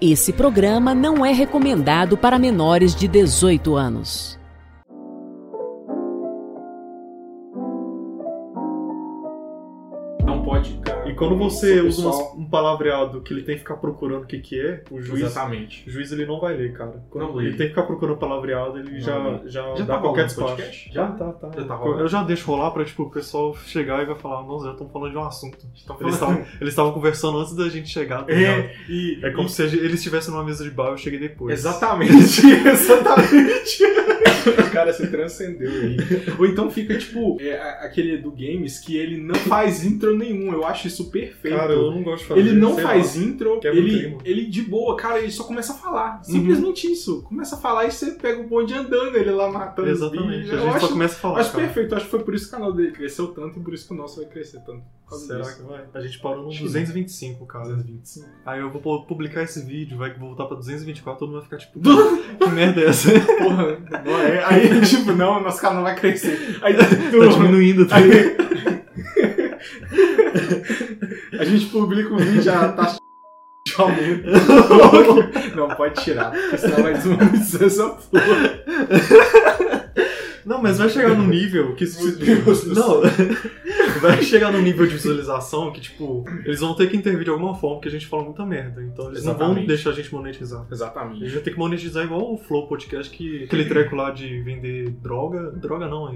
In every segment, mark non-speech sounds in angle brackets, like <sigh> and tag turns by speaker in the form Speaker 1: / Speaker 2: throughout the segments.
Speaker 1: Esse programa não é recomendado para menores de 18 anos.
Speaker 2: Não pode ficar.
Speaker 3: E quando você
Speaker 2: Só
Speaker 3: usa umas-
Speaker 2: pessoal.
Speaker 3: um palavreado que ele tem que ficar procurando o que, que é, o juiz,
Speaker 2: Exatamente.
Speaker 3: o juiz ele não vai ler, cara. Quando
Speaker 2: Não
Speaker 3: ele
Speaker 2: lê.
Speaker 3: tem que ficar procurando palavreado, ele
Speaker 2: Não
Speaker 3: já,
Speaker 2: lê.
Speaker 3: já,
Speaker 2: Já
Speaker 3: dá
Speaker 2: tá
Speaker 3: qualquer
Speaker 2: rolando
Speaker 3: despacho.
Speaker 2: podcast?
Speaker 3: Já
Speaker 2: Já?
Speaker 3: tá, tá.
Speaker 2: Já tá
Speaker 3: eu
Speaker 2: rolando?
Speaker 3: já deixo rolar pra tipo, o pessoal chegar e vai falar, nossa, já estão falando de um assunto. Eles estavam eles estavam conversando antes da gente chegar, tá ligado?
Speaker 2: assim, É, e,
Speaker 3: <laughs> É como
Speaker 2: e-
Speaker 3: se eles estivessem numa mesa de bar e eu cheguei depois.
Speaker 2: <laughs> Exatamente, exatamente. o cara se transcendeu aí. Ou então fica tipo é, a- aquele do games que ele não faz intro nenhum. Eu acho isso perfeito.
Speaker 3: Cara, eu não gosto de fazer.
Speaker 2: Ele não
Speaker 3: sei
Speaker 2: faz
Speaker 3: lá.
Speaker 2: intro,
Speaker 3: Quebra o
Speaker 2: ele,
Speaker 3: clima. Uhum.
Speaker 2: ele de boa, cara, ele só começa a falar. Simplesmente isso. Começa a falar e você pega o bonde andando, ele lá matando. os
Speaker 3: Exatamente.
Speaker 2: bichos.
Speaker 3: A
Speaker 2: Eu
Speaker 3: gente
Speaker 2: acho,
Speaker 3: só começa a falar.
Speaker 2: acho
Speaker 3: cara.
Speaker 2: perfeito, acho que foi por isso que o canal dele cresceu tanto e por isso que o nosso vai crescer tanto. Por causa
Speaker 3: Será
Speaker 2: disso.
Speaker 3: que vai? A gente parou no
Speaker 2: Acho que
Speaker 3: 225, cara. 225. Aí eu vou pu- publicar esse vídeo, vai voltar pra 224, todo mundo vai ficar
Speaker 2: <laughs>
Speaker 3: tipo, que merda é essa?
Speaker 2: Porra, não é. Aí, <laughs> tipo, não, nosso canal vai crescer. Aí, tipo,
Speaker 3: tá diminuindo, tá?
Speaker 2: Aí... A gente publica o vídeo, a taxa de <laughs> aumento. Não, pode tirar, porque senão vai desmonetizar essa porra.
Speaker 3: Não, mas vai chegar num nível que se...
Speaker 2: Meu Deus do
Speaker 3: Não, <laughs> vai chegar num nível de visualização que, tipo, eles vão ter que intervir de alguma forma, porque a gente fala muita merda. Então eles não vão
Speaker 2: Exatamente.
Speaker 3: deixar a gente monetizar. A
Speaker 2: Exatamente.
Speaker 3: gente vai ter que monetizar igual o Flow Podcast, que aquele treco lá de vender droga. Droga não, é.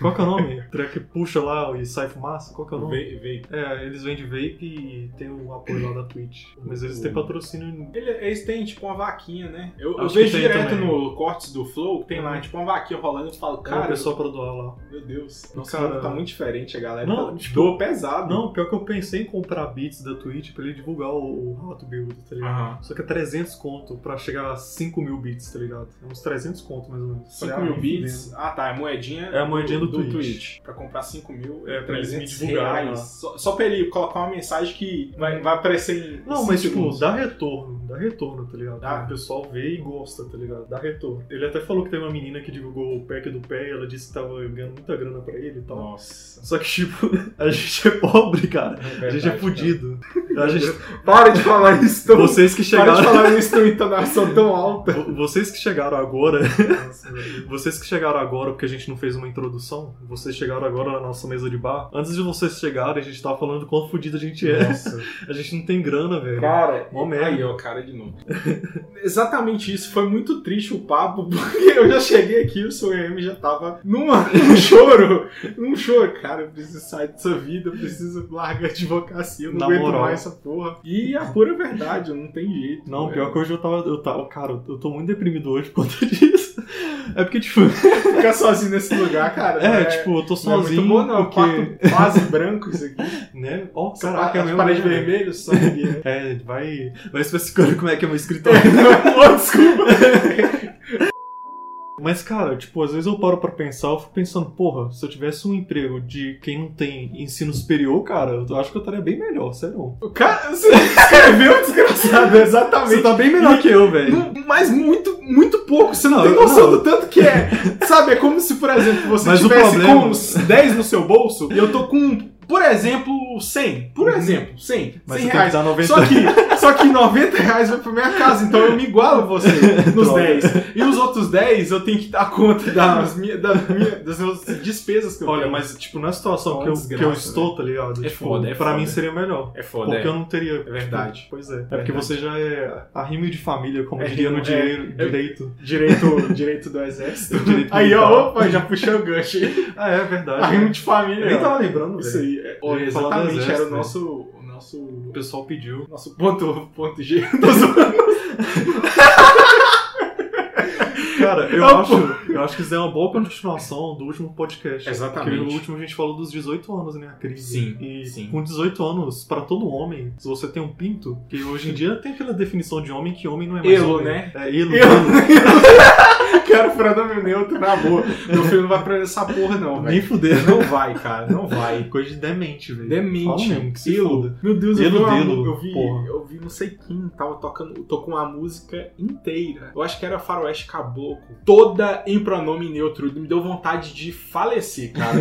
Speaker 3: Qual que é o
Speaker 2: <laughs>
Speaker 3: nome? Treco que puxa lá e sai fumaça? Qual que é o nome?
Speaker 2: Vem, vem.
Speaker 3: É, eles vendem vape e tem o apoio lá da Twitch. Mas eles têm patrocínio. em-
Speaker 2: Ele- eles têm tipo uma vaquinha, né? Eu, eu
Speaker 3: Acho que
Speaker 2: vejo
Speaker 3: tem
Speaker 2: direto
Speaker 3: também.
Speaker 2: no cortes do Flow, tem lá tipo uma vaquinha rolando, eu falo,
Speaker 3: Cara, o
Speaker 2: cara,
Speaker 3: pessoal pra doar lá.
Speaker 2: meu Deus, nossa,
Speaker 3: Cara-
Speaker 2: cara, tá muito diferente a galera.
Speaker 3: Não,
Speaker 2: tá,
Speaker 3: tipo-
Speaker 2: doa pesado.
Speaker 3: Não, pior que eu pensei em comprar bits da Twitch pra ele divulgar o, o Rato Build, tá ligado?
Speaker 2: Aham.
Speaker 3: Só que é 300 conto pra chegar a 5 mil bits, tá ligado? É uns 300 conto mais ou menos.
Speaker 2: 5
Speaker 3: Falei, ah,
Speaker 2: mil
Speaker 3: nem
Speaker 2: bits.
Speaker 3: fudendo.
Speaker 2: Ah tá, é moedinha.
Speaker 3: É a moedinha do Twitch.
Speaker 2: Pra comprar 5 mil,
Speaker 3: É,
Speaker 2: é
Speaker 3: pra eles me
Speaker 2: 300
Speaker 3: divulgarem
Speaker 2: reais.
Speaker 3: lá.
Speaker 2: Só, só pra ele colocar uma mensagem que vai, vai aparecer em.
Speaker 3: Hum. Não,
Speaker 2: cinco
Speaker 3: mas tipo,
Speaker 2: segundos.
Speaker 3: dá retorno, dá retorno, tá ligado?
Speaker 2: Dá.
Speaker 3: O pessoal vê e gosta, tá ligado? Dá retorno. Ele até falou que tem uma menina que divulgou o pack do pé e ela disse que tava ganhando muita grana pra ele e tal.
Speaker 2: Nossa.
Speaker 3: Só que, tipo, <laughs> a gente é pobre, cara. A gente é
Speaker 2: Verdade,
Speaker 3: fudido. A gente
Speaker 2: cara. Para de falar isso tão.
Speaker 3: Vocês que
Speaker 2: Para de
Speaker 3: chegaram.
Speaker 2: falar isso tão entonação tão
Speaker 3: <laughs>
Speaker 2: alta.
Speaker 3: Vo- Vocês que chegaram agora. Vocês que chegaram agora, porque a gente não fez uma introdução, vocês chegaram agora na nossa mesa de bar. Antes de vocês chegarem, a gente tava falando quão fudido a gente é.
Speaker 2: Nossa.
Speaker 3: A gente não tem grana, velho.
Speaker 2: Cara,
Speaker 3: Mó merda.
Speaker 2: aí ó, cara de novo. <laughs> Exatamente isso, foi muito triste o papo, <laughs> porque eu já cheguei aqui e o seu EM já tava numa- <laughs> num choro, num choro. Cara, eu preciso sair dessa vida, eu preciso largar a advocacia, eu não
Speaker 3: Na
Speaker 2: aguento
Speaker 3: moral.
Speaker 2: mais essa porra. E a pura verdade, não tem jeito.
Speaker 3: Não,
Speaker 2: velho.
Speaker 3: pior que hoje eu tava, eu tava. Cara, eu tô muito deprimido hoje por conta <laughs> disso. É porque, tipo.
Speaker 2: Ficar sozinho nesse lugar, cara.
Speaker 3: É,
Speaker 2: não
Speaker 3: tipo, eu tô
Speaker 2: não é
Speaker 3: sozinho.
Speaker 2: muito bom, não.
Speaker 3: porque.
Speaker 2: Quarto quase branco isso aqui.
Speaker 3: Né? Ó,
Speaker 2: Caraca,
Speaker 3: <laughs> caraca, é
Speaker 2: as
Speaker 3: mesmo.
Speaker 2: paredes
Speaker 3: né?
Speaker 2: vermelhas,
Speaker 3: <laughs>
Speaker 2: sangue. né? <laughs>
Speaker 3: É, vai. Vai especificando como é que é meu escritório.
Speaker 2: Pô, desculpa.
Speaker 3: Mas, cara, tipo, às vezes eu paro pra pensar, eu fico pensando, porra, se eu tivesse um emprego de quem não tem ensino superior, cara, eu acho que eu estaria bem melhor, sério.
Speaker 2: O cara, você <laughs> escreveu desgraçado, exatamente.
Speaker 3: Você tá bem melhor que eu, velho.
Speaker 2: Não, Mas muito, muito pouco. Você não,
Speaker 3: Não,
Speaker 2: tem noção
Speaker 3: não.
Speaker 2: do tanto que é. Sabe, é como se, por exemplo, você
Speaker 3: Mas o
Speaker 2: tivesse
Speaker 3: problema-
Speaker 2: com uns 10 no seu bolso e eu tô com, por exemplo, 100. Por exemplo, 100.
Speaker 3: Uhum. Mas
Speaker 2: 100
Speaker 3: você tem que
Speaker 2: reais.
Speaker 3: dar 90.
Speaker 2: Só que, só que 90 reais vai pra minha casa, então eu me igualo a
Speaker 3: <laughs>
Speaker 2: você nos
Speaker 3: Droga.
Speaker 2: 10. E os outros 10 eu tenho que dar conta das minhas, das minhas, das minhas despesas que eu
Speaker 3: Olha,
Speaker 2: tenho.
Speaker 3: mas, tipo, na situação
Speaker 2: Ó,
Speaker 3: que eu,
Speaker 2: desgraça,
Speaker 3: que eu estou, tá ligado?
Speaker 2: É
Speaker 3: tipo,
Speaker 2: foda, é
Speaker 3: pra
Speaker 2: foda.
Speaker 3: mim seria melhor.
Speaker 2: é foda.
Speaker 3: Porque eu não teria. tipo,
Speaker 2: verdade.
Speaker 3: Pois é. É
Speaker 2: Verdade.
Speaker 3: porque você já é arrimo de família, como
Speaker 2: É
Speaker 3: diria no
Speaker 2: rimo, é.
Speaker 3: dinheiro,
Speaker 2: Eu-
Speaker 3: direito.
Speaker 2: Direito, direito do exército.
Speaker 3: Direito
Speaker 2: Aí,
Speaker 3: militar.
Speaker 2: ó, opa, já puxei o gancho.
Speaker 3: Ah, é verdade.
Speaker 2: Arrimo Tá de família.
Speaker 3: Eu nem
Speaker 2: ó.
Speaker 3: tava lembrando,
Speaker 2: Isso
Speaker 3: velho.
Speaker 2: aí, é, ó,
Speaker 3: Ia falar do
Speaker 2: exatamente,
Speaker 3: exército,
Speaker 2: era o
Speaker 3: né?
Speaker 2: nosso, o nosso,
Speaker 3: O pessoal pediu.
Speaker 2: nosso ponto, ponto G. <laughs> Tô zoando.
Speaker 3: Cara, eu,
Speaker 2: Não,
Speaker 3: acho, eu acho que isso é uma boa continuação do último
Speaker 2: É
Speaker 3: podcast. Porque
Speaker 2: Exatamente.
Speaker 3: no último a gente falou dos 18 anos, né? A crise.
Speaker 2: Sim,
Speaker 3: E
Speaker 2: sim.
Speaker 3: com 18 anos, pra todo homem, se você tem um pinto, que hoje em dia tem aquela definição de homem que homem não é mais
Speaker 2: Elo,
Speaker 3: homem.
Speaker 2: né?
Speaker 3: É elo.
Speaker 2: Elo.
Speaker 3: elo.
Speaker 2: Quero pronome neutro na boa. Meu filho não vai aprender essa porra, não, velho.
Speaker 3: Nem fuder.
Speaker 2: Não vai, cara, não vai.
Speaker 3: Coisa de demente, velho. Fala
Speaker 2: Demente,
Speaker 3: mesmo, que se
Speaker 2: Ilo.
Speaker 3: foda.
Speaker 2: Meu Deus, eu vi,
Speaker 3: Ilo
Speaker 2: uma,
Speaker 3: Dilo,
Speaker 2: eu, vi
Speaker 3: porra.
Speaker 2: eu vi não sei quem tava tocando, tocou uma música inteira. Eu acho que era Faroeste Caboclo. Toda em pronome neutro. Me deu vontade de falecer,
Speaker 3: <laughs>
Speaker 2: cara.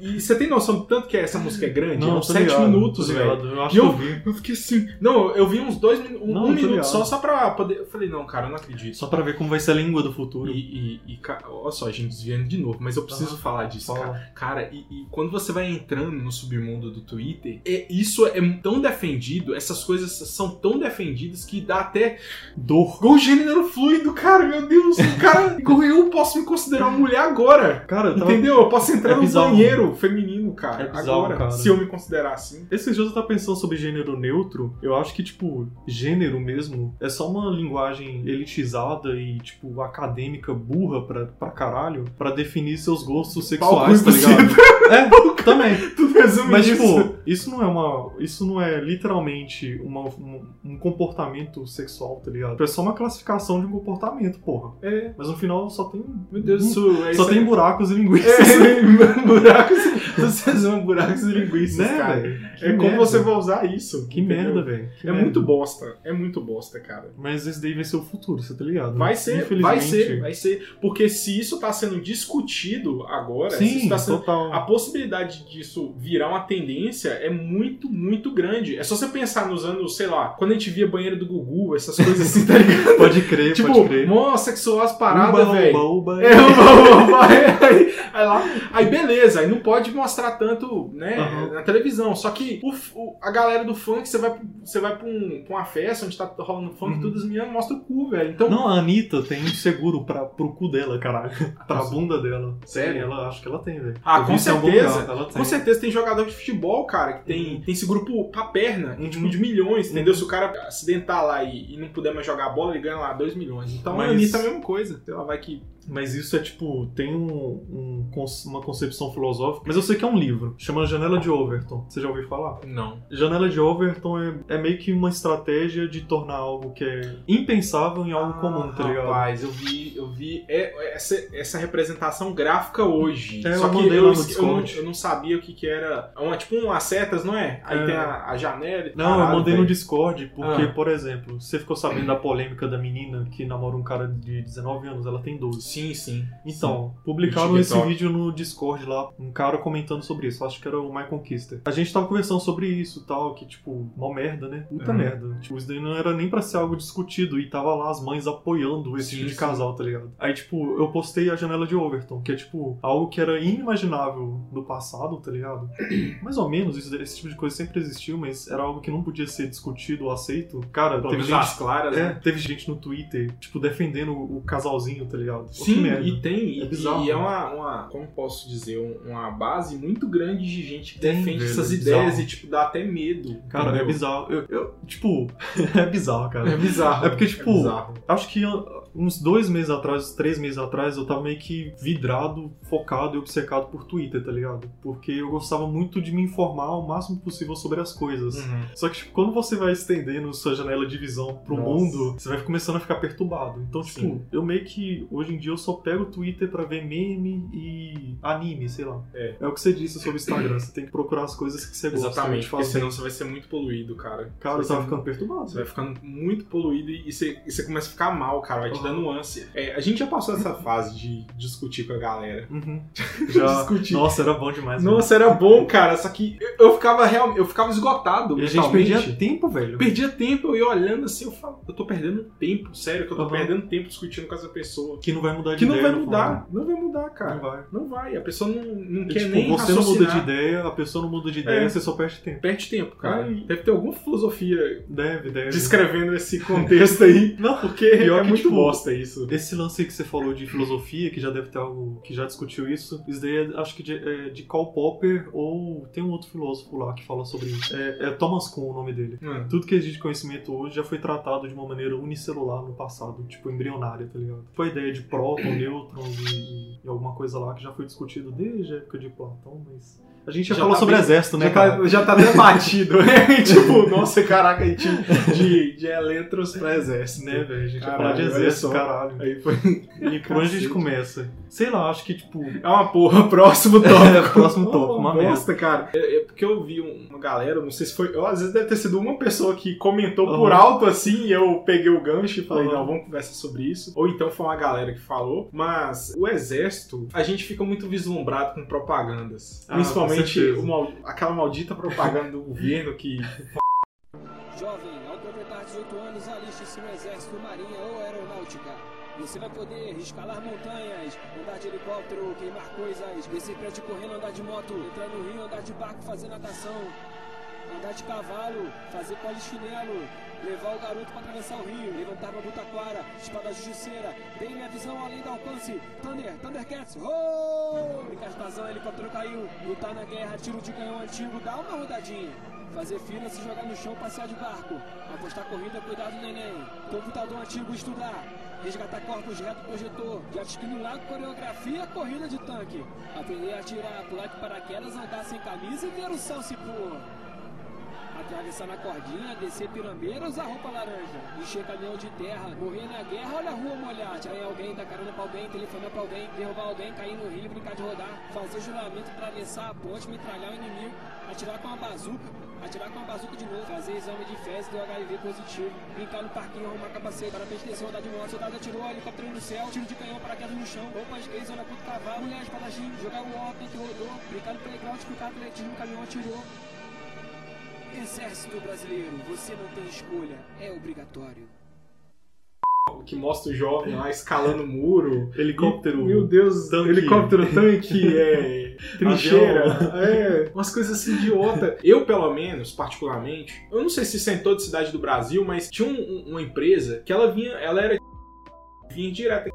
Speaker 2: e e você tem noção do tanto que essa música é grande?
Speaker 3: Não,
Speaker 2: Eram
Speaker 3: tô
Speaker 2: sete
Speaker 3: ligado,
Speaker 2: minutos,
Speaker 3: tô
Speaker 2: velho.
Speaker 3: ligado. Eu acho
Speaker 2: E
Speaker 3: que eu vi.
Speaker 2: Eu fiquei assim. Não, eu vi uns dois minutos, um,
Speaker 3: Não,
Speaker 2: um
Speaker 3: tô
Speaker 2: minuto
Speaker 3: ligado.
Speaker 2: só, só pra poder. Eu falei, não, cara, eu não acredito.
Speaker 3: Só pra ver como vai ser a língua do futuro.
Speaker 2: E, e, e, ca- olha só, a gente desviando de novo, mas eu preciso falar disso, cara.
Speaker 3: Fala.
Speaker 2: Cara, e, e quando você vai entrando no submundo do Twitter, é, isso é tão defendido, essas coisas são tão defendidas que dá até
Speaker 3: Dor.
Speaker 2: gol gênero fluido, cara, meu Deus, o
Speaker 3: <laughs>
Speaker 2: cara, eu posso me considerar uma mulher agora.
Speaker 3: Cara, eu tava
Speaker 2: Entendeu? Eu posso entrar
Speaker 3: É
Speaker 2: no
Speaker 3: bizarro.
Speaker 2: banheiro feminino, cara,
Speaker 3: É bizarro,
Speaker 2: agora,
Speaker 3: cara.
Speaker 2: se eu me considerar assim.
Speaker 3: Esses dias eu tava pensando sobre gênero neutro. Eu acho que, tipo, gênero mesmo é só uma linguagem elitizada e, tipo, acadêmica burra pra, pra caralho pra definir seus gostos sexuais, tá
Speaker 2: Pau, cu e
Speaker 3: ligado? É, também.
Speaker 2: <laughs> Tu resume
Speaker 3: Mas,
Speaker 2: isso?
Speaker 3: tipo, isso não é uma. Isso não é literalmente uma, um, um comportamento sexual, tá ligado? É só uma classificação de um comportamento, porra.
Speaker 2: É,
Speaker 3: Mas no final só tem.
Speaker 2: meu Deus, isso é
Speaker 3: Só
Speaker 2: isso
Speaker 3: tem
Speaker 2: aí. <laughs>
Speaker 3: buracos e linguiças.
Speaker 2: É, <laughs> buracos, vocês vão buracos e linguiças,
Speaker 3: né,
Speaker 2: cara.
Speaker 3: velho? Que
Speaker 2: É como
Speaker 3: merda.
Speaker 2: você vai usar isso.
Speaker 3: Que
Speaker 2: entendeu?
Speaker 3: merda, velho. Que
Speaker 2: É
Speaker 3: merda.
Speaker 2: muito bosta, é muito bosta, cara.
Speaker 3: Mas esse daí vai ser o futuro, você tá ligado? né?
Speaker 2: Vai ser,
Speaker 3: Infelizmente.
Speaker 2: vai ser, vai ser. Porque se isso tá sendo discutido agora, se
Speaker 3: Sim,
Speaker 2: isso tá sendo-
Speaker 3: total.
Speaker 2: a possibilidade disso virar uma tendência é muito, muito grande. É só você pensar nos anos, sei lá, quando a gente via banheiro do Gugu, essas coisas assim, tá ligado?
Speaker 3: <laughs> Pode crer, pode
Speaker 2: tipo,
Speaker 3: crer. Um
Speaker 2: mó sexual as paradas,
Speaker 3: Uba,
Speaker 2: velho.
Speaker 3: uba, uba.
Speaker 2: É,
Speaker 3: <laughs>
Speaker 2: uba, uba, aí, aí lá, aí beleza, aí não pode mostrar tanto, né,
Speaker 3: Aham.
Speaker 2: na televisão. Só que o f- o- a galera do funk, você vai, você vai pra, um- pra uma festa onde tá rolando funk,
Speaker 3: Uhum.
Speaker 2: todas as meninas mostram o cu, velho. Então,
Speaker 3: Não, a Anitta tem seguro pra, pro cu dela, caralho.
Speaker 2: <laughs>
Speaker 3: Pra bunda dela.
Speaker 2: Sério?
Speaker 3: Sim, Ela, acho que ela tem, velho.
Speaker 2: Ah,
Speaker 3: Eu
Speaker 2: com
Speaker 3: vi isso em algum
Speaker 2: certeza.
Speaker 3: lugar, ela tem.
Speaker 2: com certeza tem jogador de futebol, cara, que tem, tem esse grupo pra perna, que,
Speaker 3: Uhum.
Speaker 2: tipo, de milhões,
Speaker 3: Uhum.
Speaker 2: entendeu? Se o cara acidentar lá e, e não puder mais jogar bola, ele ganha lá 2 milhões. Então
Speaker 3: Mas-
Speaker 2: a Anitta é a mesma coisa. Ela vai que.
Speaker 3: Mas isso é tipo, tem um, um con- uma concepção filosófica. Mas eu sei que é um livro, chama Janela de Overton. Você já ouviu falar?
Speaker 2: Não.
Speaker 3: Janela de Overton é, é meio que uma estratégia de tornar algo que é impensável em algo comum, tá ligado?
Speaker 2: Rapaz, eu vi, eu vi é- essa, essa representação gráfica hoje.
Speaker 3: É,
Speaker 2: Só
Speaker 3: eu
Speaker 2: que
Speaker 3: mandei
Speaker 2: eu,
Speaker 3: lá no
Speaker 2: esque- eu não,
Speaker 3: Discord.
Speaker 2: eu não sabia o que, que era. É uma, tipo umas setas, não é? Aí
Speaker 3: É.
Speaker 2: tem a, a janela e
Speaker 3: Não, é
Speaker 2: caralho,
Speaker 3: eu mandei no
Speaker 2: velho.
Speaker 3: Discord porque,
Speaker 2: Ah.
Speaker 3: por exemplo, você ficou sabendo da polêmica da menina que namora um cara de 19 anos, ela tem 12.
Speaker 2: Sim, sim.
Speaker 3: Então, publicaram
Speaker 2: No
Speaker 3: esse
Speaker 2: TikTok.
Speaker 3: vídeo no Discord lá, um cara comentando sobre isso, acho que era o Michael Kister. A gente tava conversando sobre isso e tal, que tipo, mó merda, né? Puta
Speaker 2: Uhum.
Speaker 3: merda. Tipo, isso daí não era nem pra ser algo discutido e tava lá as mães apoiando esse
Speaker 2: Sim,
Speaker 3: tipo de
Speaker 2: sim.
Speaker 3: casal, tá ligado? Aí, tipo, eu postei a janela de Overton, que é tipo, algo que era inimaginável no passado, tá ligado? <clears throat> Mais ou menos, isso- esse tipo de coisa sempre existiu, mas era algo que não podia ser discutido ou aceito. Cara,
Speaker 2: Pelo
Speaker 3: teve
Speaker 2: menos
Speaker 3: gente.
Speaker 2: as claras,
Speaker 3: é,
Speaker 2: né?
Speaker 3: teve gente no Twitter, tipo, defendendo o o casalzinho, tá ligado? Pô, que
Speaker 2: Sim,
Speaker 3: merda.
Speaker 2: e tem.
Speaker 3: É
Speaker 2: e-
Speaker 3: bizarro.
Speaker 2: e é uma, uma- como posso dizer, um- uma base muito grande de gente que
Speaker 3: Tem,
Speaker 2: defende
Speaker 3: velho,
Speaker 2: essas
Speaker 3: é
Speaker 2: ideias
Speaker 3: bizarro.
Speaker 2: e, tipo, dá até medo.
Speaker 3: Cara, é
Speaker 2: entendeu?
Speaker 3: bizarro. Eu, eu- tipo, <laughs> é bizarro, cara.
Speaker 2: É bizarro.
Speaker 3: É porque, tipo,
Speaker 2: bizarro.
Speaker 3: Acho que uh, uns dois meses atrás, três meses atrás, eu tava meio que vidrado, focado e obcecado por Twitter, tá ligado? Porque eu gostava muito de me informar o máximo possível sobre as coisas.
Speaker 2: Uhum.
Speaker 3: Só que, tipo, quando você vai estendendo sua janela de visão pro
Speaker 2: Nossa.
Speaker 3: mundo, você vai começando a ficar perturbado. Então, tipo,
Speaker 2: Sim.
Speaker 3: eu meio que, hoje em dia, eu só pego o Twitter pra ver meme e anime, sei lá.
Speaker 2: É.
Speaker 3: o que você disse sobre o Instagram. você tem que procurar as coisas que você gosta
Speaker 2: Exatamente,
Speaker 3: de
Speaker 2: porque
Speaker 3: fazer.
Speaker 2: senão você vai ser muito poluído, cara.
Speaker 3: tipo assim, Cara, eu
Speaker 2: você
Speaker 3: tava
Speaker 2: vai ser-
Speaker 3: ficando perturbado.
Speaker 2: Você vai ficando muito poluído e você, e você começa a ficar mal, cara. Vai te
Speaker 3: Uhum.
Speaker 2: dando ânsia. É, a gente já passou essa fase de discutir com a galera. <laughs>
Speaker 3: Uhum. Já.
Speaker 2: Discutir.
Speaker 3: Nossa, era bom demais. né? velho.
Speaker 2: Nossa, era bom, cara. Só que eu- eu ficava real, eu ficava esgotado.
Speaker 3: E a gente
Speaker 2: mentalmente.
Speaker 3: perdia tempo, velho.
Speaker 2: perdia tempo, eu ia olhando assim, eu falo, eu tô perdendo tempo, sério, que eu tô
Speaker 3: Aham.
Speaker 2: perdendo tempo discutindo com essa pessoa.
Speaker 3: Que não vai mudar de
Speaker 2: Que não
Speaker 3: ideia.
Speaker 2: vai
Speaker 3: no
Speaker 2: mudar, não vai mudar,
Speaker 3: fundo. Não
Speaker 2: cara.
Speaker 3: vai.
Speaker 2: Não vai, a pessoa não, não
Speaker 3: E,
Speaker 2: quer
Speaker 3: tipo,
Speaker 2: nem
Speaker 3: você não muda
Speaker 2: raciocinar.
Speaker 3: de ideia, a pessoa não muda de ideia,
Speaker 2: É.
Speaker 3: você só perde tempo.
Speaker 2: Perde tempo, cara.
Speaker 3: Ai.
Speaker 2: Deve ter alguma filosofia
Speaker 3: Deve, deve.
Speaker 2: descrevendo esse contexto aí,
Speaker 3: Não.
Speaker 2: porque
Speaker 3: É. <laughs> Pior
Speaker 2: é
Speaker 3: que,
Speaker 2: muito
Speaker 3: tipo,
Speaker 2: bosta isso.
Speaker 3: Esse lance que você falou de filosofia, que já deve ter algo que já discutiu isso, isso daí é, acho que de, é, de Karl Popper ou tem um outro filósofo lá que fala sobre isso. É, é Thomas Kuhn o nome dele.
Speaker 2: Hum.
Speaker 3: Tudo que existe de conhecimento hoje já foi tratado de uma maneira unicelular no passado, tipo embrionária, tá ligado? Foi a ideia de próton, nêutrons e, e- e alguma coisa lá que já foi discutido desde a época de Platão, mas a A gente já,
Speaker 2: Já
Speaker 3: falou
Speaker 2: tá
Speaker 3: sobre
Speaker 2: bem-
Speaker 3: exército, né,
Speaker 2: já,
Speaker 3: cara?
Speaker 2: tá, já tá até batido.
Speaker 3: <laughs>
Speaker 2: tipo, nossa, caraca, a gente de, de eletros pra exército,
Speaker 3: Né,
Speaker 2: né?
Speaker 3: velho? A gente ia
Speaker 2: Caralho,
Speaker 3: falar de
Speaker 2: olha
Speaker 3: exército,
Speaker 2: só.
Speaker 3: caralho.
Speaker 2: Aí foi.
Speaker 3: E por onde a
Speaker 2: Cacete.
Speaker 3: gente começa? Sei lá, acho que, tipo,
Speaker 2: É uma porra, <laughs> próximo tópico.
Speaker 3: próximo tópico, uma merda.
Speaker 2: bosta, cara. É, é porque eu vi um- uma galera, não sei se foi. eu, às vezes deve ter sido uma pessoa que comentou
Speaker 3: Aham.
Speaker 2: por alto assim, e eu peguei o gancho e falei,
Speaker 3: Aham.
Speaker 2: não, vamos conversar sobre isso. Ou então foi uma galera que falou. Mas o exército, a gente fica muito vislumbrado com propagandas.
Speaker 3: Ah, com
Speaker 2: Principalmente
Speaker 3: certeza.
Speaker 2: o mal- aquela maldita propaganda do governo que
Speaker 4: Jovem, ao completar 18 anos, aliste-se no Exército, Marinha ou Aeronáutica. Você vai poder escalar montanhas, andar de helicóptero, queimar coisas, descer prédio correndo, andar de moto, entrar no rio, andar de barco, fazer natação, andar de cavalo, fazer polichinelo, levar o garoto para atravessar o rio, levantar uma butaquara, espada justiceira, bem minha visão além do alcance, Thunder, Thundercats, oh! Brincar de tazão, helicóptero caiu, lutar na guerra, tiro de canhão antigo, dá uma rodadinha, fazer fila, se jogar no chão, passear de barco, apostar corrida, cuidado do neném, computador antigo, estudar, resgatar corpos, reto projetor, jet ski no lago, coreografia, corrida de tanque, aprender a atirar, pular de paraquedas, andar sem camisa e ver o céu se pôr. Atravessar na cordinha, descer pirambeira, usar roupa laranja, encher caminhão de terra, morrer na guerra, olha a rua molhar, atirar em alguém, dar carona pra alguém, telefonar pra alguém, derrubar alguém, cair no rio, brincar de rodar, fazer juramento, atravessar a ponte, metralhar o inimigo, atirar com uma bazuca, atirar com uma bazuca de novo, fazer exame de fezes do HIV positivo, brincar no parquinho, arrumar capacete, parabéns, descer, andar de moto, soldado atirou, helicóptero no céu, tiro de canhão, paraquedas no chão, roupas gays, olha puto cavalo, mulher, espadachim, jogar o ordem que rodou, brincar no playground, escutar atletismo, caminhão atirou. Exército Brasileiro, você não tem escolha, é obrigatório.
Speaker 2: que mostra o jovem lá escalando o muro.
Speaker 3: helicóptero.
Speaker 2: Meu Deus,
Speaker 3: tanque.
Speaker 2: helicóptero
Speaker 3: <laughs>
Speaker 2: tanque, é. Trincheira, é, umas coisas assim idiota. Eu, pelo menos, particularmente, eu não sei se isso é em toda cidade do Brasil, mas tinha um- um- uma empresa que ela vinha, ela era <laughs> vinha direto.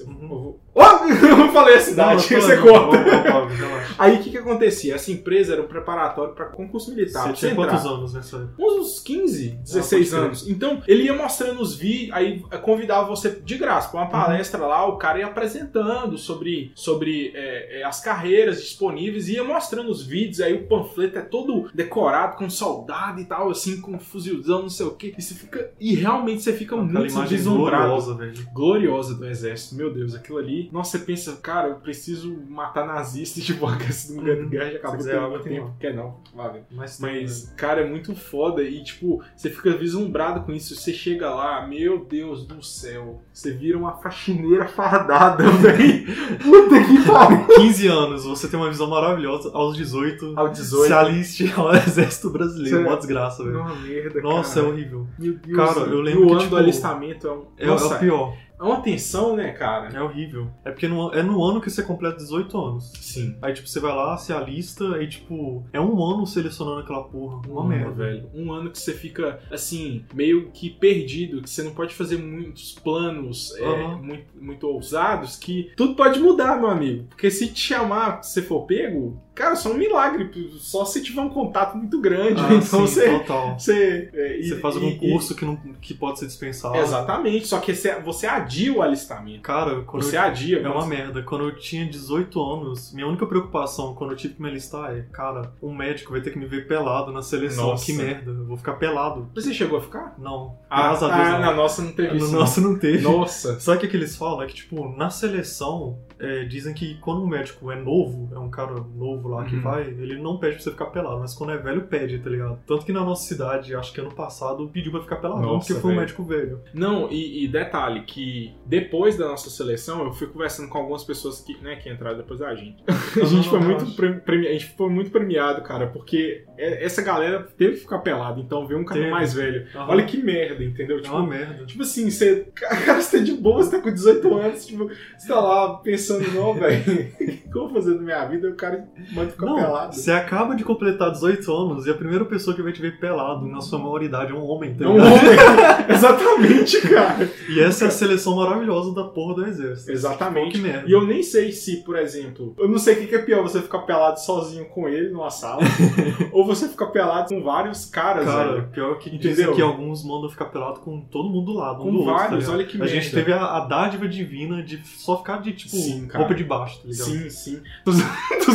Speaker 2: Eu
Speaker 3: Uhum.
Speaker 2: vou- Oh, <laughs> eu falei a cidade,
Speaker 3: Não,
Speaker 2: <laughs> você
Speaker 3: não, não,
Speaker 2: corta.
Speaker 3: não, não, não, relaxa.
Speaker 2: Aí o que, que acontecia? Essa empresa era um preparatório pra concurso militar.
Speaker 3: Você
Speaker 2: pra
Speaker 3: tinha
Speaker 2: entrar.
Speaker 3: quantos anos nessa época?
Speaker 2: Uns 15, 16
Speaker 3: Ah, crer.
Speaker 2: anos. Então, ele ia mostrando os vídeos, aí convidava você de graça
Speaker 3: Uhum.
Speaker 2: para uma palestra lá, o cara ia apresentando sobre, sobre é, é, as carreiras disponíveis, ia mostrando os vídeos, aí o panfleto é todo decorado com soldado e tal, assim, com fuzilzão, não sei o que. E você fica. E realmente você fica
Speaker 3: Aquela
Speaker 2: muito
Speaker 3: imagem
Speaker 2: deslumbrado
Speaker 3: gloriosa, velho.
Speaker 2: gloriosa do exército. Meu Deus, aquilo ali. Nossa, você pensa, cara, eu preciso matar nazista e tipo, aquece do
Speaker 3: Uhum.
Speaker 2: guerra já acabou
Speaker 3: quiser
Speaker 2: tem
Speaker 3: água,
Speaker 2: muito
Speaker 3: tem
Speaker 2: tempo.
Speaker 3: água.
Speaker 2: Quer não, vale.
Speaker 3: Mas,
Speaker 2: Mas, cara, é muito foda e, tipo, você fica vislumbrado com isso. Você chega lá, meu Deus do céu. Você vira uma faxineira fardada, <laughs> velho. Puta que pariu.
Speaker 3: 15 anos, você tem uma visão maravilhosa. Aos 18,
Speaker 2: Ao
Speaker 3: se
Speaker 2: 18.
Speaker 3: aliste ao <laughs> exército brasileiro.
Speaker 2: Você-
Speaker 3: Uma desgraça,
Speaker 2: É
Speaker 3: velho.
Speaker 2: uma merda,
Speaker 3: Nossa, é
Speaker 2: cara.
Speaker 3: horrível.
Speaker 2: Meu Deus,
Speaker 3: Cara, eu lembro
Speaker 2: e o
Speaker 3: que,
Speaker 2: ano
Speaker 3: tipo,
Speaker 2: do alistamento é um...
Speaker 3: É, é
Speaker 2: Nossa,
Speaker 3: o pior.
Speaker 2: é uma tensão, né, cara?
Speaker 3: É horrível. É porque no- é no ano que você completa 18 anos.
Speaker 2: Sim.
Speaker 3: Aí, tipo, você vai lá, se alista, aí, tipo, é um ano selecionando aquela porra. Uma
Speaker 2: Um
Speaker 3: merda.
Speaker 2: ano, velho. Um ano que você fica, assim, meio que perdido, que você não pode fazer muitos planos é,
Speaker 3: Aham.
Speaker 2: muito, muito ousados, que tudo pode mudar, meu amigo. Porque se te chamar, se você for pego, cara, só um milagre. Só se tiver um contato muito grande. <laughs>
Speaker 3: Ah,
Speaker 2: então
Speaker 3: sim,
Speaker 2: você.
Speaker 3: total.
Speaker 2: Você, é, <laughs> e-
Speaker 3: Você faz
Speaker 2: e-
Speaker 3: algum
Speaker 2: e-
Speaker 3: curso que, não, que pode ser dispensado.
Speaker 2: Exatamente. Só que você, você adia o alistamento.
Speaker 3: Cara, quando
Speaker 2: Você
Speaker 3: eu-
Speaker 2: adia.
Speaker 3: É uma
Speaker 2: quando-
Speaker 3: merda. Quando eu tinha 18 anos, minha única preocupação quando eu tive que me alistar é, cara, um médico vai ter que me ver pelado na seleção.
Speaker 2: Nossa.
Speaker 3: Que merda. Eu vou ficar pelado.
Speaker 2: Mas Você chegou a ficar?
Speaker 3: Não.
Speaker 2: Ah,
Speaker 3: Graças a Deus.
Speaker 2: ah,
Speaker 3: não.
Speaker 2: na nossa não teve isso.
Speaker 3: No nosso não
Speaker 2: não.
Speaker 3: teve.
Speaker 2: Nossa.
Speaker 3: Sabe o que, que eles falam? É que, tipo, na seleção, é, dizem que quando um médico é novo, é um cara novo lá que
Speaker 2: Uhum.
Speaker 3: vai, ele não pede pra você ficar pelado, mas quando é velho, pede, tá ligado? Tanto que na nossa cidade, acho que ano passado, pediu pra ficar pelado,
Speaker 2: Nossa,
Speaker 3: porque foi um
Speaker 2: velho.
Speaker 3: médico velho.
Speaker 2: Não, e, e detalhe que depois da nossa seleção, eu fui conversando com algumas pessoas que, né, que entraram depois da gente. <laughs>
Speaker 3: <laughs>
Speaker 2: A gente, foi muito pre- premi- a gente foi muito premiado, cara, porque é- essa galera teve que ficar pelada, então veio um cara
Speaker 3: Teve.
Speaker 2: mais velho.
Speaker 3: Aham.
Speaker 2: Olha que merda, entendeu?
Speaker 3: É
Speaker 2: Tipo,
Speaker 3: uma merda.
Speaker 2: tipo assim, você. <laughs> Cara, você tá de boa, você tá com 18 anos, tipo, você tá lá pensando, não, <laughs> velho, o que eu vou fazer da minha vida? E o cara manda ficar
Speaker 3: Não,
Speaker 2: pelado.
Speaker 3: você acaba de completar 18 <laughs> anos e a primeira pessoa que vai te ver pelado na sua maioridade é um homem, tá
Speaker 2: É um
Speaker 3: ligado?
Speaker 2: homem. <laughs> Exatamente. gigante, cara.
Speaker 3: E essa é a seleção maravilhosa da porra do exército.
Speaker 2: Exatamente.
Speaker 3: Que merda.
Speaker 2: E eu nem sei se, por exemplo, eu não sei o que que é pior, você ficar pelado sozinho com ele numa
Speaker 3: <laughs>
Speaker 2: sala, ou você ficar pelado com vários caras,
Speaker 3: Cara,
Speaker 2: velho.
Speaker 3: pior que dizem
Speaker 2: Entendeu?
Speaker 3: que alguns mandam ficar pelado com todo mundo do lado, um
Speaker 2: Com
Speaker 3: do outro, tá
Speaker 2: vários,
Speaker 3: ligado?
Speaker 2: olha que
Speaker 3: a
Speaker 2: merda.
Speaker 3: gente teve a, a dádiva divina de só ficar de, tipo,
Speaker 2: Sim, cara.
Speaker 3: roupa de baixo, tá ligado?
Speaker 2: Sim,
Speaker 3: <laughs>
Speaker 2: sim.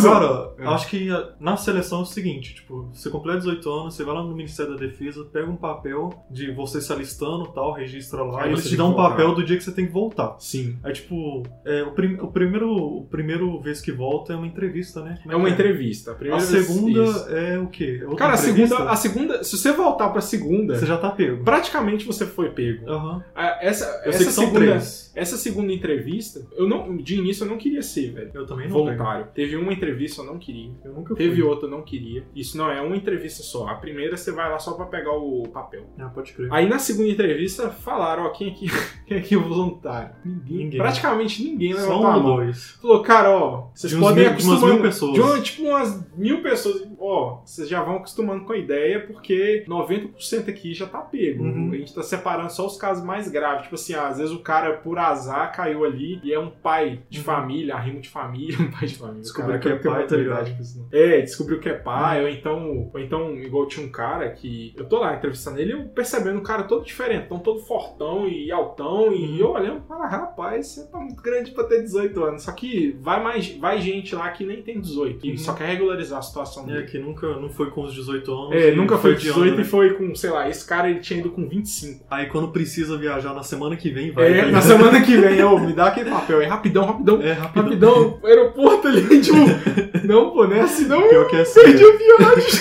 Speaker 3: Cara,
Speaker 2: É.
Speaker 3: eu acho que a- na seleção é o seguinte, tipo, você completa 18 anos, você vai lá no Ministério da Defesa, pega um papel de você se alistando e tal, registra lá,
Speaker 2: Aí
Speaker 3: e eles
Speaker 2: você
Speaker 3: te
Speaker 2: tem
Speaker 3: dão um
Speaker 2: que voltar.
Speaker 3: papel do dia que você tem que voltar.
Speaker 2: Sim.
Speaker 3: É tipo, é, o, prim- o primeiro o primeiro vez que volta é uma entrevista, né? Como
Speaker 2: É uma
Speaker 3: que
Speaker 2: entrevista. A,
Speaker 3: A
Speaker 2: primeira vez-
Speaker 3: segunda
Speaker 2: isso.
Speaker 3: é o quê? É outra
Speaker 2: Cara, a
Speaker 3: entrevista?
Speaker 2: segunda, a segunda. Se você voltar pra segunda,
Speaker 3: Você já tá pego.
Speaker 2: praticamente você foi pego.
Speaker 3: Aham.
Speaker 2: Ah, Essa,
Speaker 3: Eu
Speaker 2: essa
Speaker 3: sei que são
Speaker 2: segunda.
Speaker 3: três.
Speaker 2: Essa segunda entrevista, eu não, de início eu não queria ser, velho.
Speaker 3: Eu também não pego.
Speaker 2: Voluntário. Teve uma entrevista eu não queria.
Speaker 3: Eu nunca fui.
Speaker 2: Teve outra eu não queria. Isso não é uma entrevista só. A primeira você vai lá só pra pegar o papel.
Speaker 3: Ah, pode crer.
Speaker 2: Aí na segunda entrevista falaram, ó, quem aqui, <laughs> quem aqui é voluntário? Ninguém.
Speaker 3: Ninguém.
Speaker 2: Praticamente ninguém
Speaker 3: Só
Speaker 2: levantou
Speaker 3: um
Speaker 2: a
Speaker 3: ou
Speaker 2: mão.
Speaker 3: dois.
Speaker 2: Falou, cara, ó, né, vocês
Speaker 3: De uns
Speaker 2: podem
Speaker 3: mil- de umas
Speaker 2: acostumando.
Speaker 3: mil pessoas.
Speaker 2: De uma- tipo umas mil pessoas. Ó, vocês já vão acostumando com a ideia, porque 90% aqui já tá pego.
Speaker 3: Uhum.
Speaker 2: A gente tá separando só os casos mais graves. Tipo assim, às vezes o cara, por azar, caiu ali e é um pai de
Speaker 3: Uhum.
Speaker 2: família, arrimo de família, <laughs> um pai de família.
Speaker 3: Descobriu
Speaker 2: Cara,
Speaker 3: que é pai, tá
Speaker 2: maturidade
Speaker 3: ligado?
Speaker 2: pra isso, não. É, descobriu que é pai, ou então, ou então, igual tinha um cara que. Eu tô lá entrevistando ele, eu percebendo o cara todo diferentão, todo fortão e altão, e eu olhando, ah, rapaz, você tá muito grande pra ter 18 anos. Só que vai mais, vai gente lá que nem tem 18, e
Speaker 3: Uhum.
Speaker 2: só quer regularizar a situação
Speaker 3: É,
Speaker 2: dele.
Speaker 3: que nunca não foi com os 18 anos.
Speaker 2: É,
Speaker 3: e
Speaker 2: nunca foi
Speaker 3: de
Speaker 2: 18
Speaker 3: ano,
Speaker 2: e
Speaker 3: né?
Speaker 2: foi com, sei lá, esse cara ele tinha ido com 25.
Speaker 3: Aí quando precisa viajar na semana que vem, vai.
Speaker 2: é, <laughs>
Speaker 3: tá
Speaker 2: na
Speaker 3: ligado? <laughs>
Speaker 2: semana que vem, ô, me dá aquele papel aí, rapidão, rapidão,
Speaker 3: É, rapidão.
Speaker 2: rapidão, aeroporto ali, <laughs> tipo, não, pô, não é assim, não, eu
Speaker 3: Pior que é assim.
Speaker 2: perdi
Speaker 3: velho.
Speaker 2: a viagem.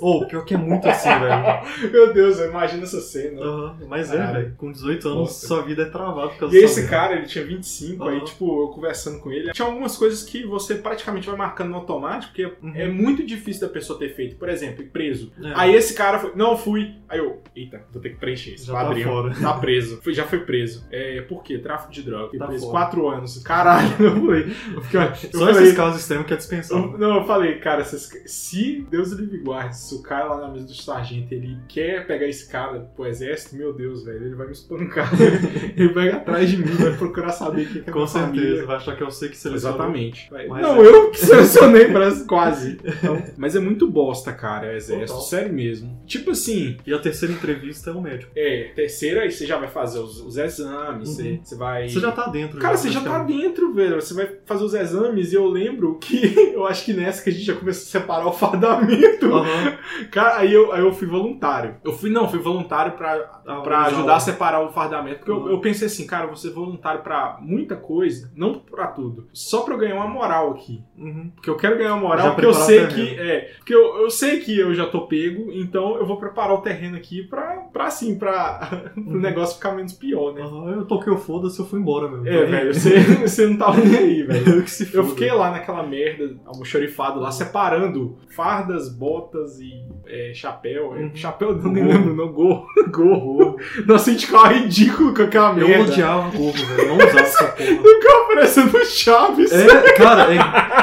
Speaker 3: Ou, pior que é muito
Speaker 2: <laughs>
Speaker 3: assim, velho.
Speaker 2: Meu Deus, eu imagino essa cena.
Speaker 3: Aham, Mas é,
Speaker 2: Caralho.
Speaker 3: velho. Com 18 anos,
Speaker 2: Nossa.
Speaker 3: sua vida é travada por causa
Speaker 2: E esse
Speaker 3: dessa
Speaker 2: cara, ele tinha 25, aí,
Speaker 3: Aham.
Speaker 2: tipo, eu conversando com ele, tinha algumas coisas que você praticamente vai marcando no automático, porque
Speaker 3: Uhum.
Speaker 2: é muito difícil da pessoa ter feito. Por exemplo, ir preso.
Speaker 3: merda. É.
Speaker 2: Aí esse cara foi, não, fui. Aí eu, eita, vou ter que preencher esse
Speaker 3: Já tá
Speaker 2: quadrinho.
Speaker 3: fora.
Speaker 2: Tá preso. Foi- já foi preso. É, por quê? Tráfico de droga. Fui
Speaker 3: Tá
Speaker 2: preso
Speaker 3: fora.
Speaker 2: quatro anos. Caralho, <laughs> eu fui. Eu fiquei, eu
Speaker 3: Só
Speaker 2: falei,
Speaker 3: esses casos extremos que é dispensado.
Speaker 2: eu- não, eu falei, cara, se, se Deus livre e guarde, se o cara lá na mesa do sargento ele quer pegar esse cara pro exército, meu Deus, velho, ele vai me espancar. <laughs> ele vai atrás de mim, vai procurar saber o que, que é
Speaker 3: Com
Speaker 2: minha
Speaker 3: certeza,
Speaker 2: família.
Speaker 3: vai achar que eu sei que selecionou.
Speaker 2: Exatamente. Vai-
Speaker 3: Mas
Speaker 2: não,
Speaker 3: é.
Speaker 2: eu que selecionei pra <laughs> quase. Então, mas é muito bosta, cara, o exército.
Speaker 3: Total.
Speaker 2: Sério mesmo. Tipo assim,
Speaker 3: E a terceira entrevista é o médico.
Speaker 2: é, terceira aí você já vai fazer os, os exames,
Speaker 3: Uhum.
Speaker 2: você, você vai.
Speaker 3: Você já tá dentro.
Speaker 2: É Cara, você já tá
Speaker 3: praticamente.
Speaker 2: dentro, velho. Você vai fazer os exames e eu lembro que <laughs> eu acho que nessa que a gente já começou a separar o fardamento.
Speaker 3: Aham.
Speaker 2: Cara, aí eu, aí eu fui voluntário. Eu fui, não, fui voluntário pra,
Speaker 3: Ah,
Speaker 2: pra
Speaker 3: legal.
Speaker 2: ajudar a separar o fardamento. Porque eu,
Speaker 3: Uhum.
Speaker 2: eu pensei assim, cara, eu vou ser voluntário pra muita coisa, não pra tudo. Só pra eu ganhar uma moral aqui.
Speaker 3: Uhum.
Speaker 2: Porque eu quero ganhar uma moral,
Speaker 3: Já
Speaker 2: porque eu
Speaker 3: preparar
Speaker 2: sei
Speaker 3: o terreno.
Speaker 2: que. É, porque eu, eu sei que eu já tô pego, então eu vou preparar o terreno aqui pra, pra assim, pra <laughs> o
Speaker 3: Uhum.
Speaker 2: negócio ficar menos pior, né?
Speaker 3: Aham, Eu toquei o foda-se, eu fui embora, meu. Então,
Speaker 2: É,
Speaker 3: <laughs>
Speaker 2: velho, você, você não tá nem aí, velho.
Speaker 3: Eu que se foda.
Speaker 2: Eu fiquei lá naquela merda, almoxorifado lá, separando fardas, botas e é, chapéu. É,
Speaker 3: Uhum.
Speaker 2: Chapéu, não nem
Speaker 3: Gorro.
Speaker 2: lembro, não. Gorro. <laughs> Gorro. Nossa, a gente ficava ridículo com aquela
Speaker 3: Eu
Speaker 2: merda.
Speaker 3: odiava o corpo, velho. Eu não usava essa porra.
Speaker 2: Ficava parecendo Chaves.
Speaker 3: É, cara, é,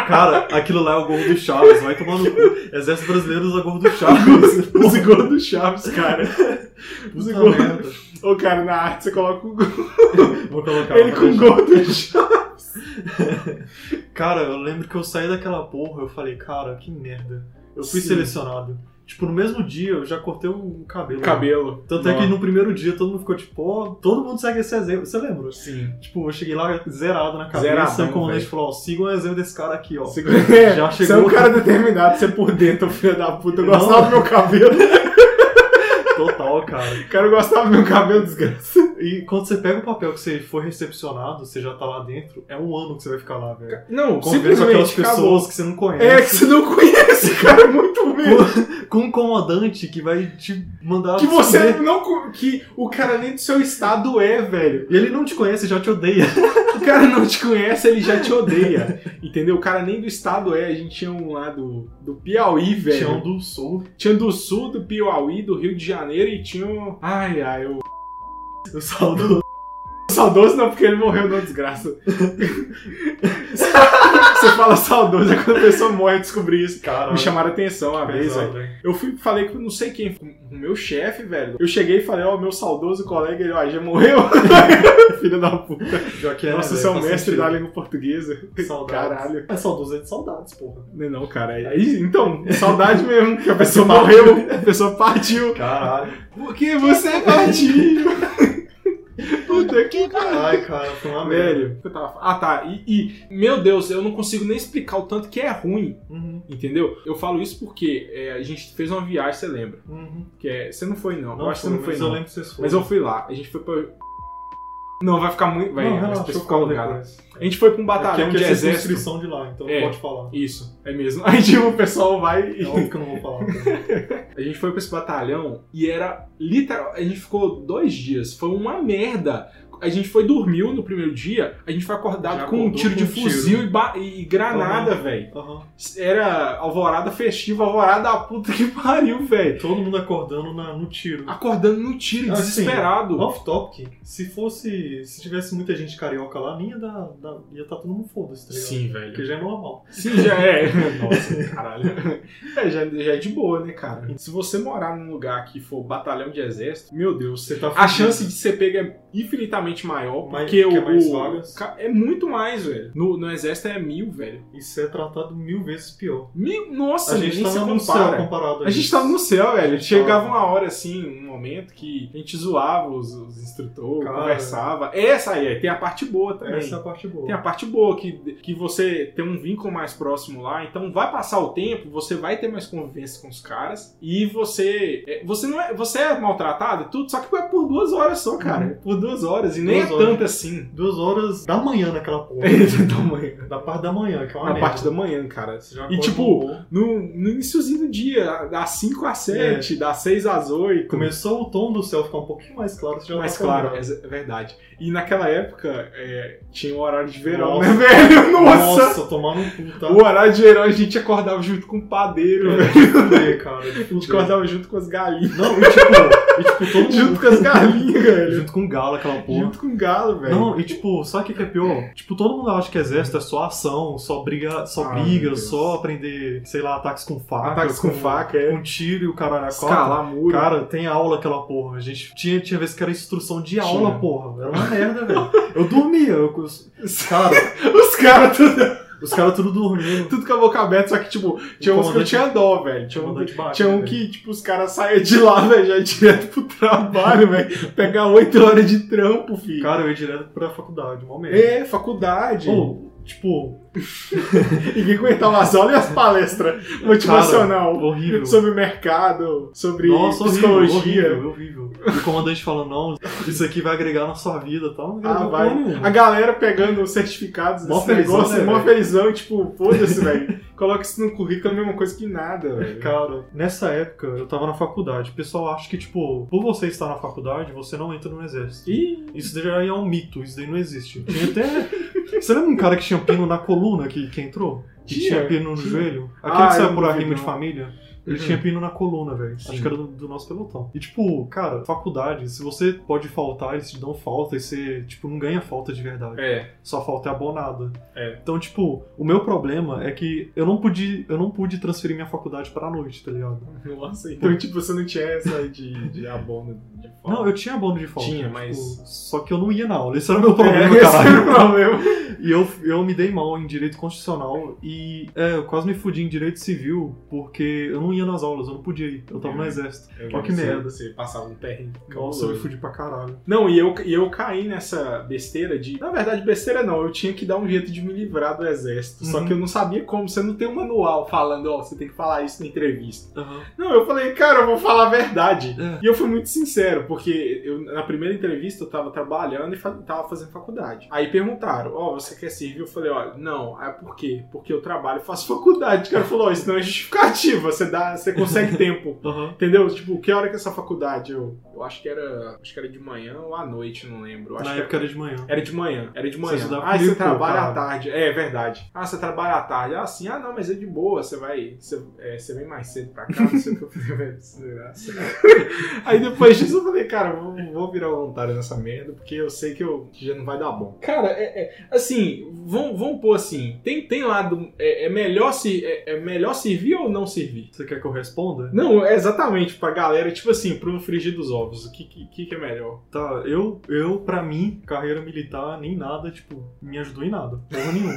Speaker 3: cara, aquilo lá é o gorro do Chaves, vai tomar no cu. Exército Brasileiro usa gorro do
Speaker 2: <laughs>
Speaker 3: Chaves.
Speaker 2: Os gorros do Chaves, cara. Os
Speaker 3: Puta
Speaker 2: gorros.
Speaker 3: merda.
Speaker 2: Ô, cara, na arte você coloca o gorro.
Speaker 3: <laughs> Vou colocar
Speaker 2: Ele
Speaker 3: vou
Speaker 2: com o
Speaker 3: deixar.
Speaker 2: gorro do
Speaker 3: <laughs>
Speaker 2: Chaves.
Speaker 3: Cara, eu lembro que eu saí daquela porra, eu falei, cara, que merda. Eu fui
Speaker 2: Sim.
Speaker 3: selecionado. Tipo, no mesmo dia eu já cortei o cabelo.
Speaker 2: O cabelo.
Speaker 3: Tanto é que no primeiro dia todo mundo ficou tipo, ó, todo mundo segue esse exemplo. Você lembra?
Speaker 2: Sim.
Speaker 3: Tipo, eu cheguei lá zerado na cabeça
Speaker 2: Zeradão,
Speaker 3: e o comandante
Speaker 2: velho.
Speaker 3: falou, ó, sigam o exemplo desse cara aqui, ó.
Speaker 2: Você- <laughs> É,
Speaker 3: <laughs> Já
Speaker 2: você é
Speaker 3: chegou.
Speaker 2: um cara determinado, você é por dentro, filho da puta. Eu
Speaker 3: Não.
Speaker 2: gostava do meu cabelo.
Speaker 3: <laughs> Total, cara.
Speaker 2: O cara gostava do meu cabelo, desgraça.
Speaker 3: E quando você pega o papel que você foi recepcionado, você já tá lá dentro, é um ano que você vai ficar lá, velho.
Speaker 2: Não,
Speaker 3: Convivendo com aquelas
Speaker 2: simplesmente
Speaker 3: pessoas
Speaker 2: acabou.
Speaker 3: que você não
Speaker 2: É, que
Speaker 3: conhece.
Speaker 2: você não conhece, cara, é muito ruim.
Speaker 3: Com um comandante que vai te mandar.
Speaker 2: Que você
Speaker 3: fuder.
Speaker 2: não. co- Que o cara nem do seu estado é, velho.
Speaker 3: E ele não te conhece, já te odeia.
Speaker 2: O cara não te conhece, ele já te odeia. Entendeu? O cara nem do estado é. A gente tinha um lá do, do Piauí, velho.
Speaker 3: Tião um do Sul.
Speaker 2: Tinha do sul, do um, Piauí, do Rio de Janeiro e tinha um. Ai, ai, o.
Speaker 3: Eu saudou.
Speaker 2: <laughs> saudoso não, porque ele morreu numa desgraça. <laughs> Você fala saudoso é quando a pessoa morre e descobrir isso.
Speaker 3: Caralho.
Speaker 2: Me chamaram a atenção uma vez, velho. <laughs>
Speaker 3: Pesado, velho.
Speaker 2: Eu fui, falei com não sei quem, com o meu chefe, velho. Eu cheguei e falei, ó, meu saudoso colega, ele, ó, já morreu. <laughs> Filho da puta.
Speaker 3: Pior que é,
Speaker 2: Nossa,
Speaker 3: velho,
Speaker 2: você é um
Speaker 3: faz
Speaker 2: mestre
Speaker 3: sentido.
Speaker 2: da língua portuguesa.
Speaker 3: Saudades.
Speaker 2: Caralho.
Speaker 3: É saudoso é de saudades, porra.
Speaker 2: Não, é não, cara. Aí, então, saudade mesmo, que a pessoa morreu, a pessoa partiu.
Speaker 3: um Caralho.
Speaker 2: Por que
Speaker 3: <laughs>
Speaker 2: você partiu? Puta que pariu.
Speaker 3: Ai, cara, foi uma merda.
Speaker 2: Velho, eu tava- Ah, tá. E, e, meu Deus, eu não consigo nem explicar o tanto que é ruim,
Speaker 3: Uhum,
Speaker 2: entendeu? Eu falo isso porque é, a gente fez uma viagem, você lembra?
Speaker 3: uhum.
Speaker 2: Que é, você não foi, não. eu
Speaker 3: Não,
Speaker 2: acho que você não foi,
Speaker 3: mas
Speaker 2: não.
Speaker 3: eu lembro que vocês foram.
Speaker 2: Mas eu fui lá. A gente foi pra. Não, vai ficar muito. Vai,
Speaker 3: não,
Speaker 2: vai
Speaker 3: relaxa, eu
Speaker 2: especificar o
Speaker 3: falo
Speaker 2: lugar.
Speaker 3: depois.
Speaker 2: A gente foi pra um
Speaker 3: Porque é
Speaker 2: batalhão
Speaker 3: um
Speaker 2: de exército.
Speaker 3: inscrição de lá, então
Speaker 2: É.
Speaker 3: pode
Speaker 2: <laughs>
Speaker 3: falar.
Speaker 2: Isso, é mesmo. Aí tipo, o pessoal vai e.
Speaker 3: É óbvio que eu não vou falar. cara.
Speaker 2: A gente foi pra esse batalhão e era literal. A gente ficou dois dias. Foi uma merda. A gente foi dormiu no primeiro dia, a gente foi acordado
Speaker 3: Já
Speaker 2: com um
Speaker 3: acordou
Speaker 2: tiro
Speaker 3: com
Speaker 2: de
Speaker 3: um
Speaker 2: fuzil
Speaker 3: tiro.
Speaker 2: e, ba- e granada, velho.
Speaker 3: Aham.
Speaker 2: Era alvorada festiva, alvorada da puta que <laughs> pariu, velho.
Speaker 3: Todo mundo acordando na- no tiro.
Speaker 2: Ah, Acordando no tiro,
Speaker 3: Assim,
Speaker 2: desesperado.
Speaker 3: Off topic, se fosse. Se tivesse muita gente carioca lá, nem ia dar. dar- ia estar todo mundo foda-se, tá ligado?
Speaker 2: Sim, velho.
Speaker 3: Porque já é normal.
Speaker 2: Sim, já
Speaker 3: <laughs>
Speaker 2: é. Nossa, caralho. É, já, já é de boa, né, cara? Se você morar num lugar que for batalhão de exército, meu Deus,
Speaker 3: Você tá
Speaker 2: a
Speaker 3: fudido.
Speaker 2: chance de ser pego é infinitamente maior,
Speaker 3: Mais-
Speaker 2: porque
Speaker 3: que é
Speaker 2: o.
Speaker 3: mais
Speaker 2: o-
Speaker 3: vagas.
Speaker 2: ca- é muito mais, velho. No, no exército é mil, velho.
Speaker 3: Isso é tratado mil vezes pior.
Speaker 2: Mil, nossa,
Speaker 3: a gente
Speaker 2: nem se
Speaker 3: tá no
Speaker 2: compara.
Speaker 3: céu comparado
Speaker 2: A gente tava no céu, velho.
Speaker 3: gente tá
Speaker 2: Chegava
Speaker 3: tava-
Speaker 2: uma hora assim, um momento que a gente zoava os, os instrutores,
Speaker 3: Cara.
Speaker 2: conversava. Essa aí, aí tem a parte boa também.
Speaker 3: Essa é a parte boa.
Speaker 2: Tem a parte boa, que, que você tem um vínculo mais próximo lá, então vai passar o tempo, você vai ter mais convivência com os caras, e você. é, Você não é. Você é maltratado e tudo, só que é por duas horas só, cara.
Speaker 3: Uhum.
Speaker 2: Por duas horas. E nem
Speaker 3: Duas
Speaker 2: é
Speaker 3: horas.
Speaker 2: tanto assim. <laughs>
Speaker 3: Duas horas da manhã naquela porra.
Speaker 2: da manhã.
Speaker 3: da parte da manhã, que é uma
Speaker 2: Na
Speaker 3: merda.
Speaker 2: parte da manhã, cara.
Speaker 3: Você já
Speaker 2: E
Speaker 3: acorda um
Speaker 2: tipo,
Speaker 3: no-
Speaker 2: no, no iníciozinho do dia, das 5 às 7, das 6 às 8.
Speaker 3: É. Começou o tom do céu ficar um pouquinho mais claro, você já
Speaker 2: Mas
Speaker 3: tá
Speaker 2: claro, é
Speaker 3: acordado.
Speaker 2: é verdade. E naquela época, é, tinha o horário de verão,
Speaker 3: Nossa.
Speaker 2: né, velho? <laughs> Nossa!
Speaker 3: Nossa, tomar no cu, tá?
Speaker 2: O horário de verão a gente acordava junto com o padeiro, velho.
Speaker 3: é, De fuder, cara. de
Speaker 2: A gente
Speaker 3: fuder.
Speaker 2: acordava junto com as galinhas.
Speaker 3: Não, e tipo, e tipo, todo mundo.
Speaker 2: Junto com as
Speaker 3: <laughs>
Speaker 2: galinhas, velho.
Speaker 3: Junto com o galo, aquela porra.
Speaker 2: Junto com o galo, velho.
Speaker 3: Não, e tipo, sabe o que que é pior? Tipo, todo mundo acha que exército é só ação, só briga, só
Speaker 2: Ah, meu
Speaker 3: briga,
Speaker 2: Deus.
Speaker 3: só aprender, sei lá, ataques com faca.
Speaker 2: Ataques com faca, é.
Speaker 3: Com tiro e o caralho a quatro.
Speaker 2: Escalar muro.
Speaker 3: Cara, tem aula aquela porra. A gente tinha, tinha vezes que era instrução de aula,
Speaker 2: Tinha.
Speaker 3: porra. Era uma merda, velho. Eu dormia. Eu, os- cara,
Speaker 2: <laughs> os caras tudo,
Speaker 3: os caras tudo dormindo.
Speaker 2: tudo com a boca aberta, só que, tipo, tinha uns que eu
Speaker 3: comandante-
Speaker 2: tinha dó, velho. Tinha, um-
Speaker 3: Comandante Barca,
Speaker 2: tinha um
Speaker 3: velho.
Speaker 2: que, tipo, os caras saíam de lá, velho, já ia direto pro trabalho, velho. Pegar oito horas de trampo, filho.
Speaker 3: Cara, eu ia direto pra faculdade, uma merda.
Speaker 2: é, faculdade.
Speaker 3: Ou, tipo,
Speaker 2: Ninguém aguentava as aulas e as palestras motivacional.
Speaker 3: horrível.
Speaker 2: sobre o mercado, sobre
Speaker 3: Nossa, horrível,
Speaker 2: psicologia.
Speaker 3: horrível, horrível. E o comandante falando, não, isso aqui vai agregar na sua vida tá?" e tal. Não
Speaker 2: Ah,
Speaker 3: agregou
Speaker 2: vai.
Speaker 3: porra nenhuma.
Speaker 2: A galera pegando os certificados
Speaker 3: Mó
Speaker 2: desse
Speaker 3: felizão,
Speaker 2: negócio,
Speaker 3: né,
Speaker 2: mó
Speaker 3: velho?
Speaker 2: felizão, tipo, foda-se, velho. <laughs> Coloca isso no currículo, é a mesma coisa que nada, velho.
Speaker 3: Cara, nessa época eu tava na faculdade. O pessoal acha que, tipo, por você estar na faculdade, você não entra no exército.
Speaker 2: Ih,
Speaker 3: Isso daí já é um mito, isso daí não existe. Tinha até. Você lembra um cara que tinha pino na coluna que, que entrou? Que
Speaker 2: Tinha,
Speaker 3: tinha, pino no
Speaker 2: tinha.
Speaker 3: joelho? Aquele
Speaker 2: Ah,
Speaker 3: que
Speaker 2: eu
Speaker 3: saiu por
Speaker 2: não vi,
Speaker 3: arrimo de
Speaker 2: não.
Speaker 3: família? Ele
Speaker 2: Uhum.
Speaker 3: tinha pino na coluna, velho. Acho
Speaker 2: Sim.
Speaker 3: que era do, do nosso pelotão. E, tipo, cara, faculdade, se você pode faltar, eles te dão falta e você, tipo, não ganha falta de verdade.
Speaker 2: é.
Speaker 3: Só falta é abonada.
Speaker 2: É.
Speaker 3: Então, tipo, o meu problema é que eu não pude, eu não pude transferir minha faculdade pra noite, tá ligado?
Speaker 2: Nossa, então, tipo, você não tinha essa de, de abono de fora.
Speaker 3: Não, eu tinha abono de falta.
Speaker 2: Tipo, Tinha,
Speaker 3: tipo,
Speaker 2: mas-
Speaker 3: só que eu não ia na aula. Esse era o meu problema,
Speaker 2: é, <laughs> esse
Speaker 3: caralho.
Speaker 2: era o problema.
Speaker 3: E eu, eu me dei mal em direito constitucional e é, eu quase me fudi em direito civil porque eu não ia nas aulas, eu não podia ir, eu tava
Speaker 2: Uhum.
Speaker 3: no exército. Ó, que
Speaker 2: É, Você-
Speaker 3: merda.
Speaker 2: Você passava um terreno.
Speaker 3: Nossa, eu me fudi pra caralho.
Speaker 2: Não, e eu, e eu caí nessa besteira de. Na verdade, besteira não, eu tinha que dar um jeito de me livrar do exército. Só
Speaker 3: Uhum.
Speaker 2: que eu não sabia como. Você não tem um manual falando, ó, você tem que falar isso na entrevista. Não, eu falei, cara, eu vou falar a verdade.
Speaker 3: É.
Speaker 2: E eu fui muito sincero, porque eu, na primeira entrevista eu tava trabalhando e fa- tava fazendo faculdade. Aí perguntaram, ó, você quer servir? Eu falei, ó, não. Aí por quê? Porque eu trabalho e faço faculdade. O cara falou, ó, isso não é justificativa. Você dá, você consegue tempo.
Speaker 3: Aham.
Speaker 2: Entendeu? Tipo, que hora que é essa faculdade? Eu, eu acho que era. Acho que era de manhã ou à noite, não lembro. Eu acho
Speaker 3: Na
Speaker 2: que é-
Speaker 3: época era de manhã.
Speaker 2: Era de manhã, era de manhã.
Speaker 3: estudava
Speaker 2: ah, você
Speaker 3: comigo, pô,
Speaker 2: trabalha à
Speaker 3: cara.
Speaker 2: tarde. É, é verdade. Ah, você trabalha à tarde. Ah, sim, ah, não, mas é de boa, você vai. Você, é, você vem mais cedo pra cá, não sei o que eu falei, <laughs> velho, isso é graça. Aí depois disso eu falei, cara, vou, vou virar voluntário nessa merda, porque eu sei que eu que já não vai dar bom. Cara, é. é, assim, vamos, vamos pôr assim, tem, tem lado. É, é melhor se, é, é melhor servir ou não servir?
Speaker 3: Você quer que eu responda?
Speaker 2: Não, é exatamente, pra galera, tipo assim, pro frigir dos ovos, o que, que, que é melhor?
Speaker 3: Tá, eu, eu, pra mim, carreira militar, nem nada, tipo, me ajudou em nada.
Speaker 2: <laughs>
Speaker 3: Porra nenhuma.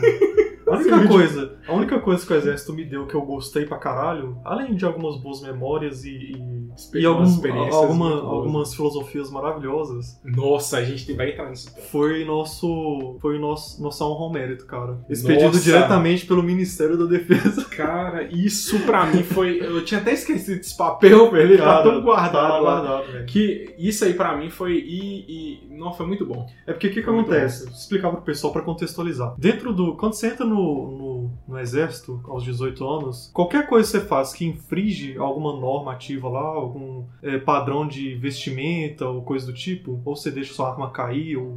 Speaker 3: A única coisa, a única coisa que o exército me deu que eu gostei pra caralho, além de algumas boas memórias e, e, e algum-
Speaker 2: Experiências
Speaker 3: alguma-
Speaker 2: muito boas.
Speaker 3: algumas filosofias maravilhosas,
Speaker 2: Nossa, a gente vai entrar nisso.
Speaker 3: foi nosso. Foi nosso, nossa honra ao mérito, cara.
Speaker 2: Nossa!
Speaker 3: Expedido diretamente pelo Ministério
Speaker 2: <laughs>
Speaker 3: da Defesa.
Speaker 2: Cara, isso pra mim foi. Eu tinha até esquecido esse papel, velho. Ele tá
Speaker 3: Cara,
Speaker 2: tão guardado
Speaker 3: tá
Speaker 2: lá.
Speaker 3: guardado, velho.
Speaker 2: Que isso aí pra mim foi. E. e não, foi muito bom.
Speaker 3: É porque o que, que
Speaker 2: Muito
Speaker 3: acontece? Vou explicar pro pessoal pra contextualizar. Dentro do. Quando você entra no, no, no exército, aos 18 anos, qualquer coisa que você faz que infringe alguma norma ativa lá, algum eh, padrão de vestimenta ou coisa do tipo, ou você deixa sua arma cair, ou.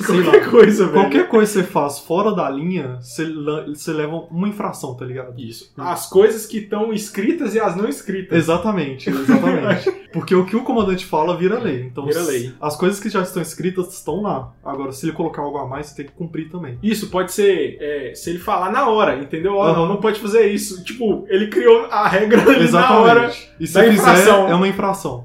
Speaker 3: sei lá.
Speaker 2: Qualquer coisa, velho.
Speaker 3: Qualquer coisa que você faz fora da linha, você, la- você leva uma infração, tá ligado?
Speaker 2: Isso. As coisas que estão escritas e as não escritas.
Speaker 3: Exatamente, exatamente.
Speaker 2: <laughs>
Speaker 3: Porque o que o comandante fala vira lei. Então,
Speaker 2: Vira lei.
Speaker 3: as coisas que já estão escritas estão lá. Agora, se ele colocar algo a mais, você tem que cumprir também.
Speaker 2: Isso pode ser é, se ele falar na hora, entendeu? Ó,
Speaker 3: Aham.
Speaker 2: não pode fazer isso. Tipo, ele criou a regra ali <laughs> na
Speaker 3: Exatamente.
Speaker 2: hora.
Speaker 3: e se
Speaker 2: da
Speaker 3: fizer,
Speaker 2: infração.
Speaker 3: é uma infração.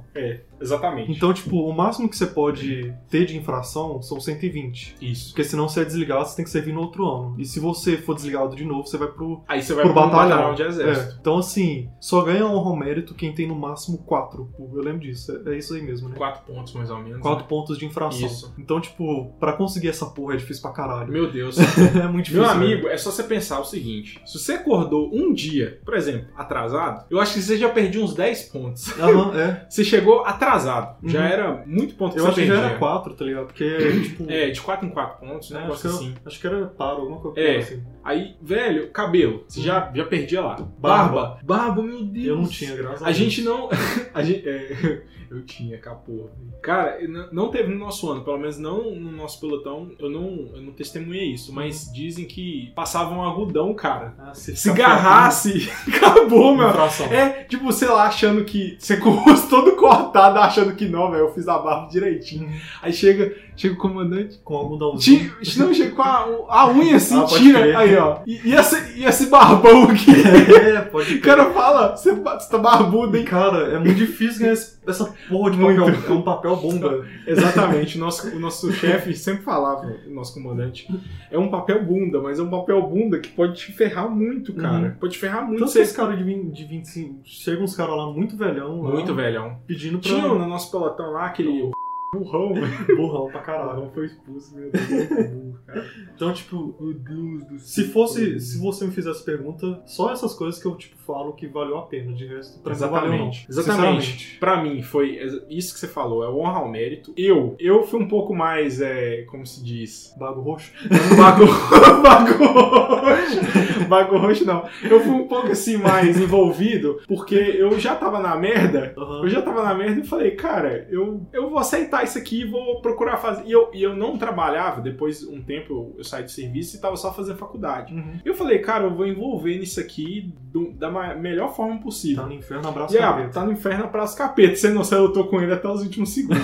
Speaker 2: Exatamente.
Speaker 3: Então, tipo, o máximo que você pode ter de infração são 120.
Speaker 2: Isso.
Speaker 3: Porque senão você é desligado, você tem que servir no outro ano. E se você for desligado de novo, você vai pro.
Speaker 2: Aí você vai
Speaker 3: Por
Speaker 2: pro um
Speaker 3: batalhão.
Speaker 2: batalhão de exército.
Speaker 3: É. Então, assim, só ganha honra ao mérito quem tem no máximo 4. Eu lembro disso. É- É isso aí mesmo, né?
Speaker 2: Quatro pontos, mais ou menos.
Speaker 3: 4 pontos de infração.
Speaker 2: Isso.
Speaker 3: Então, tipo, pra conseguir essa porra é difícil pra caralho.
Speaker 2: Meu Deus.
Speaker 3: <laughs> É muito difícil.
Speaker 2: Meu
Speaker 3: né?
Speaker 2: amigo, é só você pensar o seguinte: se você acordou um dia, por exemplo, atrasado, eu acho que você já perdeu uns 10 pontos.
Speaker 3: Aham, é.
Speaker 2: Você chegou atrasado, já
Speaker 3: Uhum.
Speaker 2: era muito ponto que
Speaker 3: Eu
Speaker 2: você
Speaker 3: acho que já
Speaker 2: perdia.
Speaker 3: era 4, tá ligado? Porque, tipo.
Speaker 2: É, de 4 em 4 pontos, um
Speaker 3: né, acho, que
Speaker 2: negócio assim.
Speaker 3: era, acho que era paro, alguma coisa
Speaker 2: É.
Speaker 3: assim.
Speaker 2: Aí, velho, cabelo, você já, já perdia lá. Barba.
Speaker 3: Uhum. Barba.
Speaker 2: Barba, meu Deus.
Speaker 3: Eu não tinha, graças
Speaker 2: A gente não. <laughs> A gente, é, <laughs> eu tinha, capô. Cara, n- não teve no nosso ano, pelo menos não no nosso pelotão. Eu não, eu não testemunhei isso,
Speaker 3: Uhum.
Speaker 2: mas dizem que passava um algodão, cara.
Speaker 3: Ah, se
Speaker 2: Se agarrasse, <laughs> acabou, meu.
Speaker 3: Infração.
Speaker 2: É, tipo, sei lá, achando que. Você com o rosto todo cortado, achando que não, velho. Eu fiz a barba direitinho. Aí chega, chega o comandante.
Speaker 3: Com algodãozinho.
Speaker 2: Ti, não, chega com a, a unha assim,
Speaker 3: Ah, pode
Speaker 2: tira.
Speaker 3: crer.
Speaker 2: Aí, ó. E, e esse, e esse barbão aqui?
Speaker 3: <laughs> É,
Speaker 2: <laughs>
Speaker 3: pode
Speaker 2: O cara fala, você ba- você tá barbudo, hein?
Speaker 3: Cara, é muito difícil ganhar esse- essa porra de papel. É um papel bomba.
Speaker 2: Exatamente, o nosso, o nosso chefe sempre falava, o nosso comandante, é um papel bunda, mas é um papel bunda que pode te ferrar muito, cara. Pode te ferrar muito.
Speaker 3: Tanto que esse cara de, 20, de 25. Chega uns caras lá muito um, velhão. lá,
Speaker 2: Muito velhão.
Speaker 3: Pedindo pra.
Speaker 2: Tinha no nosso pelotão lá aquele burrão, velho.
Speaker 3: Burrão pra caralho.
Speaker 2: foi expulso, meu Deus. é muito burro, cara.
Speaker 3: Então, tipo.
Speaker 2: Meu Deus do céu.
Speaker 3: Se fosse. Se você me fizesse pergunta, só essas coisas que eu, tipo, falo que valeu a pena. De resto, pra mim, não valeu, não.
Speaker 2: Exatamente. Exatamente.
Speaker 3: Sinceramente.
Speaker 2: Pra mim, foi exa- isso que você falou, é honra ao mérito. Eu, eu fui um pouco mais, é, como se diz, Um
Speaker 3: Bago <laughs> roxo.
Speaker 2: Bago... <laughs> Bago roxo. Bago roxo, não. Eu fui um pouco assim mais envolvido, porque eu já tava na merda.
Speaker 3: Aham.
Speaker 2: Eu já tava na merda e falei, cara, eu, eu vou aceitar isso aqui e vou procurar fazer. E eu, e eu não trabalhava, depois um tempo eu, eu saí do serviço e tava só fazendo faculdade.
Speaker 3: Uhum.
Speaker 2: Eu falei, cara, eu vou envolver nisso aqui do- da ma- melhor forma
Speaker 3: Tá
Speaker 2: possível.
Speaker 3: no inferno, abraço
Speaker 2: E ah,
Speaker 3: capeta.
Speaker 2: tá no inferno pra os capetas. Você não sabe, eu tô com ele até os últimos segundos.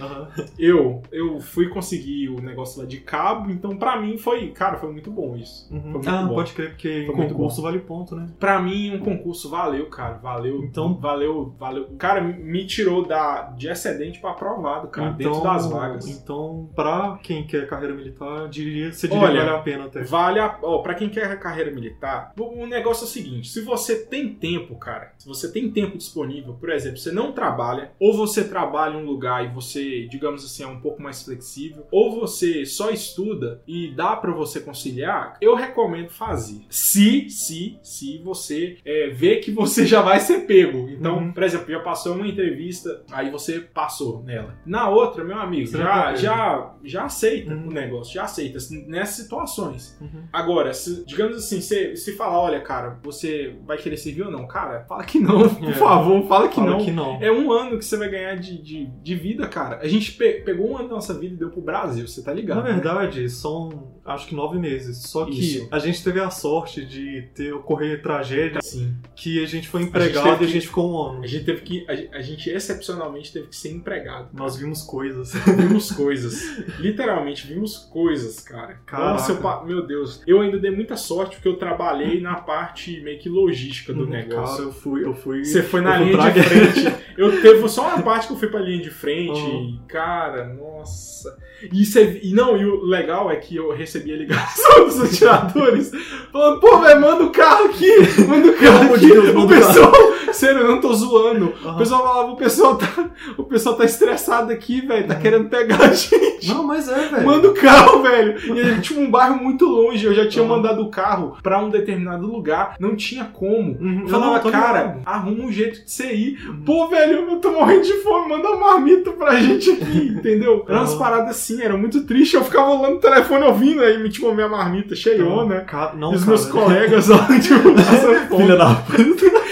Speaker 3: Aham.
Speaker 2: Eu, eu fui conseguir o negócio lá de cabo, então pra mim foi, cara, foi muito bom isso.
Speaker 3: Uhum.
Speaker 2: muito
Speaker 3: Ah,
Speaker 2: bom.
Speaker 3: pode crer, porque
Speaker 2: Foi
Speaker 3: em
Speaker 2: muito
Speaker 3: concurso vale ponto, né?
Speaker 2: Pra mim um concurso valeu, cara, valeu.
Speaker 3: Então-
Speaker 2: valeu, valeu. Cara, me tirou da de excedente pra aprovado, cara, dentro das vagas.
Speaker 3: Então, pra quem quer carreira militar, diria, você diria
Speaker 2: Olha,
Speaker 3: que vale a pena até.
Speaker 2: Vale a, ó, pra quem quer carreira militar, o, o negócio é o seguinte, se você tem tempo, cara, se você tem tempo disponível, por exemplo, você não trabalha, ou você trabalha em um lugar e você, digamos assim, é um pouco mais flexível, ou você só estuda e dá pra você conciliar, eu recomendo fazer. Se, se, se você é, vê que você já vai ser pego. Então,
Speaker 3: Uhum.
Speaker 2: por exemplo, já passou uma entrevista, aí você passou nela. Na Na outra, meu amigo,
Speaker 3: Você
Speaker 2: já,
Speaker 3: já tá
Speaker 2: já, já aceita
Speaker 3: Uhum.
Speaker 2: o negócio, já aceita assim, nessas situações.
Speaker 3: Uhum.
Speaker 2: Agora, se- digamos assim, se, se falar, olha, cara, você vai querer servir ou não? Cara, fala que não, <laughs> por
Speaker 3: É.
Speaker 2: favor, fala que
Speaker 3: Fala
Speaker 2: não.
Speaker 3: que não.
Speaker 2: É um ano que você vai ganhar de, de, de vida, cara. A gente pe- pegou um ano da nossa vida e deu pro Brasil, você tá ligado?
Speaker 3: Na é verdade, são acho que nove meses. Só que
Speaker 2: Isso.
Speaker 3: a gente teve a sorte de ter ocorrer tragédia
Speaker 2: Sim.
Speaker 3: que a gente foi
Speaker 2: teve
Speaker 3: empregado
Speaker 2: que-
Speaker 3: e a gente ficou um
Speaker 2: Então,
Speaker 3: ano.
Speaker 2: assim, A gente teve que. A, a gente excepcionalmente teve que ser empregado. <laughs>
Speaker 3: Nós vimos coisas.
Speaker 2: Vimos coisas. Literalmente, vimos coisas, cara.
Speaker 3: Caraca.
Speaker 2: Nossa, eu pa- meu Deus. Eu ainda dei muita sorte porque eu trabalhei na parte meio que logística do negócio.
Speaker 3: Uhum. Cara, eu fui, eu fui.
Speaker 2: Você foi na
Speaker 3: eu fui
Speaker 2: linha
Speaker 3: pra
Speaker 2: de
Speaker 3: guerra.
Speaker 2: frente. Eu teve só uma parte que eu fui pra linha de frente.
Speaker 3: Uhum.
Speaker 2: E, cara, nossa. E, você- e não, e o legal é que eu recebi a ligação <laughs> dos atiradores falando, pô, velho, manda o carro aqui, manda o
Speaker 3: Pelo
Speaker 2: carro
Speaker 3: amor
Speaker 2: aqui.
Speaker 3: de Deus,
Speaker 2: o
Speaker 3: manda o Ah.
Speaker 2: pessoal, sério, eu não tô zoando. O
Speaker 3: Aham.
Speaker 2: pessoal falava, o pessoal tá, o pessoal tá estressado aqui, velho, tá querendo pegar a gente.
Speaker 3: Não, mas Ah. é, velho.
Speaker 2: Manda o carro, velho. E ele tinha um bairro muito longe. Eu já tinha
Speaker 3: Aham.
Speaker 2: mandado o carro pra um determinado lugar. Não tinha como.
Speaker 3: Uhum.
Speaker 2: Eu Falava,
Speaker 3: Não, tô
Speaker 2: cara,
Speaker 3: ligado.
Speaker 2: arruma um jeito de você ir. Pô, velho, eu tô morrendo de fome, manda uma marmita pra gente
Speaker 3: <laughs>
Speaker 2: aqui, entendeu? Eram umas
Speaker 3: Aham.
Speaker 2: paradas assim, era muito triste. Eu ficava olhando o telefone ouvindo, aí me tinha minha marmita cheiona.
Speaker 3: Ca-
Speaker 2: E
Speaker 3: Não,
Speaker 2: né?" os
Speaker 3: cara.
Speaker 2: meus
Speaker 3: <laughs>
Speaker 2: colegas lá, <laughs> tipo, passando fome.
Speaker 3: Filha da puta. <laughs>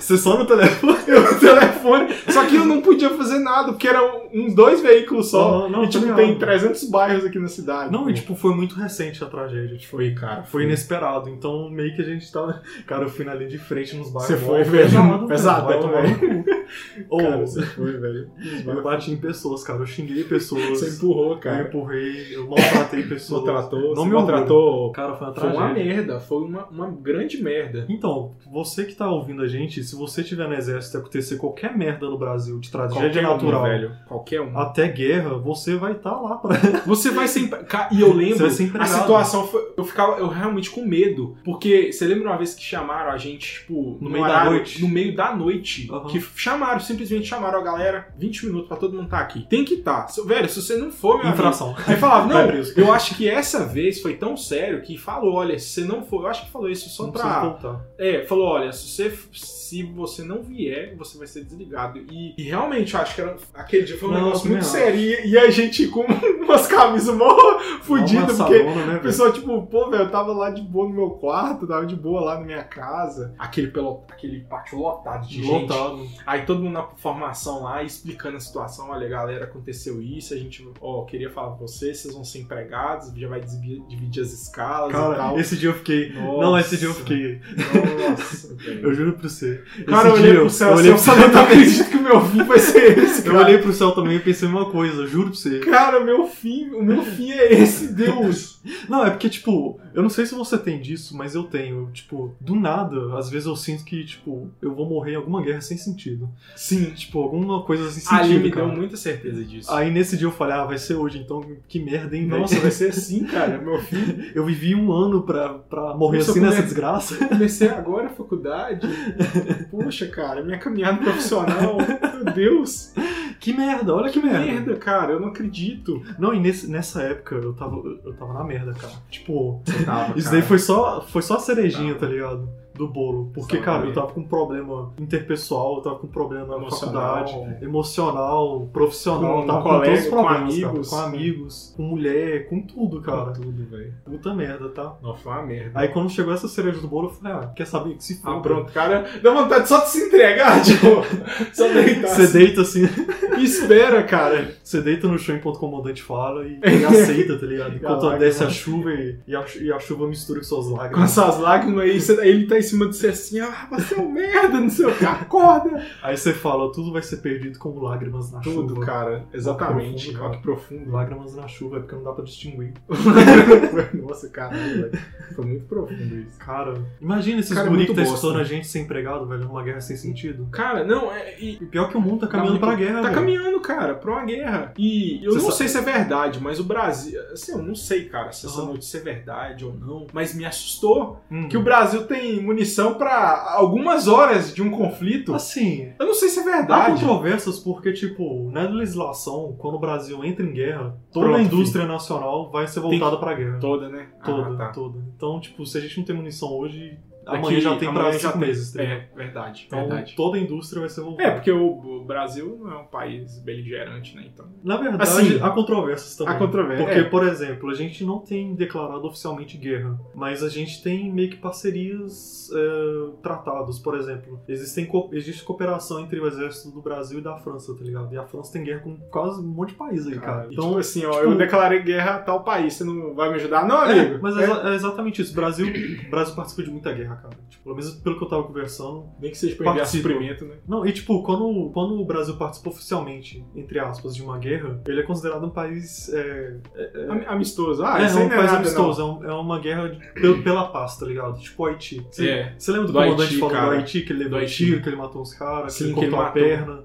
Speaker 3: Você só no telefone.
Speaker 2: Eu <laughs> no telefone. Só que eu não podia fazer nada, porque eram uns dois veículos só.
Speaker 3: Aham, não,
Speaker 2: e,
Speaker 3: tô
Speaker 2: tipo,
Speaker 3: ligado.
Speaker 2: tem 300 bairros aqui na cidade.
Speaker 3: Não, e tipo, foi muito recente a tragédia. Tipo,
Speaker 2: Foi, cara.
Speaker 3: foi inesperado. Então meio que a gente tava. Cara, eu fui na linha de frente nos bairros.
Speaker 2: Você
Speaker 3: mó
Speaker 2: foi, velho.
Speaker 3: pesadão,
Speaker 2: Pesadão,
Speaker 3: vai tomar no cu.
Speaker 2: Cara, <laughs>
Speaker 3: Ou,
Speaker 2: você é foi, velho.
Speaker 3: Eu bati em pessoas, cara. Eu xinguei pessoas.
Speaker 2: Você empurrou,
Speaker 3: Eu
Speaker 2: cara.
Speaker 3: empurrei, eu maltratei pessoas.
Speaker 2: Maltratou,
Speaker 3: um Não
Speaker 2: você
Speaker 3: me orgulho.
Speaker 2: maltratou.
Speaker 3: Cara, foi uma
Speaker 2: Foi uma
Speaker 3: tragédia.
Speaker 2: merda, foi uma, uma grande merda.
Speaker 3: Então, você que tá ouvindo a gente, se você tiver no exército e acontecer qualquer merda no Brasil de tragédia
Speaker 2: um,
Speaker 3: natural,
Speaker 2: velho. Qualquer um.
Speaker 3: até guerra, você vai estar lá pra.
Speaker 2: Você vai ser. empre- Ca- E eu
Speaker 3: Você
Speaker 2: lembro.
Speaker 3: vai ser
Speaker 2: A
Speaker 3: empregado.
Speaker 2: situação foi. Eu ficava eu realmente com medo. Porque você lembra uma vez que chamaram a gente, tipo,
Speaker 3: No
Speaker 2: num
Speaker 3: meio da noite.
Speaker 2: No meio da noite.
Speaker 3: Aham.
Speaker 2: Que chamaram, simplesmente chamaram a galera 20 minutos pra todo mundo estar aqui. Tem que estar. Velho, se você não for, meu amigo,
Speaker 3: Infração.
Speaker 2: Aí
Speaker 3: <laughs>
Speaker 2: falava,
Speaker 3: Vai
Speaker 2: não,
Speaker 3: preso.
Speaker 2: eu acho que essa vez foi tão sério que falou, olha, se você não for, eu acho que falou isso só
Speaker 3: Não precisa
Speaker 2: pra.
Speaker 3: voltar.
Speaker 2: É, falou, olha, se você, se você não vier, você vai ser desligado. E, e realmente, eu acho que era, aquele dia foi um
Speaker 3: Não,
Speaker 2: negócio
Speaker 3: também
Speaker 2: muito
Speaker 3: acho.
Speaker 2: sério. E, e a gente com <laughs> umas camisas mó
Speaker 3: Dá uma
Speaker 2: fudidas, porque
Speaker 3: sarona, né,
Speaker 2: o
Speaker 3: velho?
Speaker 2: pessoal, tipo, pô, velho, eu tava lá de boa no meu quarto, tava de boa lá na minha casa. Aquele, pelo, aquele pátio lotado de gente.
Speaker 3: Lotado.
Speaker 2: Aí todo mundo na formação lá explicando a situação, olha galera, aconteceu isso, a gente, ó, queria falar pra vocês, vocês vão ser empregados, já vai desvi- dividir as escalas e
Speaker 3: Cara,
Speaker 2: tal.
Speaker 3: esse dia eu fiquei. Não, esse dia eu fiquei.
Speaker 2: <laughs> Nossa,
Speaker 3: Eu juro pra você.
Speaker 2: Cara, eu
Speaker 3: esse
Speaker 2: olhei
Speaker 3: dia
Speaker 2: pro assim, céu
Speaker 3: eu
Speaker 2: assim,
Speaker 3: olhei
Speaker 2: eu
Speaker 3: pro <laughs>
Speaker 2: falei, não acredito que o meu fim vai <laughs> ser esse,
Speaker 3: Eu
Speaker 2: cara.
Speaker 3: olhei pro céu também e pensei a mesma coisa, juro pra você.
Speaker 2: Cara, meu fim, o meu fim é esse, Deus.
Speaker 3: Não, é porque, tipo, eu não sei se você tem disso, mas eu tenho. Tipo, do nada, às vezes eu sinto que, tipo, eu vou morrer em alguma guerra sem sentido.
Speaker 2: Sim.
Speaker 3: Tipo, alguma coisa sem
Speaker 2: Ali
Speaker 3: sentido,
Speaker 2: me
Speaker 3: cara.
Speaker 2: deu muita certeza disso.
Speaker 3: Aí nesse dia eu falei, ah, vai ser hoje, então que merda, hein, velho.
Speaker 2: Nossa, vai ser assim, cara. Meu fim
Speaker 3: Eu vivi um ano pra, pra morrer
Speaker 2: Nossa,
Speaker 3: assim
Speaker 2: como
Speaker 3: nessa
Speaker 2: é-
Speaker 3: desgraça. <laughs>
Speaker 2: Comecei agora a faculdade. Poxa, cara, minha caminhada profissional. Meu Deus.
Speaker 3: Que merda, olha que merda.
Speaker 2: Merda, cara, eu não acredito.
Speaker 3: Não, e nesse- nessa época eu tava, eu tava na merda, cara. Tipo,
Speaker 2: Tava,
Speaker 3: isso daí foi só, foi só a cerejinha,
Speaker 2: Tava.
Speaker 3: tá ligado? Do bolo. Porque,
Speaker 2: Tava
Speaker 3: cara,
Speaker 2: bem.
Speaker 3: eu tava com um problema interpessoal, eu tava com um problema na
Speaker 2: Emocional.
Speaker 3: faculdade, emocional, profissional,
Speaker 2: Com um
Speaker 3: eu tava
Speaker 2: colega,
Speaker 3: com todos os
Speaker 2: com
Speaker 3: problemas, cara,
Speaker 2: amigos.
Speaker 3: com amigos, com mulher, com tudo, cara.
Speaker 2: tudo, velho.
Speaker 3: Puta merda, tá?
Speaker 2: Não, foi uma merda.
Speaker 3: Aí quando chegou essa cereja do bolo, eu falei, ah, quer saber que se for.
Speaker 2: Ah, pronto, cara, dá vontade só de se entregar, <laughs> tipo, só deitar.
Speaker 3: <laughs> Você
Speaker 2: assim.
Speaker 3: deita assim, <laughs>
Speaker 2: E espera, cara.
Speaker 3: você deita no chão enquanto o comandante fala
Speaker 2: <laughs>
Speaker 3: e, e aceita, tá ligado? Enquanto
Speaker 2: Caraca,
Speaker 3: desce a
Speaker 2: mano.
Speaker 3: chuva e, e a, chu- e a chuva mistura com suas
Speaker 2: Com
Speaker 3: lágrimas.
Speaker 2: essas lágrimas aí, você- aí ele tá em cima de você assim, ah, você é um merda, não sei o que, <laughs> acorda.
Speaker 3: Aí você fala, tudo vai ser perdido como lágrimas na
Speaker 2: Tudo,
Speaker 3: chuva.
Speaker 2: cara, exatamente.
Speaker 3: profundo, cara.
Speaker 2: Ó, que Tá profundo.
Speaker 3: Lágrimas na chuva, é porque não dá pra distinguir.
Speaker 2: <laughs> Nossa, caralho, velho. Foi muito profundo isso.
Speaker 3: Cara, imagina esses
Speaker 2: Cara, é
Speaker 3: guri
Speaker 2: muito
Speaker 3: que tá
Speaker 2: bosta.
Speaker 3: escutando a gente ser empregado, velho, numa guerra sem sentido.
Speaker 2: Cara, não, é, e
Speaker 3: E pior que o mundo tá caminhando
Speaker 2: muito-
Speaker 3: pra guerra,
Speaker 2: Tá
Speaker 3: velho.
Speaker 2: caminhando, cara, pra uma guerra. E eu
Speaker 3: Você
Speaker 2: não
Speaker 3: sabe-
Speaker 2: sei se é verdade, mas o Brasil. Assim, eu não sei, cara, se essa
Speaker 3: Aham.
Speaker 2: notícia é verdade ou não. Mas me assustou
Speaker 3: Hum.
Speaker 2: que o Brasil tem munição pra algumas horas de um conflito.
Speaker 3: Assim,
Speaker 2: Eu não sei se é
Speaker 3: há
Speaker 2: verdade.
Speaker 3: controvérsias porque, tipo, na legislação, quando o Brasil entra em guerra, toda
Speaker 2: Pronto,
Speaker 3: a indústria nacional vai ser voltada pra guerra.
Speaker 2: Toda, né?
Speaker 3: Toda,
Speaker 2: Ah, tá.
Speaker 3: toda. Então, tipo, se a gente não tem munição hoje, Amanhã
Speaker 2: Daqui-
Speaker 3: já tem pra
Speaker 2: amanhã já
Speaker 3: cinco
Speaker 2: tem.
Speaker 3: meses, tá ligado?
Speaker 2: É, verdade,
Speaker 3: Então
Speaker 2: verdade.
Speaker 3: toda a indústria vai ser voltada.
Speaker 2: É, porque o, o Brasil não é um país beligerante, né? Então.
Speaker 3: Na verdade,
Speaker 2: Assim,
Speaker 3: há controvérsias também.
Speaker 2: há controvérsia,
Speaker 3: Porque,
Speaker 2: é.
Speaker 3: por exemplo, a gente não tem declarado oficialmente guerra, mas a gente tem meio que parcerias, é, tratados, por exemplo. Existem co- existe cooperação entre o exército do Brasil e da França, tá ligado? E a França tem guerra com quase um monte de país aí, cara.
Speaker 2: e
Speaker 3: Então,
Speaker 2: tipo assim, ó,
Speaker 3: tipo-
Speaker 2: eu declarei guerra a tal país, você não vai me ajudar, não,
Speaker 3: É,
Speaker 2: amigo?
Speaker 3: mas é,
Speaker 2: É,
Speaker 3: exa- é exatamente isso. O Brasil, o Brasil participa de muita guerra, cara. Tipo, pelo menos pelo que eu tava conversando,
Speaker 2: Nem que seja pra enviar
Speaker 3: participa.
Speaker 2: suprimento, né?
Speaker 3: Não, e tipo, quando, quando o Brasil participa oficialmente, entre aspas, de uma guerra, ele é considerado um país. É,
Speaker 2: Ami- Amistoso. Ah,
Speaker 3: é,
Speaker 2: isso
Speaker 3: não,
Speaker 2: aí
Speaker 3: um
Speaker 2: não é
Speaker 3: país
Speaker 2: nada,
Speaker 3: amistoso, é, um- é uma guerra de- pe- pela paz, tá ligado? Tipo o Haiti.
Speaker 2: não.
Speaker 3: Você,
Speaker 2: É,
Speaker 3: você lembra do,
Speaker 2: Do
Speaker 3: comandante
Speaker 2: Haiti,
Speaker 3: falando do
Speaker 2: cara.
Speaker 3: Haiti, que ele levou
Speaker 2: Do
Speaker 3: um
Speaker 2: Haiti.
Speaker 3: tiro, que ele matou uns caras, que
Speaker 2: Sim,
Speaker 3: ele
Speaker 2: que ele
Speaker 3: cortou a
Speaker 2: matou. um
Speaker 3: perna.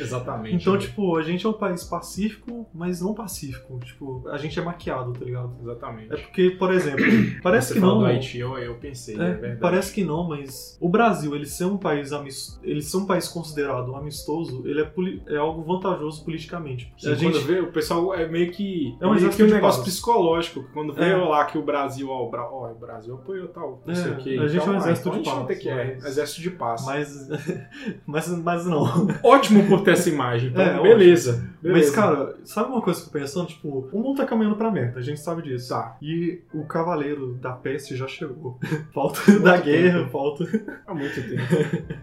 Speaker 2: exatamente.
Speaker 3: Então,
Speaker 2: né?
Speaker 3: tipo, a gente é um país pacífico, mas não pacífico. Tipo, a gente é maquiado, tá ligado?
Speaker 2: Exatamente.
Speaker 3: É porque,
Speaker 2: <coughs>
Speaker 3: por exemplo, parece
Speaker 2: Você
Speaker 3: que
Speaker 2: falou
Speaker 3: não.
Speaker 2: do Haiti, eu, eu pensei, é,
Speaker 3: É,
Speaker 2: verdade.
Speaker 3: parece que não, mas o Brasil, ele ser um país amis- ele ser um país considerado amistoso, ele é, poli- é algo vantajoso politicamente. Porque
Speaker 2: Sim,
Speaker 3: a gente
Speaker 2: Quando vê, o pessoal é meio que.
Speaker 3: É um
Speaker 2: meio
Speaker 3: exército
Speaker 2: que um
Speaker 3: de
Speaker 2: negócio
Speaker 3: paz.
Speaker 2: psicológico. que Quando vê
Speaker 3: É.
Speaker 2: lá que o Brasil, ó, o, Bra... ó, o Brasil apoiou tal, não
Speaker 3: É,
Speaker 2: sei o quê.
Speaker 3: a gente
Speaker 2: então,
Speaker 3: é um
Speaker 2: ah,
Speaker 3: exército
Speaker 2: então
Speaker 3: de
Speaker 2: a gente vai
Speaker 3: paz,
Speaker 2: ter que é,
Speaker 3: mas-
Speaker 2: exército de paz.
Speaker 3: mas <laughs> mas mas não.
Speaker 2: <laughs> Ótimo por ter essa imagem. Então,
Speaker 3: <laughs> É, ótimo.
Speaker 2: beleza, beleza.
Speaker 3: Mas cara, sabe uma coisa que eu tô pensando, tipo, o mundo tá caminhando pra merda, a gente sabe disso.
Speaker 2: Tá.
Speaker 3: E o cavaleiro da peste já chegou. <laughs> Falta da
Speaker 2: Muito
Speaker 3: guerra,
Speaker 2: tempo.
Speaker 3: falta
Speaker 2: Há muito tempo.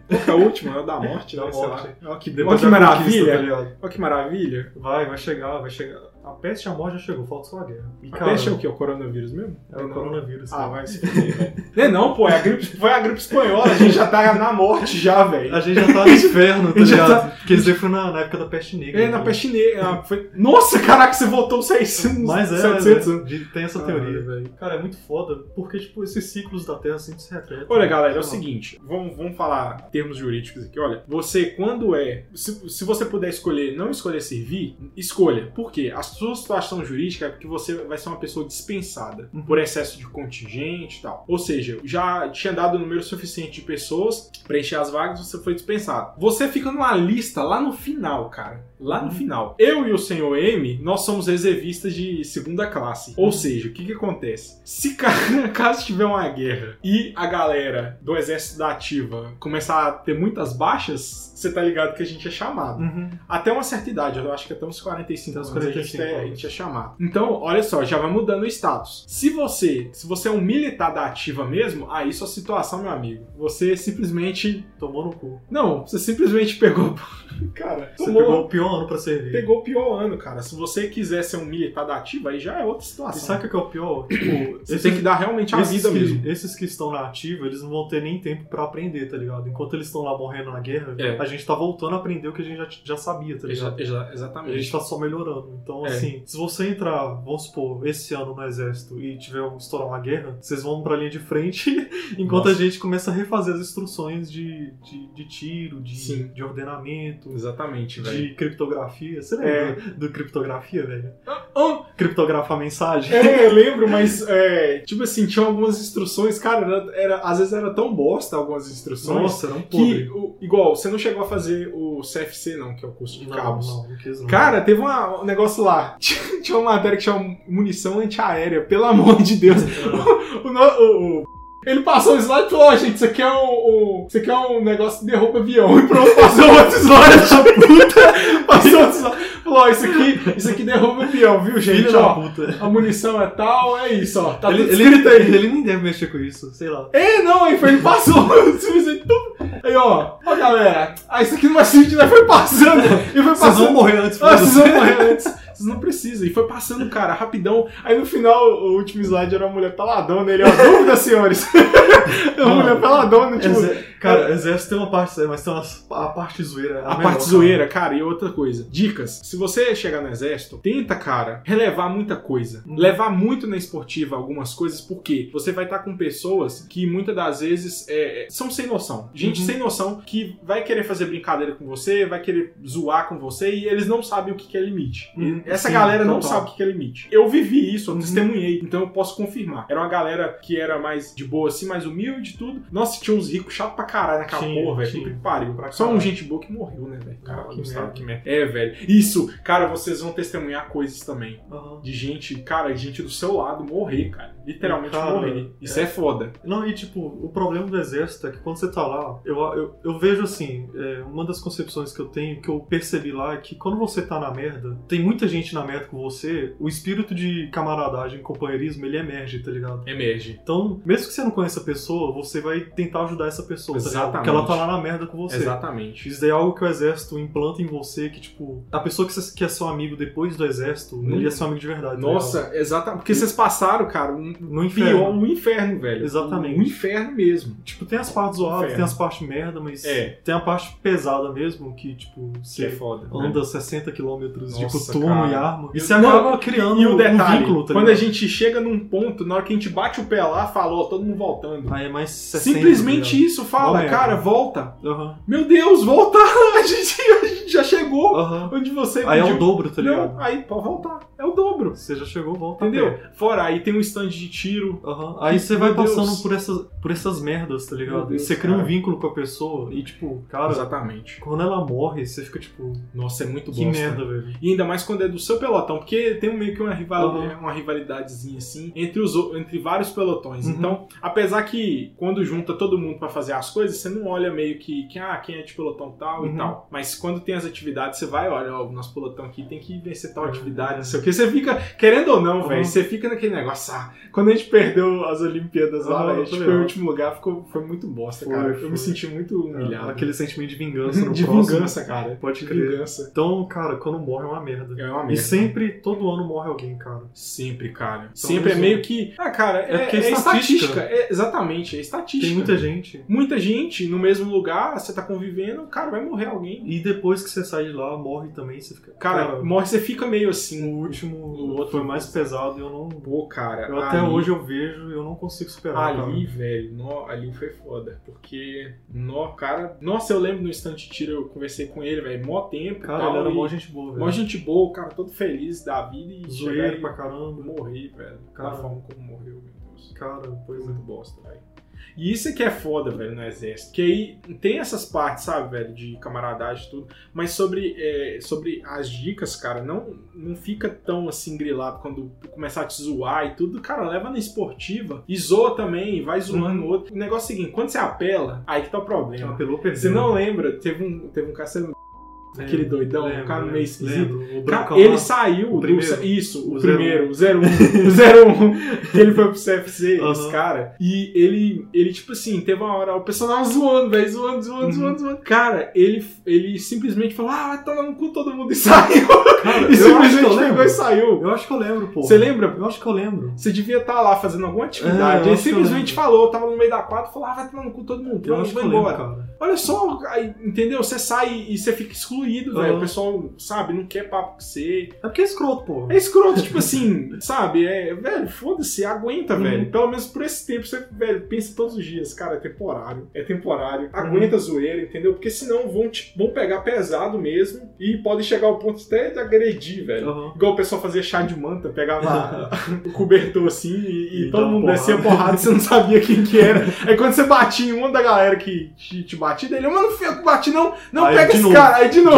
Speaker 2: Qual que é a última? É o da morte,
Speaker 3: Da
Speaker 2: né? Sei
Speaker 3: morte.
Speaker 2: lá. Olha que,
Speaker 3: Depois
Speaker 2: olha que
Speaker 3: da
Speaker 2: maravilha.
Speaker 3: conquista, tá ligado?
Speaker 2: Olha que maravilha.
Speaker 3: Vai, vai chegar, vai chegar. A peste e a morte já chegou, falta só a guerra. E
Speaker 2: A peste é o que? É o coronavírus mesmo?
Speaker 3: É o coronavírus.
Speaker 2: Ah,
Speaker 3: cara.
Speaker 2: vai se fuder, velho. Não é não, pô. É a gripe, foi a gripe espanhola. A gente já tá na morte já, velho.
Speaker 3: <laughs> A gente já
Speaker 2: <laughs>
Speaker 3: tá no inferno, tá
Speaker 2: A gente já
Speaker 3: ligado? Porque isso daí foi na, na época da peste negra.
Speaker 2: É,
Speaker 3: tá
Speaker 2: na
Speaker 3: ligado?
Speaker 2: peste negra. ah, Foi... Nossa, caraca, você voltou 600,
Speaker 3: Mas é,
Speaker 2: 700
Speaker 3: é, de- tem essa
Speaker 2: Caralho,
Speaker 3: teoria. Cara, é muito foda, porque, tipo, esses ciclos da Terra sempre se repetem. Tá
Speaker 2: Olha, galera, é o
Speaker 3: Sei lá.
Speaker 2: seguinte, vamos, vamos falar em termos jurídicos aqui. Olha, você, quando é. Se, se você puder escolher não escolher servir, escolha. Por quê? A sua situação jurídica é porque você vai ser uma pessoa dispensada
Speaker 3: Uhum.
Speaker 2: por excesso de contingente e tal. Ou seja, já tinha dado o número suficiente de pessoas, preencher as vagas, você foi dispensado. Você fica numa lista lá no final, cara. Lá no
Speaker 3: Uhum.
Speaker 2: final. Eu e o senhor M, nós somos reservistas de segunda classe.
Speaker 3: Uhum.
Speaker 2: Ou seja, o que que acontece? Se ca- <laughs> caso tiver uma guerra e a galera do exército da ativa começar a ter muitas baixas, você tá ligado que a gente é chamado.
Speaker 3: Uhum.
Speaker 2: Até uma certa idade, eu acho que até uns 45
Speaker 3: Até uns
Speaker 2: anos a gente
Speaker 3: 45
Speaker 2: é- a
Speaker 3: anos.
Speaker 2: gente é chamado. Então, olha só, já vai mudando o status. Se você, se você é um militar da ativa mesmo, aí sua situação, meu amigo, você simplesmente...
Speaker 3: Tomou no cu.
Speaker 2: Não, você simplesmente pegou... <laughs> Cara,
Speaker 3: Você
Speaker 2: tomou-
Speaker 3: pegou o pior ano pra servir.
Speaker 2: pegou o pior ano, cara. Se você quiser ser um militar da ativa, aí já é outra
Speaker 3: E
Speaker 2: situação.
Speaker 3: sabe o que é o pior? Tipo,
Speaker 2: Você tem que dar realmente a vida
Speaker 3: que,
Speaker 2: mesmo.
Speaker 3: Esses que estão na ativa, eles não vão ter nem tempo pra aprender, tá ligado? Enquanto eles estão lá morrendo na guerra,
Speaker 2: É.
Speaker 3: a gente tá voltando a aprender o que a gente já, já sabia, tá ligado? A gente
Speaker 2: exatamente.
Speaker 3: tá só melhorando. Então,
Speaker 2: É.
Speaker 3: assim, se você entrar, vamos supor, esse ano no exército e tiver um, estourar uma guerra, vocês vão pra linha de frente <laughs> enquanto
Speaker 2: Nossa.
Speaker 3: a gente começa a refazer as instruções de, de, de tiro, de,
Speaker 2: Sim.
Speaker 3: de ordenamento,
Speaker 2: Exatamente, velho.
Speaker 3: de criptografia. Você lembra
Speaker 2: É.
Speaker 3: do criptografia, velho?
Speaker 2: ah.
Speaker 3: Criptografar mensagem?
Speaker 2: É, eu lembro, mas, é, tipo assim, tinha algumas instruções, cara, era, era- às vezes era tão bosta algumas instruções.
Speaker 3: <laughs> Nossa, era um
Speaker 2: que,
Speaker 3: podre.
Speaker 2: o- igual, você não chegou a fazer o CFC, não, que é o curso de
Speaker 3: Não,
Speaker 2: cabos.
Speaker 3: não, não quis não.
Speaker 2: Cara, teve uma- um negócio lá. <laughs> Tinha tinha uma matéria que chama munição antiaérea, pelo amor de Deus. O, no- o- o- ele passou um slide e falou, ó, gente, isso aqui é um, um- Isso aqui é um negócio que derruba avião. <laughs> E pronto, passou outro slide <laughs> da puta. Passou outro slide. Falou, ó, isso aqui, isso aqui derruba avião, viu, <laughs> gente?
Speaker 3: Filho da
Speaker 2: Ó,
Speaker 3: puta.
Speaker 2: a munição é tal, é isso, ó. Tá
Speaker 3: ele,
Speaker 2: tudo
Speaker 3: ele,
Speaker 2: escrito aí.
Speaker 3: ele nem deve mexer com isso, sei lá.
Speaker 2: É, não, aí foi, ele passou. <laughs> simplesmente, tum. Aí, ó, ó, galera, ah, isso aqui não vai sentido, né? Foi passando. E foi
Speaker 3: Vocês vão
Speaker 2: passando.
Speaker 3: morrer antes
Speaker 2: Ah, vocês
Speaker 3: foda-se.
Speaker 2: vão morrer antes. Vocês não precisam. E foi passando, cara, rapidão. Aí no final, o último slide era uma mulher peladona. Ele, ó, dúvida, senhores. <laughs> É uma
Speaker 3: Não.
Speaker 2: mulher peladona, tipo.
Speaker 3: Exer- Cara, exército tem uma parte séria, mas tem umas- a parte zoeira. é
Speaker 2: A
Speaker 3: melhor,
Speaker 2: parte zoeira, cara, e outra coisa. Dicas. Se você chegar no exército, tenta, cara, relevar muita coisa.
Speaker 3: Hum.
Speaker 2: Levar muito na esportiva algumas coisas, porque você vai estar com pessoas que muitas das vezes é, é, são sem noção. Gente
Speaker 3: Uhum.
Speaker 2: sem noção que vai querer fazer brincadeira com você, vai querer zoar com você e eles não sabem o que que é limite.
Speaker 3: Uhum.
Speaker 2: E- Essa
Speaker 3: Sim,
Speaker 2: galera não
Speaker 3: total. Uhum.
Speaker 2: sabe o que que é limite. Eu vivi isso, eu testemunhei, então eu posso confirmar. Era uma galera que era mais de boa, assim, mais humilde e tudo. Nossa, tinha uns ricos chato pra caralho naquela
Speaker 3: Tinha,
Speaker 2: porra, velho.
Speaker 3: tinha.
Speaker 2: Puta que pariu.
Speaker 3: Pra
Speaker 2: Só um
Speaker 3: caralho.
Speaker 2: gente boa que morreu, né, velho? Cara,
Speaker 3: Ah, que
Speaker 2: Gustavo,
Speaker 3: merda.
Speaker 2: que merda. É, velho. Isso, cara, vocês vão testemunhar coisas também.
Speaker 3: Aham.
Speaker 2: De gente, cara, gente do seu lado morrer, cara. Literalmente
Speaker 3: Cara,
Speaker 2: morrer. Isso é, foda.
Speaker 3: Não, e tipo, o problema do exército é que quando você tá lá, eu, eu, eu vejo assim, é, uma das concepções que eu tenho, que eu percebi lá, é que quando você tá na merda, tem muita gente na merda com você, o espírito de camaradagem, companheirismo, ele emerge, tá ligado?
Speaker 2: Emerge.
Speaker 3: Então, mesmo que você não conheça a pessoa, você vai tentar ajudar essa pessoa, tá ligado? Porque ela
Speaker 2: Exatamente.
Speaker 3: tá lá na merda com você.
Speaker 2: Exatamente.
Speaker 3: Isso daí é algo que o exército implanta em você, que tipo, a pessoa que, você, que é seu amigo depois do exército,
Speaker 2: Hum.
Speaker 3: ele é seu amigo de verdade. tá
Speaker 2: Nossa, exatamente. Porque vocês passaram, cara, um
Speaker 3: ligado? no inferno.
Speaker 2: pior, um inferno, velho.
Speaker 3: Exatamente.
Speaker 2: Um inferno mesmo.
Speaker 3: Tipo, tem as partes zoadas,
Speaker 2: Inferno.
Speaker 3: tem as partes merda, mas
Speaker 2: É.
Speaker 3: tem a parte pesada mesmo, que tipo,
Speaker 2: Que é
Speaker 3: você
Speaker 2: foda. né?
Speaker 3: anda 60 km de
Speaker 2: Nossa,
Speaker 3: coturno
Speaker 2: cara.
Speaker 3: e arma.
Speaker 2: E
Speaker 3: E você
Speaker 2: não,
Speaker 3: acaba criando
Speaker 2: E o detalhe,
Speaker 3: um vínculo, tá
Speaker 2: quando a
Speaker 3: ligado?
Speaker 2: gente chega num ponto, na hora que a gente bate o pé lá, falou, ó, todo mundo voltando.
Speaker 3: Aí é mais 60,
Speaker 2: Simplesmente
Speaker 3: tá
Speaker 2: isso, fala,
Speaker 3: Mó merda.
Speaker 2: cara, volta.
Speaker 3: ligado? Aham.
Speaker 2: Meu Deus, volta! <laughs> A gente, a gente já chegou
Speaker 3: Aham.
Speaker 2: onde você
Speaker 3: Aí é o
Speaker 2: pediu.
Speaker 3: dobro, tá ligado? É.
Speaker 2: Não, aí pode voltar. É o dobro.
Speaker 3: Você já chegou, volta. a pé.
Speaker 2: Entendeu? Fora, aí tem um stand de tiro.
Speaker 3: Aham. Aí você vai
Speaker 2: Meu Deus.
Speaker 3: passando por essas, por essas merdas, tá ligado?
Speaker 2: Meu Deus,
Speaker 3: e você cria um
Speaker 2: cara.
Speaker 3: vínculo com a pessoa e, tipo, cara,
Speaker 2: Exatamente.
Speaker 3: quando ela morre, você fica tipo,
Speaker 2: Nossa, é muito
Speaker 3: que
Speaker 2: bosta.
Speaker 3: merda, velho.
Speaker 2: E ainda mais quando é do seu pelotão, porque tem um meio que uma, rival- né,
Speaker 3: Aham.
Speaker 2: uma rivalidadezinha assim entre, os, o- entre vários pelotões.
Speaker 3: Uhum.
Speaker 2: Então, apesar que quando junta todo mundo pra fazer as coisas, você não olha meio que, que ah, quem é de pelotão tal e
Speaker 3: Uhum.
Speaker 2: tal. Mas quando tem as atividades, você vai, olha, ó, o nosso pelotão aqui tem que vencer tal
Speaker 3: Uhum.
Speaker 2: atividade, não sei o que. Você fica, querendo ou não,
Speaker 3: Uhum.
Speaker 2: velho, você fica naquele negócio, ah, quando a gente perdeu as Olimpíadas lá,
Speaker 3: Uhum,
Speaker 2: velho, a
Speaker 3: eu
Speaker 2: gente
Speaker 3: tô
Speaker 2: foi em
Speaker 3: ligado.
Speaker 2: último lugar, ficou, foi muito bosta,
Speaker 3: Foi,
Speaker 2: cara. Eu
Speaker 3: foi.
Speaker 2: me senti muito humilhado.
Speaker 3: Aquele sentimento de vingança
Speaker 2: <laughs>
Speaker 3: no
Speaker 2: de
Speaker 3: próximo.
Speaker 2: vingança, cara.
Speaker 3: Pode
Speaker 2: De
Speaker 3: crer.
Speaker 2: vingança.
Speaker 3: Então, cara, quando morre é uma merda.
Speaker 2: É uma merda.
Speaker 3: E sempre, todo ano morre alguém, cara.
Speaker 2: Sempre, cara.
Speaker 3: Então,
Speaker 2: Sempre é
Speaker 3: isso-
Speaker 2: meio que. Ah, cara, é,
Speaker 3: É porque
Speaker 2: é estatística.
Speaker 3: estatística. né?
Speaker 2: É, exatamente, é estatística.
Speaker 3: Tem muita gente.
Speaker 2: Muita gente no mesmo lugar, você tá convivendo, cara, vai morrer alguém.
Speaker 3: E depois que você sai de lá, morre também, você fica.
Speaker 2: Cara, morre, você fica meio assim.
Speaker 3: o último
Speaker 2: o outro-
Speaker 3: foi mais pesado e eu não.
Speaker 2: Pô, cara.
Speaker 3: Eu até
Speaker 2: ali-
Speaker 3: hoje eu vejo e eu não consigo superar.
Speaker 2: Ali, velho, nó, ali foi foda. Porque, nó, cara. Nossa, eu lembro no instante tiro, eu conversei com ele, velho, mó tempo.
Speaker 3: Cara,
Speaker 2: tal,
Speaker 3: cara ele era
Speaker 2: e-
Speaker 3: mó gente boa, velho.
Speaker 2: mó gente boa, o cara todo feliz da vida e chegar
Speaker 3: Zoeiro
Speaker 2: e
Speaker 3: pra caramba.
Speaker 2: morrer, velho. Da
Speaker 3: Cara.
Speaker 2: forma como morreu, meu Deus.
Speaker 3: Cara,
Speaker 2: Foi
Speaker 3: pois é.
Speaker 2: muito bosta, velho. E isso é que é foda, velho, no exército. Que aí tem essas partes, sabe, velho, de camaradagem e tudo. Mas sobre, é, sobre as dicas, cara, não, não fica tão assim grilado quando começar a te zoar e tudo. Cara, leva na esportiva e zoa também, vai zoando o outro. O negócio é o seguinte: quando você apela, aí que tá o problema.
Speaker 3: Apelou, perdeu.
Speaker 2: Você não lembra, teve um, teve um cacelo, aquele doidão, um cara meio esquisito.
Speaker 3: Lembro, o
Speaker 2: Cara,
Speaker 3: branco
Speaker 2: ele
Speaker 3: lá.
Speaker 2: saiu
Speaker 3: o
Speaker 2: do
Speaker 3: primeiro.
Speaker 2: sa- Isso, o,
Speaker 3: O um.
Speaker 2: primeiro,
Speaker 3: <laughs>
Speaker 2: o 01. O 01. que ele foi pro CFC,
Speaker 3: Aham.
Speaker 2: esse cara. E ele, ele, tipo assim, teve uma hora, o pessoal tava zoando, velho, zoando, zoando,
Speaker 3: Uhum.
Speaker 2: zoando, zoando. Cara, ele, ele simplesmente falou, ah, vai tomar no cu todo mundo e <laughs> saiu. <laughs>
Speaker 3: Cara,
Speaker 2: e
Speaker 3: eu acho que eu
Speaker 2: simplesmente pegou e
Speaker 3: lembro.
Speaker 2: saiu.
Speaker 3: Eu acho que eu lembro, pô.
Speaker 2: Você lembra?
Speaker 3: Eu acho que eu lembro.
Speaker 2: Você devia estar lá fazendo alguma
Speaker 3: É, eu
Speaker 2: atividade. ele
Speaker 3: acho que eu
Speaker 2: simplesmente
Speaker 3: lembro.
Speaker 2: falou, tava no meio da quadra, falou, ah, vai tomar no cu todo mundo,
Speaker 3: Eu
Speaker 2: pronto,
Speaker 3: acho que
Speaker 2: vai
Speaker 3: eu lembro,
Speaker 2: embora.
Speaker 3: cara.
Speaker 2: Olha só, aí, entendeu? Você sai e você fica excluído, velho.
Speaker 3: Aham.
Speaker 2: O pessoal, sabe, não quer papo com você.
Speaker 3: É porque é escroto, pô.
Speaker 2: É escroto, tipo assim, sabe? É, velho, foda-se, aguenta,
Speaker 3: Uhum.
Speaker 2: velho. Pelo menos por esse tempo, você, velho, pensa todos os dias, cara, é temporário. É
Speaker 3: Uhum.
Speaker 2: temporário. Aguenta a zoeira, entendeu? Porque senão vão, te- vão pegar pesado mesmo e podem chegar ao ponto até de agredir, velho.
Speaker 3: Aham.
Speaker 2: Igual o pessoal fazia chá de manta,
Speaker 3: <laughs>
Speaker 2: pegava o cobertor assim e, e
Speaker 3: E
Speaker 2: todo
Speaker 3: dava
Speaker 2: mundo
Speaker 3: porrada.
Speaker 2: descia porrada e você não sabia quem que era. Aí quando você batia em uma da galera que te, te batia, ele, mano, feio que bati não, não
Speaker 3: Aí,
Speaker 2: pega
Speaker 3: de
Speaker 2: esse
Speaker 3: novo.
Speaker 2: cara, aí <laughs> de novo.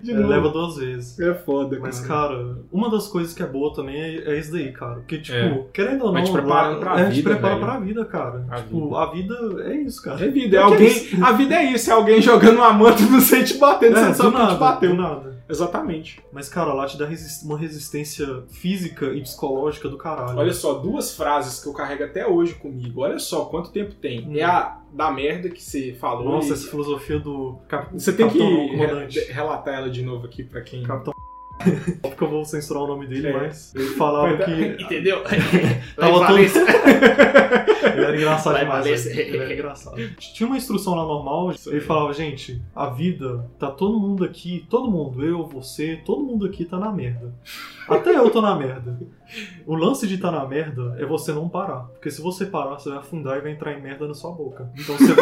Speaker 2: De
Speaker 3: É,
Speaker 2: novo.
Speaker 3: Leva duas vezes.
Speaker 2: É foda,
Speaker 3: Mas, cara, uma das coisas que é boa também é, é isso daí, cara. Porque, tipo,
Speaker 2: É.
Speaker 3: querendo ou não,
Speaker 2: Vai te preparando pra
Speaker 3: lá- é, te
Speaker 2: vida,
Speaker 3: prepara
Speaker 2: velho.
Speaker 3: pra vida, cara.
Speaker 2: A
Speaker 3: tipo,
Speaker 2: vida.
Speaker 3: a vida é isso, cara.
Speaker 2: É vida, é
Speaker 3: Porque
Speaker 2: alguém.
Speaker 3: é isso.
Speaker 2: A vida é isso, é alguém jogando uma manta e você te batendo, você
Speaker 3: É,
Speaker 2: não
Speaker 3: do
Speaker 2: sabe quem te
Speaker 3: nada, do
Speaker 2: bateu.
Speaker 3: nada.
Speaker 2: Exatamente.
Speaker 3: Mas, cara, lá te dá resist- uma resistência física e psicológica do caralho.
Speaker 2: Olha só, duas frases que eu carrego até hoje comigo. Olha só quanto tempo tem.
Speaker 3: Hum.
Speaker 2: É a da merda que você falou.
Speaker 3: Nossa,
Speaker 2: e-
Speaker 3: essa filosofia do cap...
Speaker 2: Você tem que
Speaker 3: capitão não,
Speaker 2: re-
Speaker 3: comandante.
Speaker 2: relatar ela de novo aqui pra quem.
Speaker 3: Capitão Óbvio que eu vou censurar o nome dele,
Speaker 2: É.
Speaker 3: mas ele falava que ele
Speaker 2: <laughs>
Speaker 3: <laughs>
Speaker 2: Entendeu?
Speaker 3: Tava
Speaker 2: Vai,
Speaker 3: tudo-
Speaker 2: Valência.
Speaker 3: <laughs> era engraçado
Speaker 2: Vai
Speaker 3: demais.
Speaker 2: valer-
Speaker 3: velho. Ele era engraçado. Tinha uma instrução lá normal,
Speaker 2: Isso
Speaker 3: ele
Speaker 2: aí.
Speaker 3: falava, gente, a vida, tá todo mundo aqui, todo mundo, eu, você, todo mundo aqui tá na merda. Até eu tô na merda. O lance de tá na merda é você não parar. Porque se você parar, você vai afundar e vai entrar em merda na sua boca. Então você,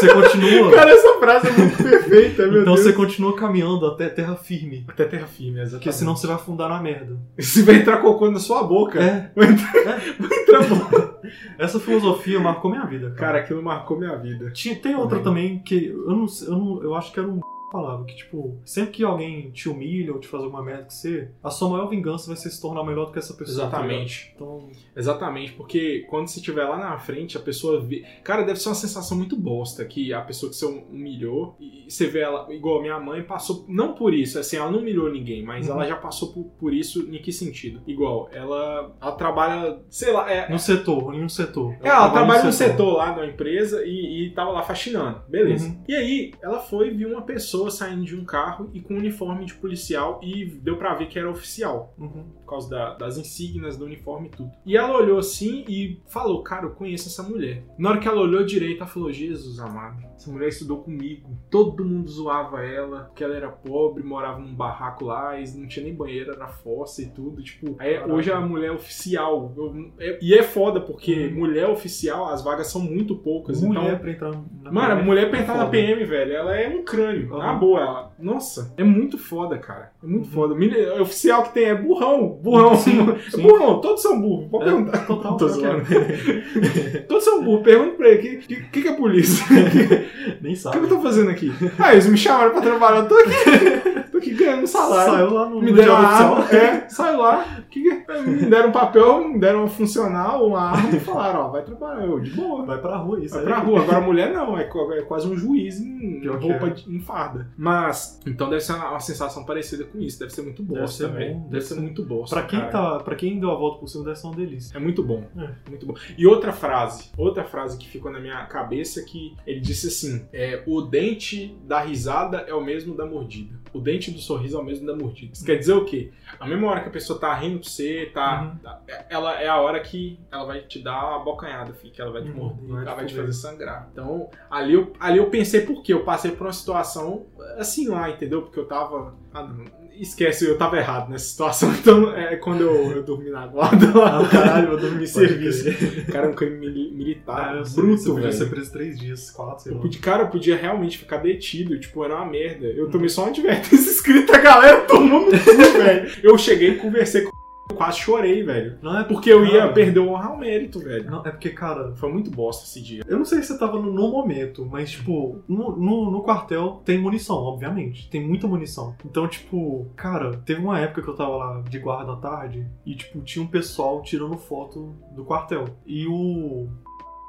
Speaker 3: Você continua.
Speaker 2: <laughs> Cara, essa frase é muito perfeita, meu
Speaker 3: então
Speaker 2: Deus.
Speaker 3: você continua caminhando até terra firme.
Speaker 2: Até terra firme, exatamente.
Speaker 3: Porque senão você vai afundar na merda.
Speaker 2: Se vai entrar cocô na sua boca,
Speaker 3: É.
Speaker 2: vai entrar, vai entrar bo-
Speaker 3: Essa filosofia marcou minha vida, cara.
Speaker 2: Cara, aquilo marcou minha vida.
Speaker 3: Tinha- tem outra
Speaker 2: Também.
Speaker 3: também que eu não, sei- eu não- eu acho que era um falava que tipo, sempre que alguém te humilha ou te faz alguma merda que você, a sua maior vingança vai ser se tornar melhor do que essa pessoa. tá ligado? Então,
Speaker 2: Exatamente, porque quando você estiver lá na frente, a pessoa vê. Cara, deve ser uma sensação muito bosta que a pessoa que você um, humilhou, e você vê ela, igual minha mãe, passou. Não por isso, assim, ela não humilhou ninguém, mas
Speaker 3: Uhum.
Speaker 2: ela já passou por, por isso em que sentido? Igual, ela, ela trabalha, sei lá, é,
Speaker 3: no setor, em um setor.
Speaker 2: É, Ela trabalha no setor lá na empresa e, e tava lá faxinando. Beleza.
Speaker 3: Uhum.
Speaker 2: E aí, ela foi e viu uma pessoa saindo de um carro e com um uniforme de policial e deu pra ver que era oficial.
Speaker 3: Uhum.
Speaker 2: Por causa da- das insígnias do uniforme e tudo. E ela olhou assim e falou: Cara, eu conheço essa mulher. Na hora que ela olhou direito, ela falou: Jesus amado, essa mulher estudou comigo. Todo mundo zoava ela, porque ela era pobre, morava num barraco lá, e não tinha nem banheiro, era fossa e tudo. Tipo, aí,
Speaker 3: Caraca.
Speaker 2: hoje a mulher é oficial. Eu- é- e é foda, porque
Speaker 3: Uhum.
Speaker 2: mulher oficial, as vagas são muito poucas.
Speaker 3: Mulher
Speaker 2: Então.
Speaker 3: pra entrar na
Speaker 2: Mano, a mulher pra
Speaker 3: é
Speaker 2: entrar na
Speaker 3: foda.
Speaker 2: PM, velho, ela é um crânio. Na
Speaker 3: Uhum.
Speaker 2: boa, ela. Nossa, é muito foda, cara. É muito
Speaker 3: Uhum.
Speaker 2: foda. Mine- Oficial que tem é burrão, burrão. <laughs>
Speaker 3: <laughs>
Speaker 2: É
Speaker 3: Sim, sim.
Speaker 2: Burrão, todos são burros. Pode
Speaker 3: É,
Speaker 2: perguntar.
Speaker 3: total,
Speaker 2: Tô
Speaker 3: pior que
Speaker 2: zoando. Todos são burros. Pergunta pra ele: o que, que, que é polícia? <laughs>
Speaker 3: é. Nem
Speaker 2: O
Speaker 3: sabe.
Speaker 2: que, que eu tô fazendo aqui? Ah, eles me chamaram pra trabalhar. Eu tô aqui, tô aqui ganhando salário.
Speaker 3: Saiu lá no,
Speaker 2: me
Speaker 3: no
Speaker 2: deram
Speaker 3: Diário
Speaker 2: uma
Speaker 3: Oficial.
Speaker 2: arma. É, saiu lá. Que que- me deram um papel, me deram um funcional, uma arma e falaram: ó, vai trabalhar. Eu, de boa.
Speaker 3: Vai pra rua isso
Speaker 2: Vai
Speaker 3: aí.
Speaker 2: pra rua. Agora a mulher não, é, co- é quase um juiz em
Speaker 3: Pior que
Speaker 2: roupa
Speaker 3: é.
Speaker 2: de, em farda. Mas, então deve ser uma, uma sensação parecida com isso. Deve ser muito
Speaker 3: Deve
Speaker 2: bosta,
Speaker 3: ser
Speaker 2: velho.
Speaker 3: bom.
Speaker 2: Deve ser muito bosta.
Speaker 3: Pra quem,
Speaker 2: cara.
Speaker 3: tá, pra quem deu a volta por cima, deve ser uma delícia.
Speaker 2: É muito bom.
Speaker 3: É.
Speaker 2: Muito bom. E outra frase, outra frase que ficou na minha cabeça que ele disse assim: é, o dente da risada é o mesmo da mordida. O dente do sorriso é o mesmo da mordida. Isso quer dizer o quê? A mesma hora que a pessoa tá rindo pra você, tá.
Speaker 3: Uhum.
Speaker 2: tá- é- ela é a hora que ela vai te dar uma bocanhada, filho, que ela vai te
Speaker 3: Uhum.
Speaker 2: morder,
Speaker 3: Vai te
Speaker 2: ela vai te
Speaker 3: comer.
Speaker 2: fazer sangrar. Então, ali eu, ali eu pensei por quê? Eu passei por uma situação assim lá, entendeu? Porque eu tava. Ah, não. Esquece, eu tava errado nessa situação. <laughs> Então, é quando eu, eu dormi na guarda
Speaker 3: Ah,
Speaker 2: lá, Ah, caralho, eu <laughs> dormi em
Speaker 3: <laughs> Pode
Speaker 2: serviço.
Speaker 3: crer.
Speaker 2: O cara é um crime mili- militar,
Speaker 3: Ah, eu sei, você
Speaker 2: bruto,
Speaker 3: podia ser
Speaker 2: velho.
Speaker 3: preso três dias, quatro, sei
Speaker 2: Eu
Speaker 3: lá.
Speaker 2: podia, cara, eu podia realmente ficar detido, tipo, era uma merda. Eu tomei só uma advertência <laughs> escrita, a galera tomou no cu, velho. Eu cheguei e conversei com o <laughs> eu quase chorei, velho.
Speaker 3: Não é
Speaker 2: Porque eu ia
Speaker 3: cara,
Speaker 2: perder o honra ao mérito, velho.
Speaker 3: Não, é porque, cara,
Speaker 2: Foi muito bosta esse dia.
Speaker 3: eu não sei se você tava no, no momento, mas, tipo, no, no, no quartel tem munição, obviamente. Tem muita munição. Então, tipo, cara, teve uma época que eu tava lá de guarda à tarde e, tipo, tinha um pessoal tirando foto do quartel. E o.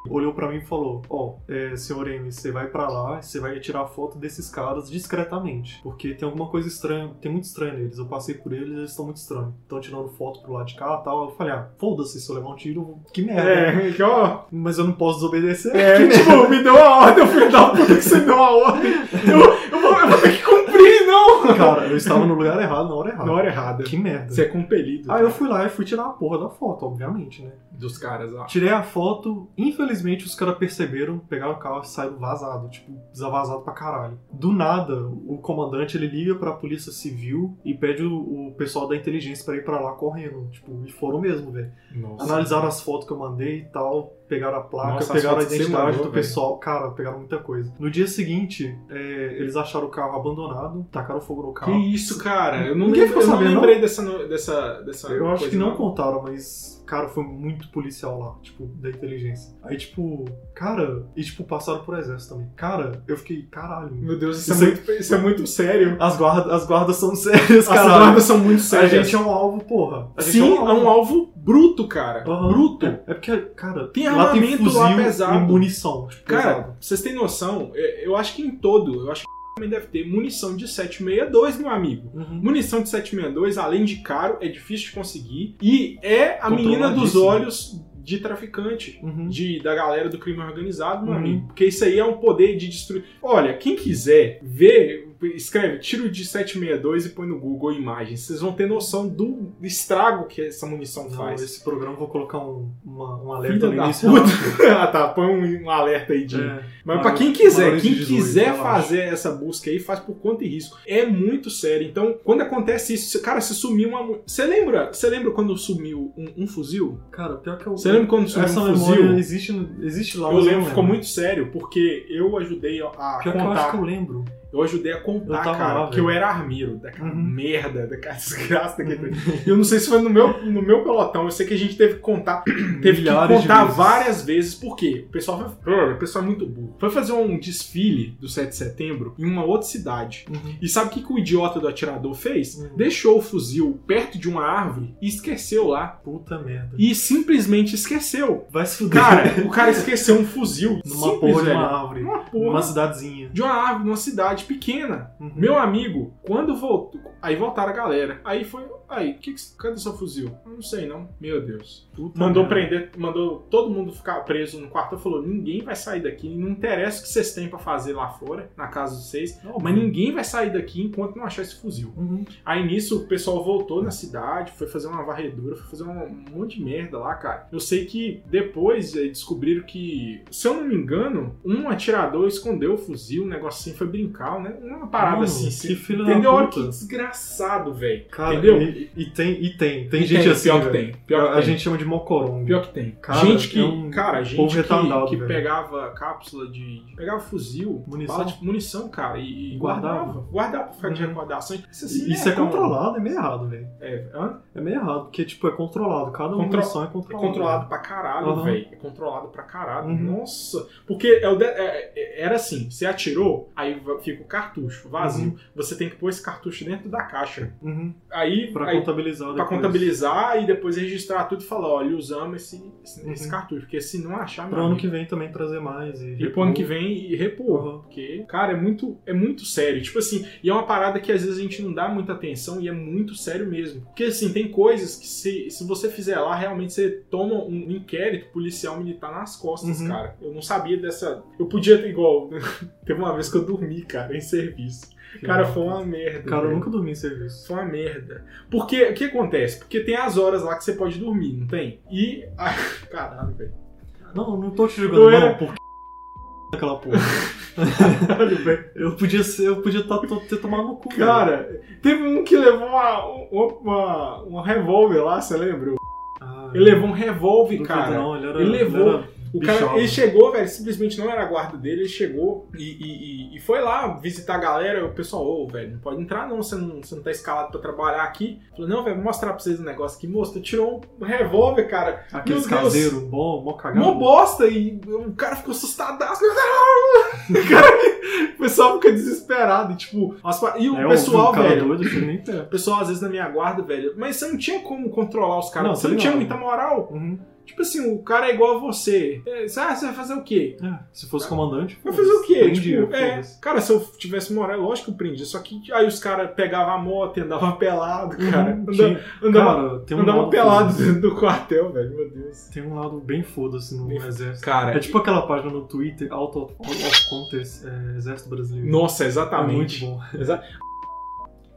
Speaker 3: Olhou pra mim e falou: Ó, é, senhor M, você vai pra lá, você vai tirar foto desses caras discretamente. Porque tem alguma coisa estranha, tem muito estranho neles. Eu passei por eles, eles estão muito estranhos. Estão tirando foto pro lado de cá e tal. Eu falei: Ah, foda-se, se eu levar um tiro, que merda. né?"
Speaker 2: É, que ó.
Speaker 3: Mas eu não posso desobedecer. <laughs>
Speaker 2: É, tipo, me deu a ordem, eu fui dar puta que você me deu a ordem. Eu, eu vou, eu vou ter que cumprir, não!
Speaker 3: <laughs> Cara, eu estava no lugar errado, na hora errada.
Speaker 2: Na hora errada.
Speaker 3: Que merda.
Speaker 2: Você é compelido
Speaker 3: Aí eu fui lá e fui tirar a porra da foto, obviamente, né?
Speaker 2: dos caras lá.
Speaker 3: Tirei a foto, infelizmente os caras perceberam, pegaram o carro e saíram vazado, tipo, desavazado pra caralho. Do nada, o comandante ele liga pra polícia civil e pede o, o pessoal da inteligência pra ir pra lá correndo, tipo, e foram mesmo, velho.
Speaker 2: Nossa.
Speaker 3: Analisaram as fotos que eu mandei e tal, pegaram a placa,
Speaker 2: Nossa, as
Speaker 3: pegaram a
Speaker 2: fotos que você
Speaker 3: identidade
Speaker 2: mandou,
Speaker 3: do
Speaker 2: velho.
Speaker 3: pessoal, cara, pegaram muita coisa. No dia seguinte, é, eles acharam o carro abandonado, tacaram fogo no
Speaker 2: Que
Speaker 3: carro.
Speaker 2: isso, cara? Eu não,
Speaker 3: Ninguém
Speaker 2: lembro,
Speaker 3: ficou
Speaker 2: eu não
Speaker 3: sabendo,
Speaker 2: lembrei dessa, no- dessa, dessa.
Speaker 3: Eu acho
Speaker 2: coisa,
Speaker 3: que não contaram, mas, cara, foi muito policial lá, tipo, da inteligência. Aí, tipo, cara, e tipo, passaram por exército também. Cara, eu fiquei, caralho.
Speaker 2: Meu Deus, isso,
Speaker 3: Isso
Speaker 2: é,
Speaker 3: é-
Speaker 2: muito, isso é muito sério.
Speaker 3: As guardas, as guardas são <laughs> sérias,
Speaker 2: As
Speaker 3: cara.
Speaker 2: guardas são muito
Speaker 3: A
Speaker 2: sérias.
Speaker 3: gente é um alvo, porra. A gente
Speaker 2: Sim, é um alvo bruto, cara.
Speaker 3: Aham.
Speaker 2: Bruto.
Speaker 3: É, é porque, cara,
Speaker 2: Tem
Speaker 3: lá tem
Speaker 2: armamento
Speaker 3: fuzil
Speaker 2: lá pesado.
Speaker 3: e munição. Tipo,
Speaker 2: Cara,
Speaker 3: pesado.
Speaker 2: vocês têm noção? é, Eu acho que em todo, eu acho que também deve ter munição de 762, meu amigo.
Speaker 3: Uhum.
Speaker 2: Munição de 762, além de caro, é difícil de conseguir. E é a menina dos
Speaker 3: Controladíssimo.
Speaker 2: olhos de traficante.
Speaker 3: Uhum.
Speaker 2: de, da galera do crime organizado, meu
Speaker 3: Uhum.
Speaker 2: amigo. Porque isso aí é um poder de destruir. Olha, quem quiser ver escreve tiro de 762 e põe no Google imagens. Vocês vão ter noção do estrago que essa munição
Speaker 3: Não,
Speaker 2: faz.
Speaker 3: esse programa eu vou colocar um, uma- um alerta
Speaker 2: Filha
Speaker 3: no
Speaker 2: da
Speaker 3: início. <laughs>
Speaker 2: puta. <laughs> ah, tá, põe um, um alerta aí de.
Speaker 3: É.
Speaker 2: Mas pra
Speaker 3: Maior-
Speaker 2: quem quiser,
Speaker 3: maiores
Speaker 2: quem
Speaker 3: de 18,
Speaker 2: quiser
Speaker 3: relaxa.
Speaker 2: fazer essa busca aí, faz por conta e risco. É muito sério. Então, quando acontece isso, cara, se sumiu uma. mu- Você lembra? Você lembra quando sumiu um, um fuzil?
Speaker 3: Cara, pior que eu.
Speaker 2: Você lembra quando sumiu
Speaker 3: Essa
Speaker 2: um
Speaker 3: memória é
Speaker 2: fuzil?
Speaker 3: existe, no- existe lá.
Speaker 2: Eu
Speaker 3: mas
Speaker 2: lembro, ficou muito sério, porque eu ajudei a a
Speaker 3: Pior que eu acho
Speaker 2: contar.
Speaker 3: que eu lembro.
Speaker 2: Eu ajudei a contar,
Speaker 3: Eu tava
Speaker 2: cara,
Speaker 3: lá,
Speaker 2: que eu
Speaker 3: velho.
Speaker 2: era armeiro, daquela
Speaker 3: Uhum.
Speaker 2: merda, daquela <laughs> desgraça
Speaker 3: <laughs>
Speaker 2: daquele. Eu não sei se foi no meu, no meu pelotão, eu sei que a gente teve que contar, teve que
Speaker 3: Uhum. Milhares de
Speaker 2: contar
Speaker 3: vezes.
Speaker 2: várias vezes, por quê? O pessoal foi, olha, o pessoal é muito burro. Foi fazer um desfile do 7 de setembro em uma outra cidade.
Speaker 3: Uhum.
Speaker 2: E sabe o que, que o idiota do atirador fez?
Speaker 3: Uhum.
Speaker 2: Deixou o fuzil perto de uma árvore e esqueceu lá.
Speaker 3: Puta merda.
Speaker 2: E simplesmente esqueceu.
Speaker 3: Vai se fuder.
Speaker 2: Cara, o cara esqueceu um fuzil
Speaker 3: <laughs> numa
Speaker 2: simples,
Speaker 3: porra de
Speaker 2: velho.
Speaker 3: uma árvore.
Speaker 2: Uma porra
Speaker 3: Numa cidadezinha.
Speaker 2: de uma árvore numa cidade pequena.
Speaker 3: Uhum.
Speaker 2: Meu amigo, quando voltou. Aí voltaram a galera. Aí foi. Aí, que que, cadê seu fuzil? Eu Não sei não. Meu Deus.
Speaker 3: Puta
Speaker 2: Mandou
Speaker 3: merda.
Speaker 2: prender, mandou todo mundo ficar preso no quarto. Falou: ninguém vai sair daqui. Não interessa o que vocês têm pra fazer lá fora, na casa de vocês.
Speaker 3: Não,
Speaker 2: Mas ninguém vai sair daqui enquanto não achar esse fuzil.
Speaker 3: Uhum.
Speaker 2: Aí nisso o pessoal voltou na cidade, foi fazer uma varredura, foi fazer um monte de merda lá, cara. Eu sei que depois eh, descobriram que, se eu não me engano, um atirador escondeu o fuzil, o negocinho foi brincar, né? Uma parada
Speaker 3: Mano,
Speaker 2: assim.
Speaker 3: que
Speaker 2: assim,
Speaker 3: filho da
Speaker 2: entendeu? Olha
Speaker 3: puta.
Speaker 2: que desgraçado, velho.
Speaker 3: Cara,
Speaker 2: Entendeu?
Speaker 3: E, e tem, e tem. Tem
Speaker 2: E
Speaker 3: gente assim.
Speaker 2: Pior
Speaker 3: velho.
Speaker 2: que tem. Pior que
Speaker 3: a
Speaker 2: tem.
Speaker 3: gente chama de mocorongo.
Speaker 2: Pior que tem.
Speaker 3: Cara,
Speaker 2: gente que.
Speaker 3: é um
Speaker 2: cara,
Speaker 3: povo
Speaker 2: gente
Speaker 3: retardado,
Speaker 2: que, que
Speaker 3: velho.
Speaker 2: pegava cápsula de. Pegava fuzil,
Speaker 3: Munição.
Speaker 2: bala de munição, cara, e, e
Speaker 3: Guardava.
Speaker 2: guardava. Guardava pra ficar de
Speaker 3: Uhum.
Speaker 2: recordação. Isso, assim,
Speaker 3: Isso é
Speaker 2: tão-
Speaker 3: controlado, é meio errado, velho.
Speaker 2: É, hã?
Speaker 3: É meio errado, porque, tipo, é controlado. Cada
Speaker 2: Contro-
Speaker 3: munição é
Speaker 2: É
Speaker 3: controlada.
Speaker 2: controlado pra caralho,
Speaker 3: Aham.
Speaker 2: velho. É controlado pra caralho.
Speaker 3: Uhum.
Speaker 2: Nossa. Porque é o de- é- é- era assim: você atirou, aí va- fica o cartucho vazio. Você tem que pôr esse cartucho dentro da caixa.
Speaker 3: Uhum.
Speaker 2: Aí,
Speaker 3: Pra
Speaker 2: aí-
Speaker 3: contabilizar
Speaker 2: pra
Speaker 3: depois.
Speaker 2: contabilizar e depois registrar tudo e falar: olha, usamos esse, esse,
Speaker 3: Uhum.
Speaker 2: esse cartucho. Porque se não achar,
Speaker 3: Pra ano que vem também trazer mais. E,
Speaker 2: e pro ano que vem e repor.
Speaker 3: Uhum.
Speaker 2: Porque, cara, é muito, é muito sério. Tipo assim, e é uma parada que às vezes a gente não dá muita atenção e é muito sério mesmo. Porque, assim, tem coisas que se, se você fizer lá, realmente você toma um inquérito policial militar nas costas,
Speaker 3: Uhum.
Speaker 2: cara. Eu não sabia dessa. Eu podia ter igual. <laughs> Teve uma vez que eu dormi, cara, em serviço. Cara, foi uma merda.
Speaker 3: Cara, eu
Speaker 2: velho.
Speaker 3: nunca dormi em serviço.
Speaker 2: Foi uma merda. Porque o que acontece? Porque tem as horas lá que você pode dormir, não tem? E. <laughs> Ah, caralho, velho.
Speaker 3: Não, não tô te julgando,
Speaker 2: Eu era- <laughs>
Speaker 3: não, porque. Aquela porra.
Speaker 2: Caralho, velho.
Speaker 3: Eu podia ser, eu podia tá, tô- ter tomado no cu. velho.
Speaker 2: Cara, teve um que levou uma, uma, uma revólver lá, você lembra?
Speaker 3: Ah,
Speaker 2: Ele levou um revólver,
Speaker 3: não
Speaker 2: cara.
Speaker 3: Não, ele, era,
Speaker 2: ele levou-
Speaker 3: era
Speaker 2: O cara,
Speaker 3: bichola.
Speaker 2: ele chegou, velho, simplesmente não era a guarda dele, ele chegou e, e, e- e foi lá visitar a galera. O pessoal, ô, velho, não pode entrar não, você não, você não tá escalado pra trabalhar aqui. Falou, não, velho, vou mostrar pra vocês um negócio aqui. Moço, tirou um revólver, cara,
Speaker 3: Aqueles
Speaker 2: Meu Deus.
Speaker 3: caseiros bom, mó cagado.
Speaker 2: uma bosta. E o cara ficou assustadaço. <laughs> Cara, o pessoal fica desesperado. E, tipo, as pa- e o
Speaker 3: É, eu
Speaker 2: pessoal,
Speaker 3: vi um cara
Speaker 2: velho,
Speaker 3: doido, eu chego nem perto.
Speaker 2: O pessoal às vezes na minha guarda, velho, mas você não tinha como controlar os caras,
Speaker 3: Não,
Speaker 2: você
Speaker 3: tá
Speaker 2: não tinha
Speaker 3: ligado.
Speaker 2: muita moral.
Speaker 3: Uhum.
Speaker 2: Tipo assim, o cara é igual a você. É, você- ah, você vai fazer o quê?
Speaker 3: É, se fosse comandante,
Speaker 2: Vai fazer o quê?
Speaker 3: Entendi,
Speaker 2: tipo, é, cara, se eu tivesse moral, é lógico que eu prendia. Só que aí os caras pegavam a moto e andavam <laughs> pelado, cara. Anda- andava
Speaker 3: Uhum, cara, tem um
Speaker 2: andava
Speaker 3: lado
Speaker 2: pelado
Speaker 3: foda-se.
Speaker 2: dentro do quartel, velho, meu Deus.
Speaker 3: Tem um lado bem foda-se no
Speaker 2: Bem-
Speaker 3: exército.
Speaker 2: Cara,
Speaker 3: É tipo aquela página no Twitter, Out of, Out of Contest, é, Exército Brasileiro.
Speaker 2: nossa,
Speaker 3: é muito
Speaker 2: exatamente.
Speaker 3: bom.
Speaker 2: Exa-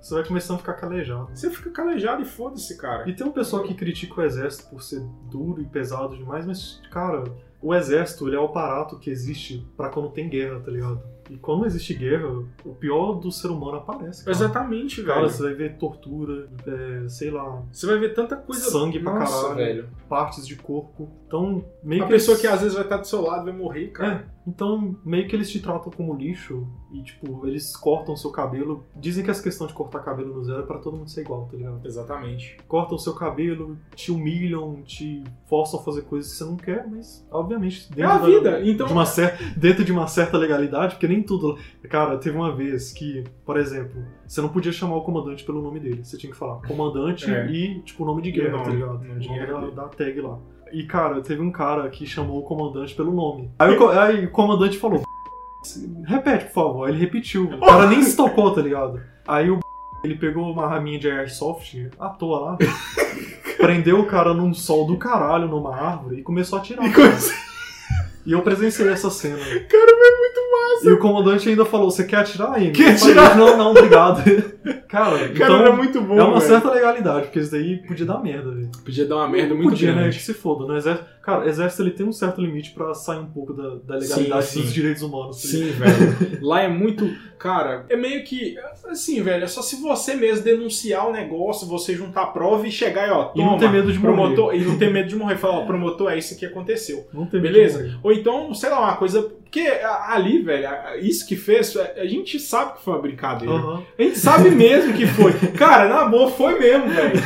Speaker 3: Você vai começando a ficar calejado.
Speaker 2: Você fica calejado e foda-se, cara.
Speaker 3: E tem um pessoal que critica o exército por ser duro e pesado demais, mas, cara, o exército ele é o aparato que existe pra quando tem guerra, tá ligado? E quando existe guerra, o pior do ser humano aparece.
Speaker 2: É
Speaker 3: Cara.
Speaker 2: Exatamente,
Speaker 3: Cara,
Speaker 2: velho.
Speaker 3: você vai ver tortura, é, sei lá,
Speaker 2: Você vai ver tanta coisa.
Speaker 3: Sangue pra
Speaker 2: Nossa,
Speaker 3: caralho.
Speaker 2: velho.
Speaker 3: partes de corpo. Então, meio
Speaker 2: A
Speaker 3: que.
Speaker 2: pessoa
Speaker 3: eles-
Speaker 2: que às vezes vai estar do seu lado vai morrer, cara.
Speaker 3: É, então meio que eles te tratam como lixo e, tipo, eles cortam seu cabelo. Dizem que essa questão de cortar cabelo no zero é pra todo mundo ser igual, tá ligado?
Speaker 2: Exatamente.
Speaker 3: cortam o seu cabelo, te humilham, te forçam a fazer coisas que você não quer, mas obviamente dentro
Speaker 2: É a
Speaker 3: da-
Speaker 2: vida. Então,
Speaker 3: de uma cer- dentro de uma certa legalidade, porque nem tudo. Cara, teve uma vez que, por exemplo, você não podia chamar o comandante pelo nome dele, você tinha que falar comandante
Speaker 2: É.
Speaker 3: e tipo nome de
Speaker 2: E o
Speaker 3: guerra,
Speaker 2: nome,
Speaker 3: tá ligado?
Speaker 2: nome de
Speaker 3: O nome
Speaker 2: guerra
Speaker 3: da-
Speaker 2: dele.
Speaker 3: da tag lá. E cara, teve um cara que chamou o comandante pelo nome. Aí o, co- aí o comandante falou: repete, por favor. Aí ele repetiu. O cara nem se tocou, tá ligado? Aí o ele pegou uma raminha de airsoft à toa lá, prendeu o cara num sol do caralho numa árvore e começou a atirar.
Speaker 2: E coisa-
Speaker 3: E eu presenciei essa cena.
Speaker 2: Cara, mas é muito
Speaker 3: E o comandante ainda falou: Você quer atirar ainda?
Speaker 2: Quer
Speaker 3: Eu falei,
Speaker 2: atirar?
Speaker 3: Não, não, obrigado. Cara,
Speaker 2: Cara,
Speaker 3: então,
Speaker 2: era muito bom,
Speaker 3: é uma
Speaker 2: velho.
Speaker 3: certa legalidade, porque isso daí podia dar merda, velho.
Speaker 2: Podia dar uma merda muito
Speaker 3: podia, né?
Speaker 2: grande.
Speaker 3: Que se foda, né? Exército, cara, exército ele tem um certo limite pra sair um pouco da, da legalidade
Speaker 2: Sim, sim.
Speaker 3: dos direitos
Speaker 2: né?
Speaker 3: humanos. tá
Speaker 2: <laughs>
Speaker 3: ligado?
Speaker 2: Sim, velho. Lá é muito. Cara, é meio que. Assim, velho, é só se você mesmo denunciar o negócio, você juntar prova e chegar e, ó,
Speaker 3: E não
Speaker 2: toma,
Speaker 3: ter medo de morrer.
Speaker 2: promotor, E não ter medo de morrer. Falar, ó, promotor, é isso que aconteceu.
Speaker 3: Não tem medo de
Speaker 2: Beleza?
Speaker 3: morrer.
Speaker 2: Ou então, sei lá, uma coisa. Porque a- ali, velho, a- isso que fez, a a gente sabe que foi uma brincadeira.
Speaker 3: Aham.
Speaker 2: A gente sabe mesmo que foi. Cara, na boa, foi mesmo, velho.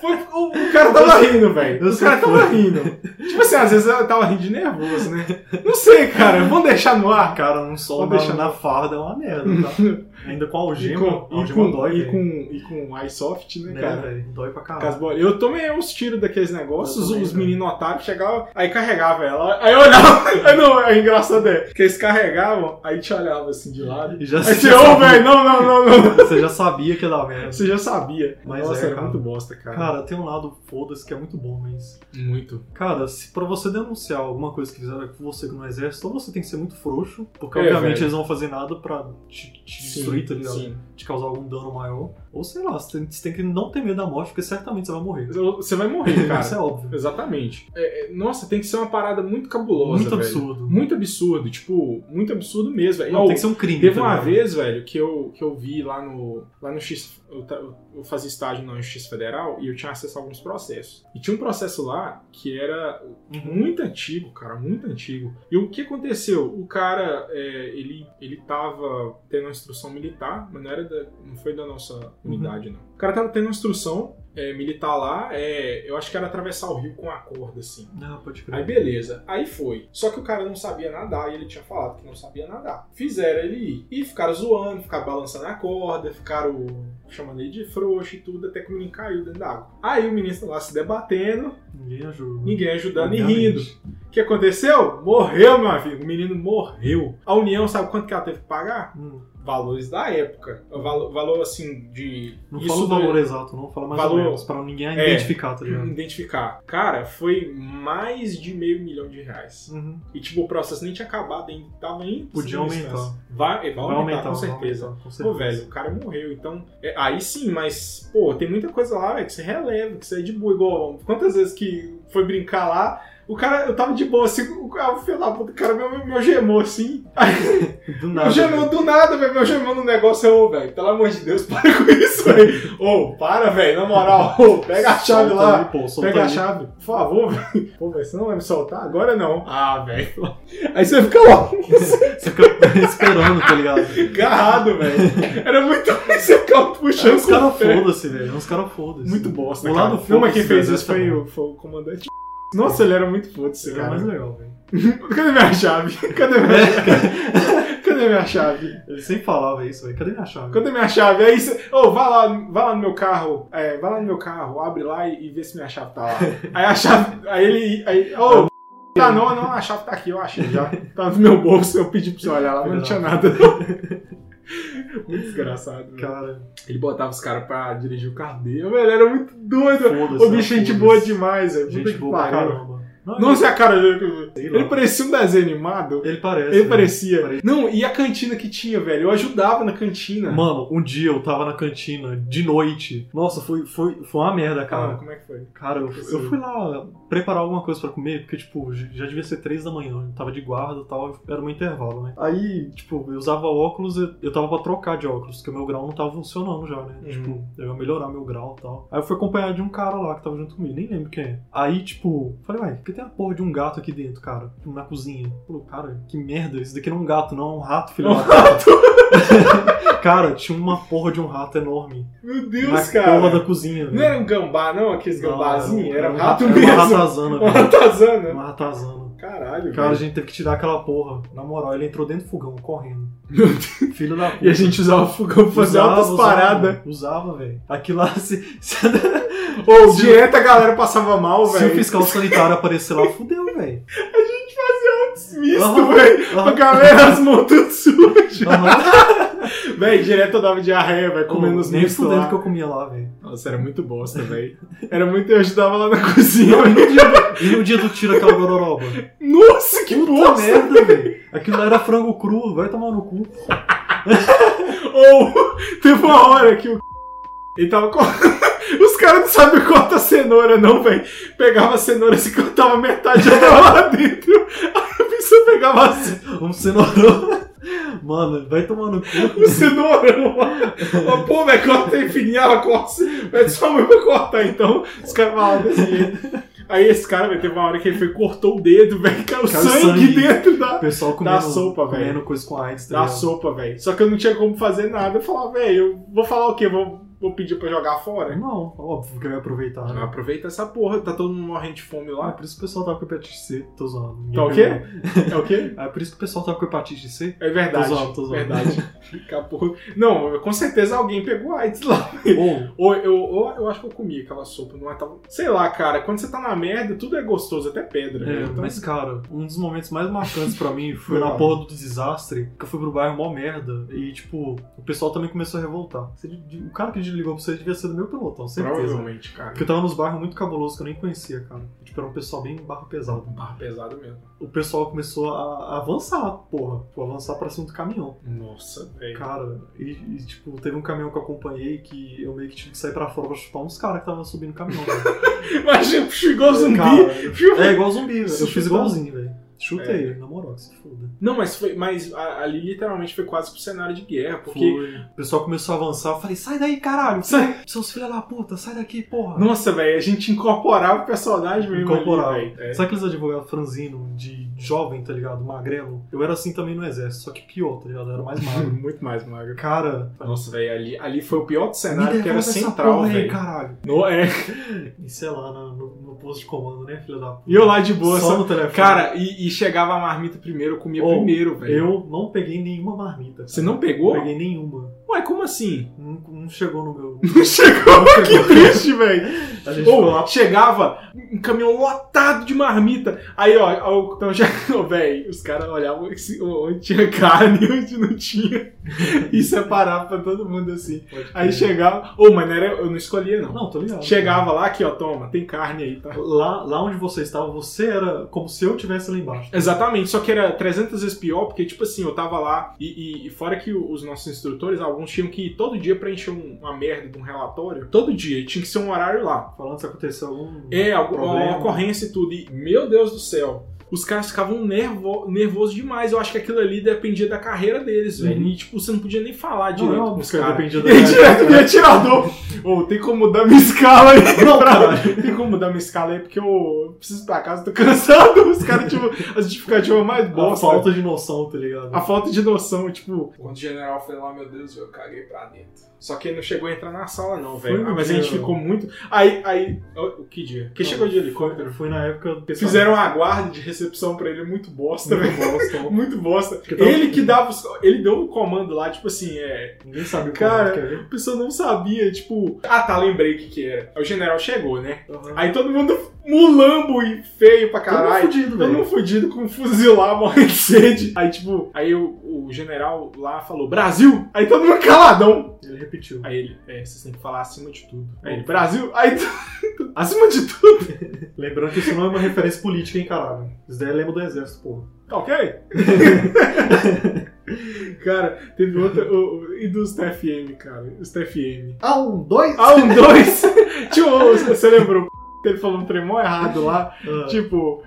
Speaker 2: Foi- O, o cara tava rindo, velho.
Speaker 3: eu
Speaker 2: O
Speaker 3: sei
Speaker 2: cara
Speaker 3: que
Speaker 2: tava
Speaker 3: foi.
Speaker 2: rindo. Tipo assim, às vezes eu tava rindo de nervoso, né? Não sei, cara. Vamos deixar no ar, cara.
Speaker 3: Cara, um sol
Speaker 2: Vou
Speaker 3: na,
Speaker 2: deixar-
Speaker 3: na farda é uma merda, tá? Ainda com
Speaker 2: Hum. E
Speaker 3: algema,
Speaker 2: com, e
Speaker 3: algema
Speaker 2: com,
Speaker 3: dói,
Speaker 2: e
Speaker 3: velho.
Speaker 2: com, e com iSoft, né,
Speaker 3: Né,
Speaker 2: cara?
Speaker 3: velho? Dói pra
Speaker 2: Com as
Speaker 3: caralho.
Speaker 2: bolinhas. Eu tomei uns tiros daqueles negócios,
Speaker 3: Eu também,
Speaker 2: os
Speaker 3: velho.
Speaker 2: meninos otários chegavam, aí carregava ela. Aí eu olhava. <laughs> Aí não, é engraçado é. Que eles carregavam, aí te olhava assim de lado.
Speaker 3: E já
Speaker 2: Aí você,
Speaker 3: já
Speaker 2: ô,
Speaker 3: sabia-
Speaker 2: velho, não, não, não, não.
Speaker 3: Você já sabia que ia dar merda.
Speaker 2: Você já sabia.
Speaker 3: Mas
Speaker 2: Nossa,
Speaker 3: é,
Speaker 2: era
Speaker 3: cara.
Speaker 2: muito bosta, cara.
Speaker 3: Cara, tem um lado foda-se que é muito bom, mas.
Speaker 2: Muito.
Speaker 3: Cara, se pra você denunciar alguma coisa que fizeram com você no exército, ou você tem que ser muito frouxo, porque
Speaker 2: É,
Speaker 3: obviamente
Speaker 2: velho.
Speaker 3: eles não vão fazer nada pra te, te destruir, tá ligado?
Speaker 2: Sim.
Speaker 3: Te causar algum dano maior. Ou sei lá, você tem, você tem que não ter medo da morte, porque certamente você vai morrer.
Speaker 2: Você vai
Speaker 3: <laughs>
Speaker 2: morrer,
Speaker 3: Isso é
Speaker 2: cara.
Speaker 3: óbvio.
Speaker 2: Exatamente. É, é, nossa, tem que ser uma parada muito cabulosa.
Speaker 3: Muito
Speaker 2: velho.
Speaker 3: absurdo.
Speaker 2: Muito absurdo, tipo, muito absurdo mesmo. velho.
Speaker 3: Não,
Speaker 2: Ó,
Speaker 3: tem que ser um crime.
Speaker 2: Teve
Speaker 3: tá
Speaker 2: uma
Speaker 3: ligado?
Speaker 2: vez, velho, que eu, que eu vi lá no. Lá no X. Eu, ta- eu fazia estágio na Justiça Federal e eu tinha acesso a alguns processos. E tinha um processo lá que era muito antigo, cara, muito antigo. E o que aconteceu? O cara, é, ele, ele tava tendo uma instrução militar, mas não, era da- não foi da nossa unidade, não. O cara tava tendo uma instrução é, militar lá, é, eu acho que era atravessar o rio com a corda, assim.
Speaker 3: Não, pode crer.
Speaker 2: Aí beleza, aí foi. Só que o cara não sabia nadar e ele tinha falado que não sabia nadar. Fizeram ele ir. E ficaram zoando, ficaram balançando a corda, ficaram chamando ele de frouxo e tudo, até que o menino caiu dentro d'água. Aí o menino tá lá se debatendo,
Speaker 3: Ninguém ajuda.
Speaker 2: ninguém ajudando e rindo.
Speaker 3: Obviamente.
Speaker 2: O que aconteceu? Morreu, meu amigo. O menino morreu. A União sabe quanto que ela teve que pagar?
Speaker 3: Hum,
Speaker 2: Valores da época. É O Valor, valor assim de.
Speaker 3: Não
Speaker 2: isso
Speaker 3: fala o
Speaker 2: do-
Speaker 3: valor exato, não. Fala mais
Speaker 2: Valor-
Speaker 3: ou menos, pra ninguém
Speaker 2: É.
Speaker 3: identificar, tá ligado?
Speaker 2: Identificar. Cara, foi mais de meio milhão de reais.
Speaker 3: Uhum.
Speaker 2: E tipo, o processo nem tinha acabado ainda, tava em
Speaker 3: Podia
Speaker 2: substância.
Speaker 3: aumentar.
Speaker 2: Vai, é, vai aumentar, com certeza.
Speaker 3: aumentar, com
Speaker 2: Pô,
Speaker 3: certeza.
Speaker 2: velho, o cara morreu, então. é, aí sim, mas, pô, tem muita coisa lá, velho, que você releva, que você é de boa. Igual, quantas vezes que foi brincar lá, o cara, eu tava de boa, assim, o cara, filho da puta, o cara, meu, meu gemou assim.
Speaker 3: Do
Speaker 2: Meu
Speaker 3: nada.
Speaker 2: gemou do nada, velho, meu gemou no negócio, eu, ô, velho, pelo amor de Deus, <laughs> para com isso, velho. Ô, para, velho, na moral, ô, pega a chave
Speaker 3: Solta
Speaker 2: lá.
Speaker 3: aí, pô, solta
Speaker 2: Pega a
Speaker 3: aí.
Speaker 2: chave, por favor, <laughs> velho. Pô, mas você não vai me soltar? Agora não. Ah, velho. <laughs> Aí você fica lá,
Speaker 3: Você fica <laughs> esperando, tá ligado?
Speaker 2: agarrado, velho. Era muito <laughs> ruim você ficar puxando
Speaker 3: É uns caras
Speaker 2: com o pé.
Speaker 3: foda-se, velho. É uns caras foda-se.
Speaker 2: Muito bosta,
Speaker 3: O
Speaker 2: cara.
Speaker 3: lado
Speaker 2: Não, mas quem
Speaker 3: foda-se
Speaker 2: fez
Speaker 3: da
Speaker 2: isso foi
Speaker 3: dessa
Speaker 2: o, foi o comandante. Nossa, ele era muito foda-se,
Speaker 3: Esse cara é mais
Speaker 2: cara.
Speaker 3: legal,
Speaker 2: <laughs>
Speaker 3: velho.
Speaker 2: Cadê minha chave? Cadê
Speaker 3: <laughs>
Speaker 2: minha chave? Cadê minha chave?
Speaker 3: Ele sempre falava isso, velho. Cadê minha chave?
Speaker 2: Cadê minha chave? Aí você. Ô, vai lá, vai lá no meu carro. É, vai lá no meu carro, abre lá e, e vê se minha chave tá <laughs> lá. Aí a chave. Aí ele. Aí, ô, tá não, não, a chave tá aqui, eu achei já. Tá no meu bolso, eu pedi pra você olhar lá, mas não tinha <laughs> nada. Muito desgraçado, velho.
Speaker 3: Cara,
Speaker 2: Ele botava os caras pra dirigir o carro dele. Velho, era muito doido.
Speaker 3: foda-se. né?
Speaker 2: O bicho, é gente
Speaker 3: foda-se.
Speaker 2: boa demais, velho. Puta
Speaker 3: Gente
Speaker 2: que
Speaker 3: boa pra
Speaker 2: pariu.
Speaker 3: caramba. Não,
Speaker 2: Nossa, a cara dele.
Speaker 3: ele, sei lá.
Speaker 2: Ele parecia um desenho animado.
Speaker 3: Ele parece. né?
Speaker 2: Ele
Speaker 3: velho.
Speaker 2: parecia.
Speaker 3: Parece.
Speaker 2: Não, e a cantina que tinha, velho? Eu ajudava na cantina.
Speaker 3: Mano, um dia eu tava na cantina, de noite. Nossa, foi, foi, foi uma merda,
Speaker 2: Ah,
Speaker 3: cara.
Speaker 2: como é que foi?
Speaker 3: Cara, eu,
Speaker 2: assim.
Speaker 3: eu fui lá preparar alguma coisa pra comer, porque, tipo, j- já devia ser três da manhã, eu tava de guarda e tal, era um intervalo, né? Aí, tipo, eu usava óculos, eu, eu tava pra trocar de óculos, porque o meu grau não tava funcionando já, né?
Speaker 2: Uhum.
Speaker 3: Tipo, eu ia melhorar meu grau e tal. Aí eu fui acompanhado de um cara lá que tava junto comigo, nem lembro quem é. Aí, tipo, falei, uai, por que tem a porra de um gato aqui dentro, cara? Na cozinha. Falou, cara, que merda, isso daqui não é um gato, não, é um rato, filho da puta." <laughs> Cara, tinha uma porra de um rato enorme.
Speaker 2: Meu
Speaker 3: na
Speaker 2: Deus,
Speaker 3: porra da
Speaker 2: cara.
Speaker 3: cozinha,
Speaker 2: Não
Speaker 3: velho.
Speaker 2: era um gambá, não? Aqueles
Speaker 3: Não,
Speaker 2: gambazinhos? Era um
Speaker 3: um
Speaker 2: rato
Speaker 3: era Uma
Speaker 2: mesmo.
Speaker 3: ratazana,
Speaker 2: <laughs> Uma
Speaker 3: velho.
Speaker 2: ratazana.
Speaker 3: Uma ratazana.
Speaker 2: Caralho,
Speaker 3: Cara, a
Speaker 2: velho.
Speaker 3: gente teve que tirar aquela porra. Na moral, ele entrou dentro do fogão,
Speaker 2: <laughs>
Speaker 3: correndo.
Speaker 2: Meu Deus.
Speaker 3: Filho da puta.
Speaker 2: E a gente usava o fogão pra fazer
Speaker 3: Usava,
Speaker 2: altas
Speaker 3: usava,
Speaker 2: paradas.
Speaker 3: mano. Usava, velho. Aquilo lá, <laughs> se, se,
Speaker 2: Ou
Speaker 3: Se o-
Speaker 2: dieta, a galera passava mal,
Speaker 3: se o
Speaker 2: velho.
Speaker 3: fiscal sanitário aparecer lá, fudeu, velho.
Speaker 2: Misto,
Speaker 3: Aham,
Speaker 2: velho. A <laughs>
Speaker 3: aham.
Speaker 2: galera, as mãos tudo sujas.
Speaker 3: <laughs> Aham.
Speaker 2: Véi, direto eu dava diarreia, velho, comendo os
Speaker 3: Nem
Speaker 2: misto lá.
Speaker 3: fudendo que eu comia lá, velho.
Speaker 2: Nossa, era muito bosta, velho. Era muito. Eu ajudava lá na <laughs> cozinha.
Speaker 3: E no dia- E no dia do tiro aquela gororoba?
Speaker 2: Nossa, <laughs> que
Speaker 3: Puta
Speaker 2: bosta!
Speaker 3: merda, velho. Aquilo lá era frango cru, vai tomar no cu.
Speaker 2: Ou <laughs> teve uma hora que o. Ele tava co- <laughs> Os caras não sabem cortar cenoura, não, velho. Pegava a cenoura assim, cortava metade dela lá dentro. <laughs> Aí a pessoa pegava assim,
Speaker 3: Um cenourão. <laughs> Mano, vai tomar no
Speaker 2: o
Speaker 3: cu.
Speaker 2: cenoura. Uma... Pô, velho, corta aí fininha, ela corta. Mas sua mãe vai cortar, então. Os caras falavam desse jeito. Aí esse cara, velho, teve uma hora que ele foi, cortou o dedo, velho, caiu
Speaker 3: Caiu
Speaker 2: sangue,
Speaker 3: sangue.
Speaker 2: dentro da.
Speaker 3: O pessoal comendo,
Speaker 2: Dá sopa, velho.
Speaker 3: comendo coisa com AIDS, tá
Speaker 2: da
Speaker 3: ligado?
Speaker 2: sopa, velho. Só que eu não tinha como fazer nada. Eu falava, velho, eu vou falar o quê? Vou, vou pedir pra jogar fora?
Speaker 3: Não, óbvio que eu ia aproveitar.
Speaker 2: Ah,
Speaker 3: Né?
Speaker 2: Aproveita essa porra, tá todo mundo morrendo de fome
Speaker 3: Ah, é
Speaker 2: lá.
Speaker 3: por isso que o pessoal tava com hepatite C, tô zoando. Ninguém
Speaker 2: Tá o quê?
Speaker 3: pegou.
Speaker 2: É o quê?
Speaker 3: Ah, É por isso que o pessoal tava com hepatite C.
Speaker 2: É verdade.
Speaker 3: Tô zoando, tô zoando.
Speaker 2: Verdade. Acabou. Não, com certeza alguém pegou AIDS lá.
Speaker 3: Ou,
Speaker 2: <laughs> Ou eu, ou eu acho que eu comi aquela sopa. Não é, tava... Sei lá, cara, quando você tá na merda, tudo é gostoso, até pedra.
Speaker 3: é,
Speaker 2: né? Então-
Speaker 3: mas cara, um dos momentos mais marcantes pra mim foi
Speaker 2: Foi
Speaker 3: na
Speaker 2: lá.
Speaker 3: porra do desastre, que eu fui pro bairro mó merda. E tipo, o pessoal também começou a revoltar. Você- O cara que ligou pra você devia ser do meu pelotão, certeza.
Speaker 2: Provavelmente, cara.
Speaker 3: Porque eu tava nos bairros muito cabulosos que eu nem conhecia, cara. Tipo, era um pessoal bem barro pesado.
Speaker 2: Barra tá pesado mesmo.
Speaker 3: O pessoal começou a a avançar, porra. Tipo, avançar pra cima do caminhão.
Speaker 2: Nossa, velho.
Speaker 3: Cara, e, e, tipo, teve um caminhão que eu acompanhei que eu meio que tive que sair pra fora pra chupar uns caras que estavam subindo o
Speaker 2: <laughs>
Speaker 3: caminhão. velho.
Speaker 2: Imagina, chegou o zumbi. É.
Speaker 3: Cara,
Speaker 2: Chegou-
Speaker 3: é igual zumbi, velho.
Speaker 2: Se
Speaker 3: Eu fiz
Speaker 2: chutar.
Speaker 3: igualzinho, velho. Chutei, na moral, que se foda.
Speaker 2: Não, mas, foi, mas a- ali literalmente foi quase pro cenário de guerra, porque.
Speaker 3: Foi. O pessoal começou a avançar, eu falei, sai daí, caralho!
Speaker 2: Sai.
Speaker 3: Seus filha da puta, sai daqui, porra!
Speaker 2: Nossa, velho, a gente incorporava o personagem mesmo.
Speaker 3: Incorporava.
Speaker 2: é Ali, velho. É.
Speaker 3: Sabe aqueles advogados franzino de jovem, tá ligado? Magrelo? Eu era assim também no exército, só que pior, tá ligado? Eu era mais
Speaker 2: <laughs>
Speaker 3: magro.
Speaker 2: Muito mais magro.
Speaker 3: Cara,
Speaker 2: Nossa, velho, ali, ali foi o pior do
Speaker 3: me
Speaker 2: cenário, que
Speaker 3: devolve
Speaker 2: era
Speaker 3: essa
Speaker 2: central,
Speaker 3: porra aí,
Speaker 2: velho.
Speaker 3: caralho.
Speaker 2: No- é.
Speaker 3: E sei lá, no, no- no posto de comando, né, filha da puta?
Speaker 2: E eu lá de boa,
Speaker 3: Só
Speaker 2: só...
Speaker 3: no telefone.
Speaker 2: Cara, e, e chegava a marmita primeiro, eu comia
Speaker 3: Ô,
Speaker 2: primeiro, velho.
Speaker 3: eu não peguei nenhuma marmita.
Speaker 2: Você não pegou?
Speaker 3: Não peguei nenhuma.
Speaker 2: Ué, como assim? <laughs>
Speaker 3: Não, não chegou no meu.
Speaker 2: Não chegou,
Speaker 3: Não
Speaker 2: que
Speaker 3: chegou.
Speaker 2: triste, velho.
Speaker 3: A gente ficou
Speaker 2: Ou
Speaker 3: lá.
Speaker 2: chegava um caminhão lotado de marmita. Aí, ó, ó, então já, <laughs> ó, véi, os caras olhavam esse- onde tinha carne <laughs> e onde não tinha. E separava é pra todo mundo assim. Aí chegava. Ô, mas não era, eu não escolhia, não.
Speaker 3: Não, tô ligado.
Speaker 2: Chegava lá, aqui, ó, toma, tem carne aí, tá?
Speaker 3: Lá, lá onde você estava, você era como se eu estivesse lá embaixo.
Speaker 2: Exatamente, só que era 300 vezes pior, porque, tipo assim, eu tava lá e, e- e fora que o- os nossos instrutores, alguns tinham que ir todo dia preencher um- uma merda de um relatório. Todo dia, e tinha que ser um horário lá.
Speaker 3: Falando se aconteceu algum. <laughs>
Speaker 2: É, algo-
Speaker 3: Hum, Problema.
Speaker 2: uma ocorrência e tudo. E, meu Deus do céu. Os caras ficavam nervo, nervosos demais. Eu acho que aquilo ali dependia da carreira deles, velho.
Speaker 3: Uhum.
Speaker 2: E, tipo, você não podia nem falar
Speaker 3: Não,
Speaker 2: direito
Speaker 3: é
Speaker 2: com
Speaker 3: óbvio
Speaker 2: os
Speaker 3: que eu
Speaker 2: caras. <laughs>
Speaker 3: dependia da
Speaker 2: E
Speaker 3: minha-
Speaker 2: direto do atirador. Ou tem como mudar minha escala aí?
Speaker 3: Não,
Speaker 2: pra-
Speaker 3: caralho.
Speaker 2: Tem como mudar minha escala aí? Porque eu preciso ir pra casa, tô cansado. <laughs> Os caras, tipo, as justificativas mais
Speaker 3: A
Speaker 2: bosta.
Speaker 3: falta de noção, tá ligado?
Speaker 2: A falta de noção, tipo. Quando o general foi lá, meu Deus, eu caguei pra dentro. Só que ele não chegou a entrar na sala, não,
Speaker 3: Foi
Speaker 2: velho.
Speaker 3: no
Speaker 2: Ah, mas a
Speaker 3: dia,
Speaker 2: gente
Speaker 3: velho.
Speaker 2: ficou muito. Aí, aí. ó, O que dia? Quem
Speaker 3: Não,
Speaker 2: chegou de helicóptero?
Speaker 3: Foi na época. que
Speaker 2: Fizeram uma guarda de recepção pra ele muito bosta, velho.
Speaker 3: Muito bosta.
Speaker 2: Muito bosta.
Speaker 3: Que tava-
Speaker 2: Ele que dava. os- Ele deu um comando lá, tipo assim, é.
Speaker 3: Ninguém sabe o
Speaker 2: Cara,
Speaker 3: que né? quer ver.
Speaker 2: A pessoa não sabia, tipo. Ah tá, lembrei o que, que era. Aí O general chegou, né? Aí todo mundo mulambo e feio pra caralho.
Speaker 3: Todo fudido,
Speaker 2: Todo mundo
Speaker 3: velho.
Speaker 2: fudido com um fuzil lá, <laughs> morrendo de sede. Aí, tipo, aí o, o general lá falou, Brasil! Aí todo mundo caladão.
Speaker 3: Ele repetiu.
Speaker 2: Aí ele, é, vocês têm que falar acima de tudo. Aí ele,
Speaker 3: Opa.
Speaker 2: Brasil! Aí, <laughs> acima de tudo.
Speaker 3: Lembrando que isso não é uma referência política, hein, caralho. Isso daí lembra do exército, porra.
Speaker 2: Tá ok? <laughs> cara, teve outra. o- o- e dos TFM, cara? Os TFM.
Speaker 3: Ah, um, dois?
Speaker 2: Ah, um, dois! <laughs> Tinha um- você <laughs> lembrou? Ele falou um tremor errado lá.
Speaker 3: Ah,
Speaker 2: Tipo,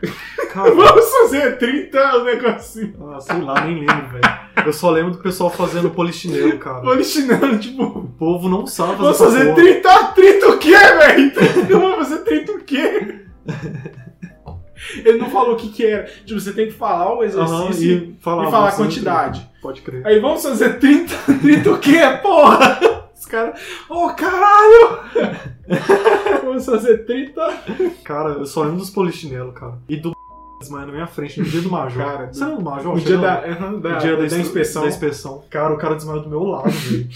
Speaker 3: cara,
Speaker 2: vamos fazer 30 um negocinho.
Speaker 3: ah, sei lá, nem lembro, velho. Eu só lembro do pessoal fazendo polichinelo, cara.
Speaker 2: Polichinelo, tipo.
Speaker 3: O povo não sabe
Speaker 2: Vamos
Speaker 3: essa
Speaker 2: fazer
Speaker 3: porra.
Speaker 2: 30? 30 o quê, velho? Vamos fazer 30 o
Speaker 3: <laughs>
Speaker 2: quê? Ele não falou o que que era. Tipo, você tem que falar o
Speaker 3: Aham,
Speaker 2: exercício
Speaker 3: e falar,
Speaker 2: e falar a
Speaker 3: você não
Speaker 2: quantidade.
Speaker 3: tem- Pode crer.
Speaker 2: Aí vamos fazer <laughs> 30, 30 o quê, porra? Os caras, ô
Speaker 3: <laughs>
Speaker 2: caralho! vamos fazer 30.
Speaker 3: Cara, eu só lembro dos polichinelo, cara. E do <laughs> desmaio na minha frente, no dia do Major.
Speaker 2: Cara,
Speaker 3: Você lembra do Major?
Speaker 2: O dia
Speaker 3: Chega
Speaker 2: da,
Speaker 3: lá.
Speaker 2: aham,
Speaker 3: O
Speaker 2: da,
Speaker 3: dia da,
Speaker 2: da
Speaker 3: instru-
Speaker 2: inspeção.
Speaker 3: da inspeção. Cara, o cara desmaiou do meu
Speaker 2: <laughs>
Speaker 3: lado, velho.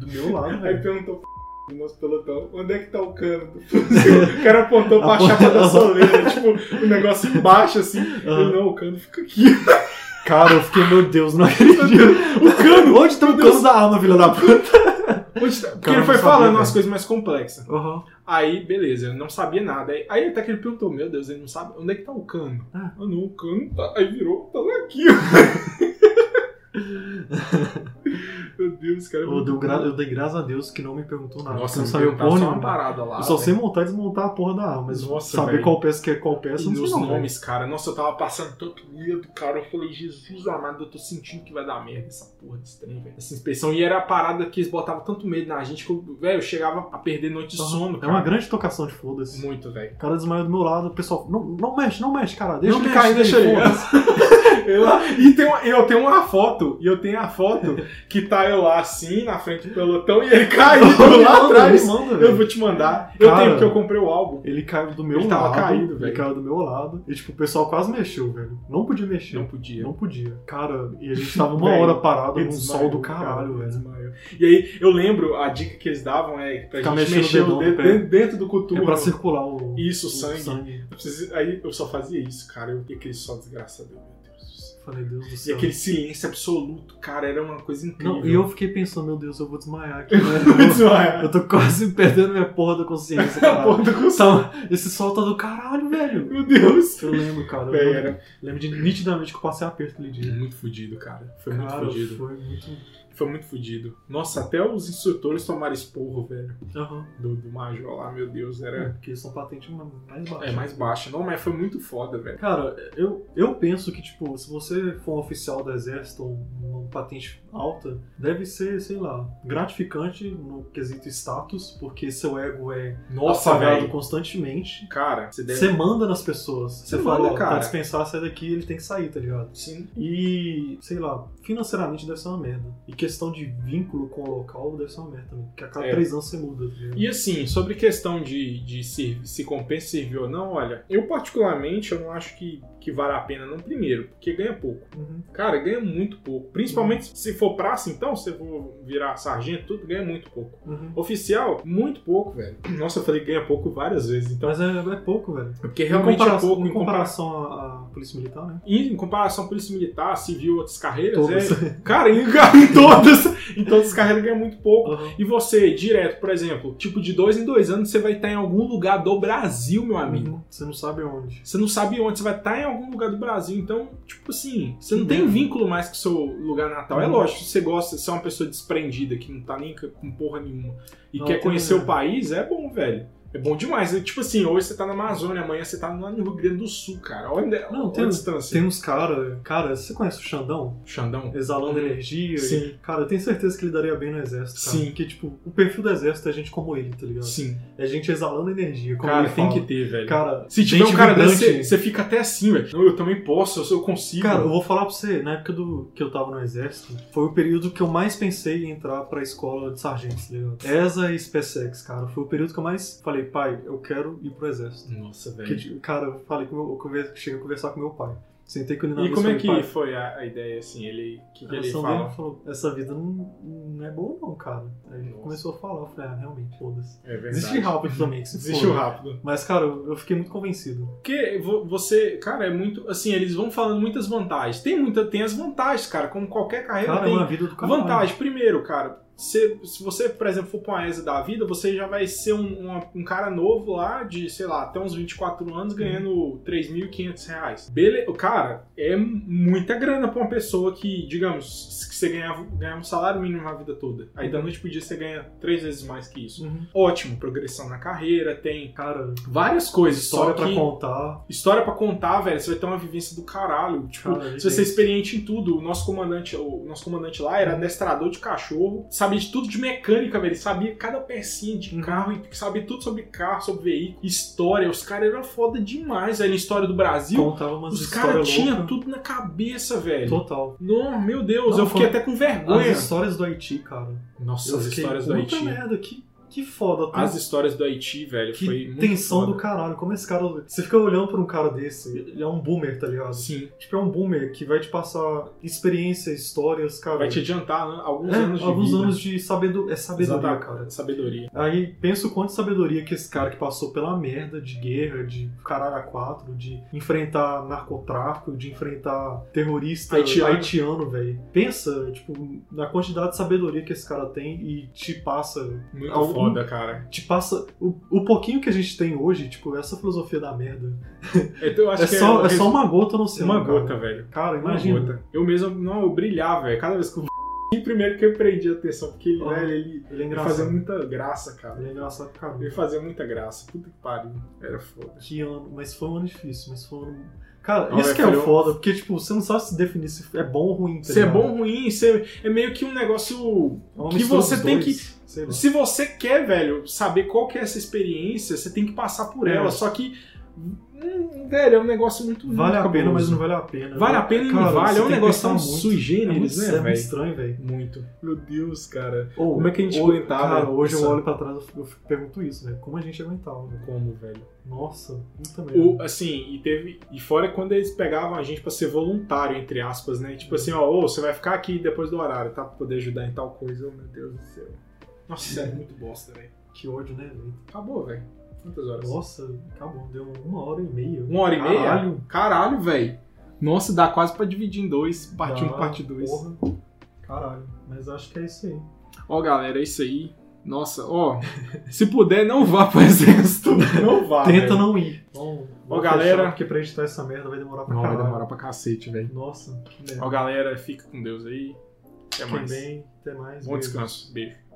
Speaker 3: Do meu lado,
Speaker 2: Aí
Speaker 3: velho.
Speaker 2: perguntou pro nosso pelotão, onde é que tá o cano
Speaker 3: <laughs>
Speaker 2: do fuzil? O cara apontou É pra chapa da soleira, tipo, o negócio embaixo assim. Ele, não, o cano fica aqui.
Speaker 3: Ah,
Speaker 2: <laughs>
Speaker 3: Cara, eu fiquei, meu Deus, não acredito. O cano, onde tá o cano da arma, filha da puta?
Speaker 2: Onde tá- Porque
Speaker 3: Cara,
Speaker 2: ele
Speaker 3: eu
Speaker 2: foi
Speaker 3: não sabia, né?
Speaker 2: falando
Speaker 3: cara.
Speaker 2: umas coisas mais complexas.
Speaker 3: Aham.
Speaker 2: Aí, beleza, eu não sabia nada. Aí- Aí até que ele perguntou, meu Deus, ele não sabe onde é que tá o cano.
Speaker 3: Ah.
Speaker 2: Ah, não, o cano tá. Aí virou, tá lá
Speaker 3: <laughs>
Speaker 2: aqui, ó. meu Deus, cara. é
Speaker 3: Eu,
Speaker 2: muito
Speaker 3: dei
Speaker 2: bom.
Speaker 3: gra- eu dei graças a Deus que não me perguntou nada.
Speaker 2: Nossa,
Speaker 3: eu
Speaker 2: não
Speaker 3: não sabia
Speaker 2: saiu
Speaker 3: porra
Speaker 2: só uma
Speaker 3: nenhuma.
Speaker 2: parada lá.
Speaker 3: Eu só
Speaker 2: velho.
Speaker 3: sei montar e desmontar a porra da arma, mas
Speaker 2: Nossa,
Speaker 3: saber
Speaker 2: velho.
Speaker 3: qual peça que é qual
Speaker 2: E
Speaker 3: peça, eu não
Speaker 2: os
Speaker 3: sei não, velho.
Speaker 2: nomes, cara. Nossa, eu tava passando tanto medo, cara. Eu falei, Jesus amado, eu tô sentindo que vai dar merda essa porra desse trem, velho. Essa inspeção. E era a parada que eles botavam tanto medo na gente que eu, velho, eu chegava a perder noite de
Speaker 3: Aham.
Speaker 2: sono,
Speaker 3: É
Speaker 2: cara.
Speaker 3: uma grande tocação de foda-se.
Speaker 2: Muito, velho.
Speaker 3: O cara desmaiou do meu lado, o pessoal, não, não mexe, não mexe, cara, deixa
Speaker 2: Não
Speaker 3: ele
Speaker 2: mexe,
Speaker 3: cair,
Speaker 2: deixa ele.
Speaker 3: foda-se. <laughs>
Speaker 2: Eu lá- e tem uma- eu tenho uma foto, e eu tenho a foto que tá eu lá assim, na frente do pelotão, e ele <laughs> caiu
Speaker 3: Me
Speaker 2: lá
Speaker 3: manda,
Speaker 2: atrás.
Speaker 3: me manda,
Speaker 2: Eu
Speaker 3: velho.
Speaker 2: vou te mandar. Eu
Speaker 3: Cara.
Speaker 2: tenho porque eu comprei o álbum.
Speaker 3: Ele caiu do meu
Speaker 2: Ele tava
Speaker 3: lado.
Speaker 2: caído,
Speaker 3: ele
Speaker 2: velho.
Speaker 3: caiu do meu lado. E tipo, o pessoal quase mexeu, velho. Não podia mexer.
Speaker 2: Não podia.
Speaker 3: Não podia. Cara, e a gente
Speaker 2: <laughs>
Speaker 3: tava uma
Speaker 2: Velho,
Speaker 3: hora parado
Speaker 2: Ele
Speaker 3: num sol do
Speaker 2: desmaiou, cara,
Speaker 3: caralho,
Speaker 2: ele
Speaker 3: velho.
Speaker 2: desmaiou. E aí, eu lembro, a dica que eles davam é pra
Speaker 3: Ficar
Speaker 2: gente
Speaker 3: mexendo
Speaker 2: mexer o
Speaker 3: o dedão do
Speaker 2: dedo
Speaker 3: pé.
Speaker 2: dentro, dentro do coturno.
Speaker 3: É pra circular o.
Speaker 2: Isso,
Speaker 3: o
Speaker 2: sangue. Eu preciso- Aí eu só fazia isso, cara. Eu fiquei aquele só desgraçado, meu Deus do céu.
Speaker 3: Falei, Deus do
Speaker 2: E
Speaker 3: céu.
Speaker 2: aquele silêncio absoluto, cara, era uma coisa incrível.
Speaker 3: Não,
Speaker 2: <laughs>
Speaker 3: e eu fiquei pensando, meu Deus, eu vou desmaiar aqui. né?
Speaker 2: Desmaiar.
Speaker 3: <laughs> eu tô quase perdendo minha porra da consciência,
Speaker 2: A
Speaker 3: cara.
Speaker 2: <laughs> porra do cuzão.
Speaker 3: Tá- esse sol tá do caralho, velho.
Speaker 2: Meu Deus.
Speaker 3: Eu lembro, cara. Eu
Speaker 2: Velho,
Speaker 3: lembro,
Speaker 2: era
Speaker 3: lembro de nitidamente que eu passei aperto aquele dia.
Speaker 2: muito fudido, cara. Foi
Speaker 3: cara,
Speaker 2: muito fudido.
Speaker 3: foi muito.
Speaker 2: Foi muito fudido. Nossa, até os instrutores tomaram esporro, velho,
Speaker 3: Aham.
Speaker 2: do, do Major lá, meu Deus, era.
Speaker 3: Porque são patentes mais baixas.
Speaker 2: É mais baixo. Não, mas foi muito foda, velho.
Speaker 3: Cara, eu, eu penso que, tipo, se você for um oficial do exército, um, um patente alta, deve ser, sei lá, gratificante no quesito status, porque seu ego é
Speaker 2: Nossa,
Speaker 3: apagado
Speaker 2: velho.
Speaker 3: constantemente.
Speaker 2: Cara, você deve.
Speaker 3: Você manda nas pessoas. Você,
Speaker 2: Você
Speaker 3: fala,
Speaker 2: manda,
Speaker 3: ó,
Speaker 2: cara.
Speaker 3: pra dispensar, sai daqui, ele tem que sair, tá ligado?
Speaker 2: Sim.
Speaker 3: E, sei lá, financeiramente deve ser uma merda. E questão de vínculo com o local deve ser uma merda também. Porque a cada
Speaker 2: É.
Speaker 3: três anos você muda, tá ligado?
Speaker 2: E assim, sobre questão de, de se, se compensa servir ou não, olha, eu particularmente eu não acho que, que vale a pena, não primeiro, porque ganha pouco.
Speaker 3: Uhum.
Speaker 2: Cara, ganha muito pouco. Principalmente se for praça, então, se for virar sargento, tudo ganha muito pouco.
Speaker 3: Uhum.
Speaker 2: Oficial, muito pouco, velho. Nossa, eu falei ganha pouco várias vezes, então.
Speaker 3: Mas é, é pouco, velho.
Speaker 2: Porque
Speaker 3: Em
Speaker 2: realmente é
Speaker 3: comparação-
Speaker 2: pouco
Speaker 3: em
Speaker 2: em comparação.
Speaker 3: comparação à, à polícia militar, né?
Speaker 2: Em comparação à polícia militar, civil, outras carreiras,
Speaker 3: Todas.
Speaker 2: é. Cara, em, <laughs> em todas. Em todas as carreiras ganha muito pouco. E você, direto, por exemplo, tipo, de dois em dois anos, você vai estar em algum lugar do Brasil, meu amigo.
Speaker 3: Uhum. Você não sabe onde.
Speaker 2: Você não sabe onde, você vai estar em algum lugar do Brasil. Então, tipo assim, você não
Speaker 3: Sim,
Speaker 2: tem
Speaker 3: mesmo.
Speaker 2: vínculo mais com o seu lugar natal. É
Speaker 3: Uhum.
Speaker 2: lógico, se você gosta, se é uma pessoa desprendida, que não tá nem com porra nenhuma e
Speaker 3: Não,
Speaker 2: quer
Speaker 3: tem
Speaker 2: conhecer o
Speaker 3: mesmo.
Speaker 2: país, é bom, velho. É bom demais. É tipo assim, hoje você tá na Amazônia, amanhã você tá lá no Rio Grande do Sul, cara. Olha,
Speaker 3: Não,
Speaker 2: olha
Speaker 3: tem- um-
Speaker 2: a distância.
Speaker 3: Tem um- uns caras. Cara, você conhece o Xandão?
Speaker 2: Xandão?
Speaker 3: Exalando
Speaker 2: Uhum.
Speaker 3: energia.
Speaker 2: Sim.
Speaker 3: Cara, eu tenho certeza que ele daria bem no exército. Cara.
Speaker 2: Sim.
Speaker 3: Porque, tipo, o perfil do exército é gente como ele, tá ligado?
Speaker 2: Sim.
Speaker 3: É gente exalando energia. Como
Speaker 2: Cara,
Speaker 3: ele
Speaker 2: tem
Speaker 3: fala.
Speaker 2: que ter, velho.
Speaker 3: Cara,
Speaker 2: Se tiver
Speaker 3: gente
Speaker 2: um cara
Speaker 3: vibrante.
Speaker 2: desse, você- você fica até assim, velho. Não, eu também posso, eu, eu consigo.
Speaker 3: Cara, eu vou falar pra você, na época do, que eu tava no exército, foi o período que eu mais pensei em entrar pra escola de sargento, tá ligado? ESA e SpaceX, cara, foi o período que eu mais falei, pai, eu quero ir pro exército.
Speaker 2: Nossa,
Speaker 3: Porque, tipo, cara, eu falei com meu, eu conver- cheguei a conversar com meu pai. Sentei com ele na
Speaker 2: E
Speaker 3: mesa
Speaker 2: como é
Speaker 3: falei,
Speaker 2: que
Speaker 3: pai,
Speaker 2: foi a, a ideia, assim? Ele, que,
Speaker 3: a
Speaker 2: que ele
Speaker 3: relação dele
Speaker 2: fala?
Speaker 3: falou, essa vida não, não é boa não, cara. Aí ele
Speaker 2: Nossa.
Speaker 3: começou a falar, eu falei, ah, realmente, foda-se.
Speaker 2: É verdade.
Speaker 3: Desistiu rápido também, que
Speaker 2: <laughs>
Speaker 3: se
Speaker 2: Desistiu
Speaker 3: foda.
Speaker 2: rápido.
Speaker 3: Mas, cara, eu eu fiquei muito convencido.
Speaker 2: Porque vo- você, cara, é muito. Assim, eles vão falando muitas vantagens. Tem, muita, tem as vantagens, cara, como qualquer carreira
Speaker 3: Cara, é
Speaker 2: tem.
Speaker 3: uma vida do caralho.
Speaker 2: Vantagem, primeiro, cara. Se, se você, por exemplo, for pra uma ESA da vida, você já vai ser um, uma- um cara novo lá de, sei lá, até uns 24 anos
Speaker 3: Uhum.
Speaker 2: ganhando 3.500 reais. Beleza, cara, é muita grana pra uma pessoa que, digamos, que você ganhava, ganhava um salário mínimo na vida toda. Aí da noite pro dia você ganha três vezes mais que isso.
Speaker 3: Uhum.
Speaker 2: Ótimo, progressão na carreira, tem
Speaker 3: Cara,
Speaker 2: várias coisas.
Speaker 3: história
Speaker 2: Só
Speaker 3: pra
Speaker 2: que
Speaker 3: contar.
Speaker 2: história pra contar, velho, você vai ter uma vivência do caralho. Tipo,
Speaker 3: Cara,
Speaker 2: se você é
Speaker 3: gente.
Speaker 2: experiente em tudo, o nosso comandante, o nosso comandante lá era adestrador de cachorro, sabia de tudo de mecânica, velho, ele sabia cada pecinha de
Speaker 3: Uhum.
Speaker 2: carro e sabia tudo sobre carro, sobre veículo, história. Os caras eram foda demais, velho, em história do Brasil.
Speaker 3: Contava umas
Speaker 2: os
Speaker 3: histórias
Speaker 2: caras tinham
Speaker 3: loucas.
Speaker 2: tudo na cabeça, velho.
Speaker 3: Total.
Speaker 2: Não, meu Deus,
Speaker 3: Não,
Speaker 2: eu fiquei
Speaker 3: foi-
Speaker 2: até com
Speaker 3: As
Speaker 2: vergonha.
Speaker 3: histórias do Haiti, cara.
Speaker 2: Nossa,
Speaker 3: Eu
Speaker 2: as
Speaker 3: fiquei,
Speaker 2: histórias do
Speaker 3: puta
Speaker 2: Haiti.
Speaker 3: merda, que Que foda, tá?
Speaker 2: As histórias do Haiti, velho,
Speaker 3: Que
Speaker 2: foi muito
Speaker 3: tensão
Speaker 2: foda.
Speaker 3: do caralho. Como esse cara. Você fica olhando pra um cara desse, ele é um boomer, tá ligado?
Speaker 2: Sim,
Speaker 3: Tipo, é um boomer que vai te passar experiência, histórias, cara.
Speaker 2: vai te adiantar né, alguns
Speaker 3: É,
Speaker 2: anos de
Speaker 3: alguns
Speaker 2: vida.
Speaker 3: anos de sabedoria. É sabedoria,
Speaker 2: Exatamente,
Speaker 3: cara.
Speaker 2: Sabedoria.
Speaker 3: Aí pensa o quanto de sabedoria que esse cara que passou pela merda de guerra, de caralho a quatro, de enfrentar narcotráfico, de enfrentar terrorista
Speaker 2: Haitiano.
Speaker 3: haitiano, velho. Pensa, tipo, na quantidade de sabedoria que esse cara tem e te passa.
Speaker 2: Muito
Speaker 3: algum-
Speaker 2: foda, cara.
Speaker 3: Te passa. O, o pouquinho que a gente tem hoje, tipo, essa filosofia da merda.
Speaker 2: Então, eu acho
Speaker 3: É
Speaker 2: que
Speaker 3: só, é,
Speaker 2: é,
Speaker 3: só uma gota no oceano.
Speaker 2: uma
Speaker 3: cara.
Speaker 2: gota, velho.
Speaker 3: Cara,
Speaker 2: Uma
Speaker 3: imagina.
Speaker 2: gota. Eu mesmo, não, eu brilhava, velho. Cada vez que <laughs> eu E primeiro que eu prendi a atenção, porque ele,
Speaker 3: Ah,
Speaker 2: velho, ele,
Speaker 3: Ele é
Speaker 2: ele
Speaker 3: engraçado.
Speaker 2: fazia muita graça, cara.
Speaker 3: Ele é engraçado pra caramba.
Speaker 2: Ele fazia muita graça. Puta que pariu. Era foda.
Speaker 3: Que ano, mas foi um ano difícil, mas foi um ano. Cara,
Speaker 2: Não,
Speaker 3: isso
Speaker 2: é,
Speaker 3: que é
Speaker 2: foi um-
Speaker 3: foda, porque tipo, você não sabe se definir se é bom ou ruim. tá
Speaker 2: Se é
Speaker 3: ligado?
Speaker 2: bom ou ruim, se é- é meio que um negócio
Speaker 3: É uma
Speaker 2: que
Speaker 3: mistura
Speaker 2: você
Speaker 3: dos
Speaker 2: tem
Speaker 3: dois, sei lá.
Speaker 2: Se você quer, velho, saber qual que é essa experiência, você tem que passar por
Speaker 3: É.
Speaker 2: ela. Só que, hum, velho, é um negócio muito
Speaker 3: Vale a
Speaker 2: muito
Speaker 3: pena,
Speaker 2: cabuloso.
Speaker 3: mas não vale a pena.
Speaker 2: né? Vale a pena e não
Speaker 3: Cara,
Speaker 2: vale.
Speaker 3: você
Speaker 2: É um
Speaker 3: tem que
Speaker 2: negócio tão
Speaker 3: pensar muito.
Speaker 2: sui
Speaker 3: É muito,
Speaker 2: generis,
Speaker 3: é
Speaker 2: né,
Speaker 3: muito
Speaker 2: velho?
Speaker 3: estranho, velho.
Speaker 2: Muito. Meu Deus, cara.
Speaker 3: Ou-
Speaker 2: Como é que a gente
Speaker 3: ou-
Speaker 2: aguentava
Speaker 3: Cara, hoje eu
Speaker 2: essa-
Speaker 3: olho pra trás eu fico- eu fico- pergunto isso, velho. Como a gente aguentava, velho?
Speaker 2: Como, velho?
Speaker 3: Nossa, puta merda.
Speaker 2: O, assim, e teve. E fora quando eles pegavam a gente pra ser voluntário, entre aspas, né?
Speaker 3: Uhum.
Speaker 2: Tipo assim, ó, ô, você vai ficar aqui depois do horário, tá? Pra poder ajudar em tal coisa. Oh, meu Deus do céu. Nossa, isso é muito bosta, velho.
Speaker 3: Que ódio, né, velho?
Speaker 2: Acabou, velho. Quantas horas?
Speaker 3: Nossa, acabou. Deu uma hora e meia.
Speaker 2: Uma hora e meia?
Speaker 3: Caralho.
Speaker 2: Caralho, velho. Nossa, dá quase pra dividir em dois. Parte 1,
Speaker 3: Dá,
Speaker 2: parte 2.
Speaker 3: porra. Caralho. Mas acho que é isso aí.
Speaker 2: Ó, galera, é isso aí. Nossa, ó. <laughs> se puder, não vá pro <laughs> exército. Não vá.
Speaker 3: Tenta
Speaker 2: velho.
Speaker 3: não ir. Bom, vou fechar,
Speaker 2: galera.
Speaker 3: Porque pra editar essa merda vai demorar pra
Speaker 2: Não, vai
Speaker 3: caralho.
Speaker 2: demorar pra cacete, velho.
Speaker 3: Nossa, que merda.
Speaker 2: Ó, galera, fica com Deus aí. Até
Speaker 3: Fiquem
Speaker 2: mais.
Speaker 3: bem. Até mais.
Speaker 2: Bom
Speaker 3: Beijo.
Speaker 2: descanso. Beijo.